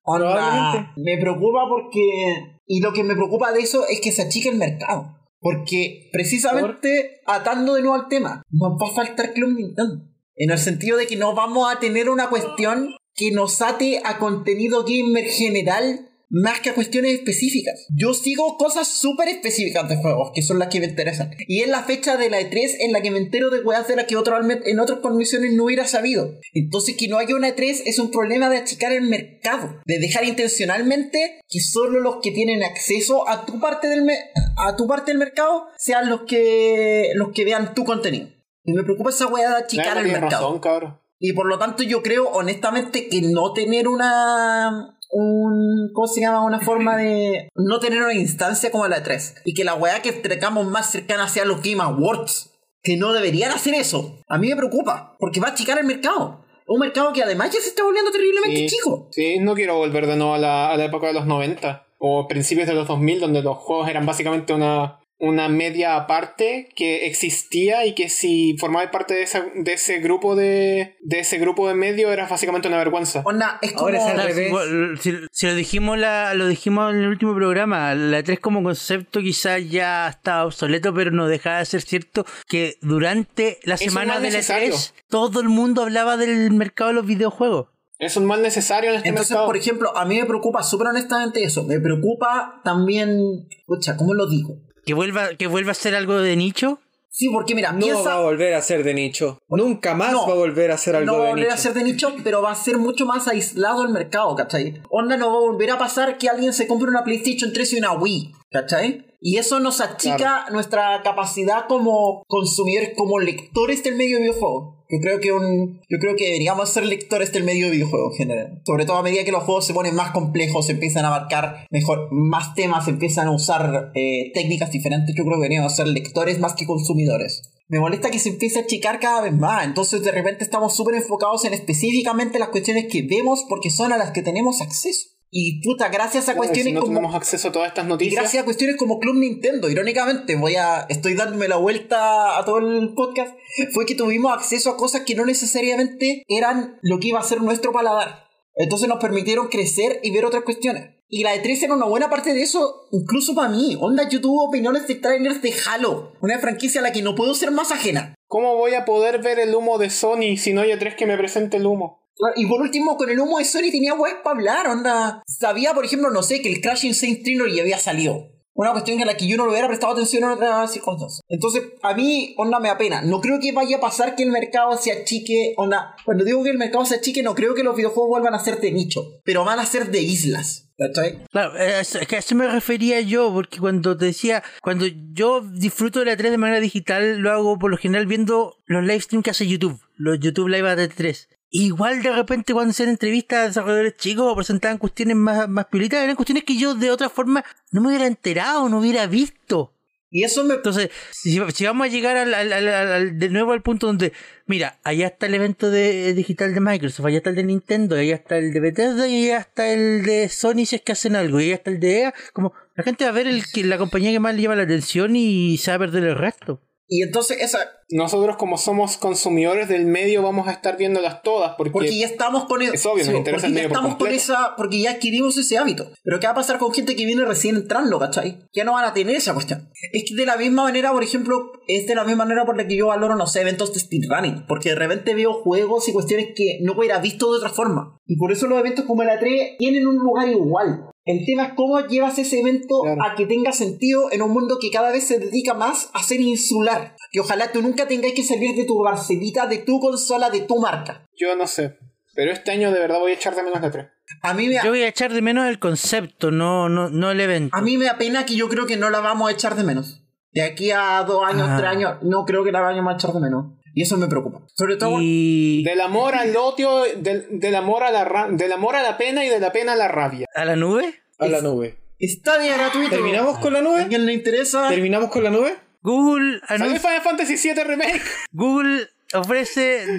Speaker 1: Onda,
Speaker 4: Probablemente.
Speaker 1: me preocupa porque. Y lo que me preocupa de eso es que se achique el mercado. Porque precisamente atando de nuevo al tema, nos va a faltar Club Nintendo. En el sentido de que no vamos a tener una cuestión que nos ate a contenido gamer general más que a cuestiones específicas. Yo sigo cosas súper específicas de juegos, que son las que me interesan. Y es la fecha de la E3 en la que me entero de weas de las que otro, en otras condiciones no hubiera sabido. Entonces que no haya una E3 es un problema de achicar el mercado, de dejar intencionalmente que solo los que tienen acceso a tu parte del, me- a tu parte del mercado sean los que, los que vean tu contenido. Y me preocupa esa wea de achicar
Speaker 2: Nadie
Speaker 1: el
Speaker 2: tiene
Speaker 1: mercado.
Speaker 2: razón, cabrón.
Speaker 1: Y por lo tanto yo creo honestamente que no tener una... Un, ¿Cómo se llama? Una forma de... No tener una instancia como la 3. Y que la weá que tengamos más cercana sea los Game Awards. Que no deberían hacer eso. A mí me preocupa. Porque va a achicar el mercado. Un mercado que además ya se está volviendo terriblemente
Speaker 2: Sí.
Speaker 1: chico.
Speaker 2: Sí, no quiero volver de nuevo a la, a la época de los 90 o principios de los 2000, donde los juegos eran básicamente una, una media aparte que existía y que si formabas parte de, esa- de ese grupo de, de ese grupo de medio eras básicamente una vergüenza.
Speaker 1: Onda, es como...
Speaker 4: Ahora es al
Speaker 3: Claro, si,
Speaker 4: revés.
Speaker 3: igual, si- si lo dijimos la, lo dijimos en el último programa, la 3 como concepto quizás ya estaba obsoleto, pero no dejaba de ser cierto que durante la
Speaker 2: Es un
Speaker 3: semana
Speaker 2: mal
Speaker 3: de la
Speaker 2: necesario.
Speaker 3: 3 todo el mundo hablaba del mercado de los videojuegos.
Speaker 2: Es un mal necesario en este
Speaker 1: Entonces,
Speaker 2: mercado.
Speaker 1: por ejemplo, a mí me preocupa súper honestamente eso. Me preocupa también... Pucha, ¿cómo lo digo?
Speaker 3: Que vuelva, que vuelva a ser algo de nicho.
Speaker 1: Sí, porque mira,
Speaker 4: No
Speaker 1: piensa...
Speaker 4: va a volver a ser de nicho. Nunca más
Speaker 1: No.
Speaker 4: va a volver a ser algo
Speaker 1: no va a
Speaker 4: de
Speaker 1: volver
Speaker 4: nicho.
Speaker 1: a ser de nicho, pero va a ser mucho más aislado el mercado, ¿cachai? Onda no va a volver a pasar que alguien se compre una PlayStation 3 y una Wii, ¿cachai? Y eso nos achica nuestra capacidad como consumidores, como lectores del medio videojuego. Yo creo que un, yo creo que deberíamos ser lectores del medio videojuego en general. Sobre todo a medida que los juegos se ponen más complejos, se empiezan a abarcar mejor, más temas, se empiezan a usar eh, técnicas diferentes. Yo creo que deberíamos ser lectores más que consumidores. Me molesta que se empiece a achicar cada vez más. Entonces de repente estamos súper enfocados en específicamente las cuestiones que vemos porque son a las que tenemos acceso. Y puta, gracias a
Speaker 2: Claro, si
Speaker 1: cuestiones
Speaker 2: no
Speaker 1: pues, como...
Speaker 2: tenemos acceso a todas estas
Speaker 1: Y
Speaker 2: noticias.
Speaker 1: gracias a cuestiones como Club Nintendo, irónicamente, voy a, estoy dándome la vuelta a todo el podcast, fue que tuvimos acceso a cosas que no necesariamente eran lo que iba a ser nuestro paladar. Entonces nos permitieron crecer y ver otras cuestiones. Y la de 13 era una buena parte de eso, incluso para mí. Onda, yo tuve opiniones de trailers de Halo, una franquicia a la que no puedo ser más ajena.
Speaker 2: ¿Cómo voy a poder ver el humo de Sony si no hay a tres que me presente el humo?
Speaker 1: Y por último, con el humo de Sony tenía web para hablar, onda. Sabía, por ejemplo, no sé, que el Crash Insane Trilogy había salido. Una cuestión que a la que yo no le hubiera prestado atención en otras circunstancias. Entonces, a mí, onda, me apena. No creo que vaya a pasar que el mercado se achique, onda. Cuando digo que el mercado se achique, no creo que los videojuegos vuelvan a ser de nicho, pero van a ser de islas. ¿Cachai?
Speaker 3: Claro, eh, es es que a eso me refería yo, porque cuando te decía, cuando yo disfruto de la 3 de manera digital, lo hago por lo general viendo los live streams que hace YouTube, los YouTube Live de 3. Igual de repente cuando hacían entrevistas a desarrolladores chicos o presentaban cuestiones más, más piolitas, eran cuestiones que yo de otra forma no me hubiera enterado, no hubiera visto.
Speaker 1: Y eso me.
Speaker 3: Entonces, si, si vamos a llegar al, al- al- al- al- de nuevo al punto donde, mira, allá está el evento de, eh, digital de Microsoft, allá está el de Nintendo, allá está el de Bethesda y allá está el de Sony si es que hacen algo, y allá está el de EA, como la gente va a ver el que la compañía que más le llama la atención y se va a perder el resto.
Speaker 1: Y entonces, esa.
Speaker 2: Nosotros como somos consumidores del medio vamos a estar viéndolas todas porque...
Speaker 1: Porque ya estamos con eso.
Speaker 2: Es obvio, nos interesa el
Speaker 1: porque ya
Speaker 2: medio por
Speaker 1: estamos con
Speaker 2: completo.
Speaker 1: esa. Porque ya adquirimos ese hábito. Pero ¿qué va a pasar con gente que viene recién entrando, cachai? Ya no van a tener esa cuestión. Es que de la misma manera, por ejemplo, es de la misma manera por la que yo valoro, no sé, eventos de speedrunning. Porque de repente veo juegos y cuestiones que no hubiera visto de otra forma. Y por eso los eventos como la 3 tienen un lugar igual. El tema es cómo llevas ese evento
Speaker 2: Claro.
Speaker 1: a que tenga sentido en un mundo que cada vez se dedica más a ser insular. Que ojalá tú nunca tengas que salir de tu barcelita, de tu consola, de tu marca.
Speaker 2: Yo no sé. Pero este año de verdad voy a echar de menos la E 3.
Speaker 1: A mí me,
Speaker 3: Yo voy a echar de menos el concepto, no, no, no el evento.
Speaker 1: a mí me apena que yo creo que no la vamos a echar de menos. De aquí a dos años,
Speaker 3: Ah.
Speaker 1: tres años, no creo que la vayamos a echar de menos. Y eso me preocupa. Sobre todo,
Speaker 3: Y
Speaker 2: Del amor al odio, del, del amor a la ra- del amor a la pena y de la pena a la rabia.
Speaker 3: a la nube,
Speaker 4: A la nube.
Speaker 1: Stadia gratuito.
Speaker 4: ¿Terminamos con la
Speaker 1: ¿A
Speaker 4: nube?
Speaker 1: alguien le interesa?
Speaker 4: ¿Terminamos con la nube?
Speaker 3: Google
Speaker 2: ¿Sale
Speaker 3: anuncia,
Speaker 2: Final Fantasy VII Remake?
Speaker 3: Google ofrece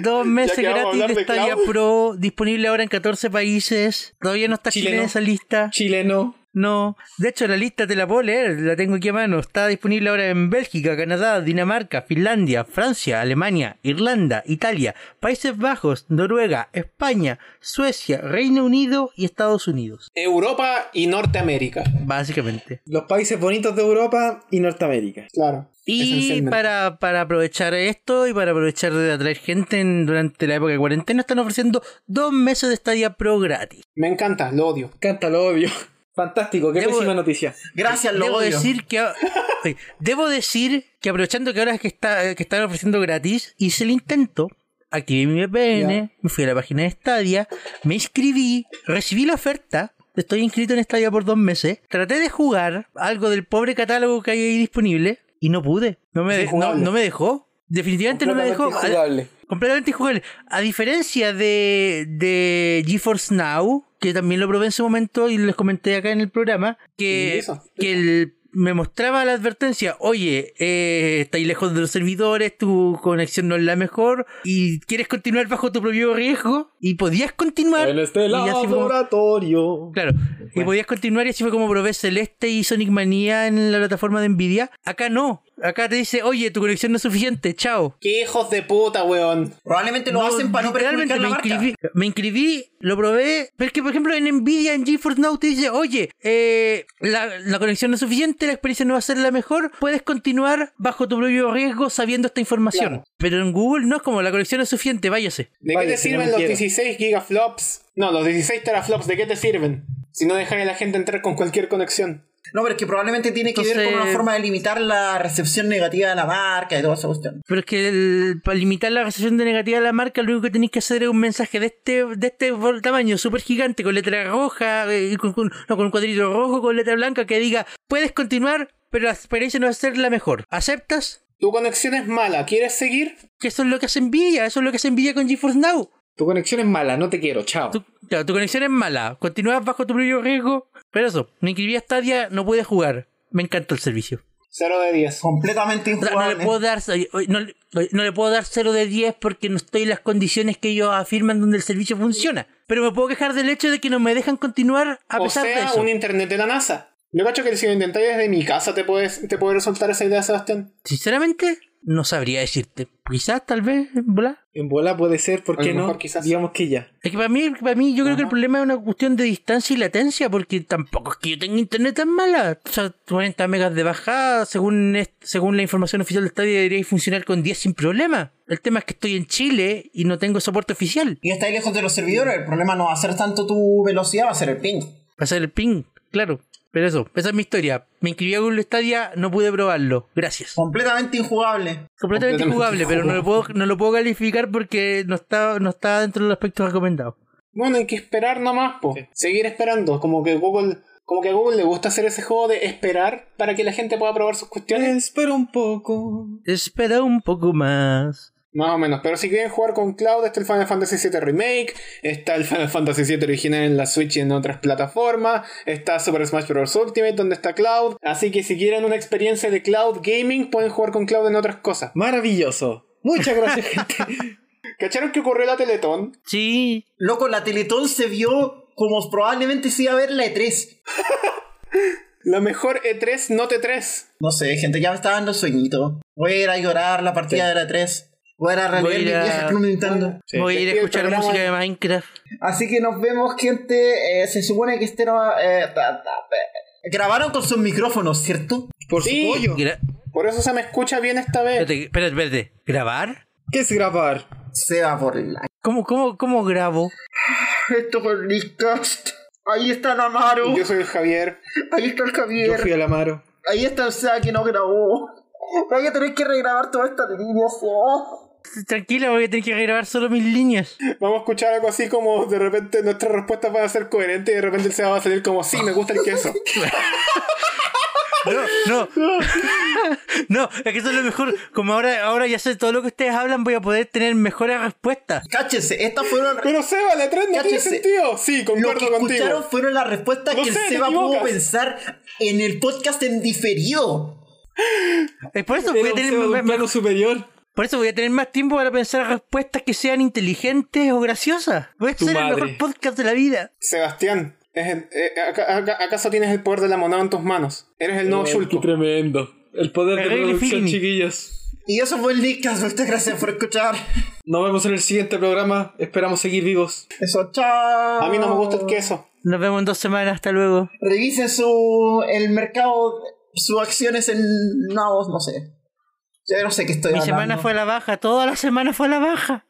Speaker 3: dos meses
Speaker 2: que vamos a
Speaker 3: gratis
Speaker 2: hablar
Speaker 3: de
Speaker 2: de
Speaker 3: Stadia
Speaker 2: cloud.
Speaker 3: Pro, disponible ahora en 14 países. Todavía no está Chile,
Speaker 4: Chile
Speaker 3: en
Speaker 4: no.
Speaker 3: esa lista.
Speaker 4: Chileno.
Speaker 3: No, de hecho la lista te la puedo leer, la tengo aquí a mano. Está disponible ahora en Bélgica, Canadá, Dinamarca, Finlandia, Francia, Alemania, Irlanda, Italia, Países Bajos, Noruega, España, Suecia, Reino Unido y Estados Unidos,
Speaker 2: Europa y Norteamérica.
Speaker 3: básicamente.
Speaker 4: Los países bonitos de Europa y Norteamérica.
Speaker 2: Claro.
Speaker 3: Y
Speaker 2: esencialmente.
Speaker 3: para, para aprovechar esto y para aprovechar de atraer gente en- durante la época de cuarentena, están ofreciendo dos meses de estadía pro gratis.
Speaker 2: Me encanta, lo odio.
Speaker 4: Cántalo, obvio. pues. Fantástico, qué
Speaker 3: Debo-
Speaker 4: pésima noticia.
Speaker 1: Gracias, lo
Speaker 3: Debo
Speaker 1: odio.
Speaker 3: decir que a- oye, debo decir que aprovechando que ahora es que está eh, que están ofreciendo gratis, hice el intento, activé mi VPN, me fui a la página de Stadia, me inscribí, recibí la oferta, estoy inscrito en Stadia por dos meses, traté de jugar algo del pobre catálogo que hay ahí disponible y no pude, no me,
Speaker 2: Es
Speaker 3: de- no,
Speaker 2: injugable.
Speaker 3: no me dejó, definitivamente no me dejó.
Speaker 4: Completamente injugable.
Speaker 3: Completamente injugable. A diferencia de, de GeForce Now, que también lo probé en su momento y les comenté acá en el programa,
Speaker 2: ¿Y
Speaker 3: que,
Speaker 2: eso?
Speaker 3: que el- me mostraba la advertencia, oye, eh, estáis lejos de los servidores, tu conexión no es la mejor y quieres continuar bajo tu propio riesgo y podías continuar.
Speaker 4: En este
Speaker 3: Y así como-
Speaker 4: laboratorio.
Speaker 3: Claro, y podías continuar y así fue como probé Celeste y Sonic Manía en la plataforma de Nvidia. Acá no, acá te dice, oye, tu conexión no es suficiente, chao.
Speaker 2: ¡Qué hijos de puta, weón!
Speaker 1: Probablemente lo
Speaker 3: No,
Speaker 1: hacen para no
Speaker 3: literalmente
Speaker 1: perjudicar la marca.
Speaker 3: me inscribí, me inscribí, lo probé, pero es que por ejemplo en Nvidia, en GeForce Now te dice, oye, eh, la, la conexión no es suficiente, la experiencia no va a ser la mejor, puedes continuar bajo tu propio riesgo sabiendo esta información.
Speaker 2: Claro.
Speaker 3: Pero en Google no es como la conexión no es suficiente, váyase.
Speaker 2: ¿De
Speaker 4: Vale,
Speaker 2: qué te
Speaker 4: si no
Speaker 2: sirven
Speaker 4: me
Speaker 2: los
Speaker 4: quiero.
Speaker 2: 16 gigaflops? No, los 16 teraflops, ¿de qué te sirven? Si no dejas a la gente entrar con cualquier conexión.
Speaker 1: No, pero es que probablemente tiene que ver con
Speaker 3: Entonces-
Speaker 1: una forma de limitar la recepción negativa de la marca y toda esa cuestión.
Speaker 3: Pero es que el- para limitar la recepción de negativa de la marca, lo único que tenéis que hacer es un mensaje de este, de este vol- tamaño, súper gigante, con letra roja, eh, y con, con- no, con un cuadrito rojo, con letra blanca, que diga, puedes continuar, pero la experiencia no va a ser la mejor. ¿Aceptas?
Speaker 2: Tu conexión es mala, ¿quieres seguir?
Speaker 3: Que eso es lo que hace Nvidia, eso es lo que hace Nvidia con GeForce Now.
Speaker 4: Tu conexión es mala, no te quiero, chao.
Speaker 3: Tu, claro, tu conexión es mala, continúas bajo tu propio riesgo. Pero eso, me inscribí a Stadia, no pude jugar. Me encanta el servicio.
Speaker 2: 0 de 10.
Speaker 1: Completamente
Speaker 3: O sea, no
Speaker 2: eh.
Speaker 3: le
Speaker 1: injugable.
Speaker 3: puedo dar oye, oye, no, le- oye, no le puedo dar 0 de 10 porque no estoy en las condiciones que ellos afirman donde el servicio funciona. Pero me puedo quejar del hecho de que no me dejan continuar a
Speaker 2: o
Speaker 3: pesar
Speaker 2: sea,
Speaker 3: de eso.
Speaker 2: un internet de la NASA. Yo cacho que si lo intentáis desde mi casa te puedes te puede resultar esa idea, Sebastián.
Speaker 3: Sinceramente, no sabría decirte. Quizás, tal vez, bla.
Speaker 4: En bola puede ser, ¿por
Speaker 2: A lo
Speaker 4: qué no?
Speaker 2: mejor quizás.
Speaker 4: Digamos que ya.
Speaker 3: Es que para mí, para mí yo creo que el problema es una cuestión de distancia y latencia, porque tampoco es que yo tenga internet tan mala. O sea, 40 megas de bajada, según, est- según la información oficial de Stadia, debería funcionar con 10 sin problema. El tema es que estoy en Chile y no tengo soporte oficial.
Speaker 1: Y está ahí lejos de los servidores. El problema no va a ser tanto tu velocidad, va a ser el ping.
Speaker 3: Va a ser el ping. claro. Pero eso, esa es mi historia. Me inscribí a Google Stadia, no pude probarlo. Gracias.
Speaker 1: Completamente injugable.
Speaker 3: Oh,
Speaker 2: Completamente
Speaker 3: Completamente jugable, pero no lo puedo, no lo puedo calificar porque no está, no está dentro de los aspectos recomendados.
Speaker 2: Bueno, hay que esperar nomás, po. Seguir esperando. Como que Google, como que a Google le gusta hacer ese juego de esperar para que la gente pueda probar sus cuestiones.
Speaker 4: Espera un poco.
Speaker 3: Espera un poco más.
Speaker 2: Más o menos. Pero si quieren jugar con Cloud, está el Final Fantasy VII Remake, está el Final Fantasy VII original en la Switch y en otras plataformas, está Super Smash Bros. Ultimate, donde está Cloud. Así que si quieren una experiencia de Cloud Gaming, pueden jugar con Cloud en otras cosas.
Speaker 4: Maravilloso. Muchas gracias, gente.
Speaker 2: ¿Cacharon que ocurrió la Teletón?
Speaker 3: Sí,
Speaker 1: Loco, la Teletón se vio como probablemente se iba a ver la E E3.
Speaker 2: La mejor E3, no T3.
Speaker 1: No sé, gente, ya me está dando sueñito. Voy a ir a llorar la partida de la E3. Voy a ir a releer
Speaker 3: Voy a ir
Speaker 1: mi
Speaker 3: a-
Speaker 1: vieja Club Nintendo.
Speaker 3: voy a ir
Speaker 2: Sí,
Speaker 3: a
Speaker 4: Este
Speaker 2: el
Speaker 3: escuchar
Speaker 2: programa-
Speaker 3: música de Minecraft.
Speaker 1: Así que nos vemos, gente. Eh, se supone que este no... eh, ta- ta- ta- Grabaron con sus micrófonos, ¿cierto?
Speaker 4: Por
Speaker 2: Sí.
Speaker 4: su pollo.
Speaker 3: Gra-
Speaker 2: Por eso se me escucha bien esta vez.
Speaker 3: espérate, espérate, espérate. ¿Grabar?
Speaker 4: ¿Qué es grabar?
Speaker 1: Se va por la...
Speaker 3: ¿Cómo, cómo, cómo grabo?
Speaker 1: Esto fue el Leakcast. Ahí está Amaro.
Speaker 2: Yo soy el Javier.
Speaker 1: Ahí está el
Speaker 4: Yo
Speaker 1: Javier.
Speaker 4: fui al Amaro.
Speaker 1: Ahí está el Seba que no grabó. Voy a tener que regrabar toda esta línea, Seba.
Speaker 3: Tranquila, voy a tener que grabar solo mis líneas.
Speaker 2: Vamos a escuchar algo así como de repente nuestras respuestas van a ser coherentes y de repente el Seba va a salir como, sí, me gusta el queso.
Speaker 3: No, no. No, es que eso es lo mejor. Como ahora, ahora ya sé todo lo que ustedes hablan, voy a poder tener mejores respuestas.
Speaker 1: Cáchense, estas fueron...
Speaker 2: Pero Seba, la 3 no tiene
Speaker 1: Cáchese.
Speaker 2: sentido. Sí,
Speaker 1: Lo que
Speaker 2: concuerdo
Speaker 1: escucharon
Speaker 2: contigo.
Speaker 1: fueron las respuestas
Speaker 2: No
Speaker 1: que el
Speaker 2: sé, te
Speaker 1: Seba pudo
Speaker 2: equivocas.
Speaker 1: pensar en el podcast en diferido.
Speaker 3: Es por eso
Speaker 4: Era
Speaker 3: voy a
Speaker 4: un
Speaker 3: tener
Speaker 4: ser
Speaker 3: me- me-
Speaker 4: humano superior.
Speaker 3: por eso voy a tener más tiempo para pensar respuestas que sean inteligentes o graciosas. Voy a
Speaker 4: Tu
Speaker 3: ser el
Speaker 4: madre.
Speaker 3: mejor podcast de la vida.
Speaker 2: Sebastián, es- eh, aca- aca- ¿acaso tienes el poder de la monada en tus manos? Eres el
Speaker 1: Eh,
Speaker 2: nuevo Shulko.
Speaker 4: tremendo. El poder
Speaker 3: de
Speaker 4: de
Speaker 3: Arregle producción,
Speaker 4: producción,
Speaker 3: Figni.
Speaker 4: chiquillos.
Speaker 1: Y eso fue el Nickcast. Muchas gracias por escuchar.
Speaker 4: Nos vemos en el siguiente programa. Esperamos seguir vivos.
Speaker 1: Eso, chao.
Speaker 2: A mí no me
Speaker 1: Ah.
Speaker 2: gusta el queso.
Speaker 3: Nos vemos en dos semanas, hasta luego.
Speaker 1: Revisen su... el mercado, sus acciones en... No, no sé. Yo no sé qué estoy
Speaker 3: Mi
Speaker 1: hablando.
Speaker 3: semana fue a la baja, toda la semana fue a la baja.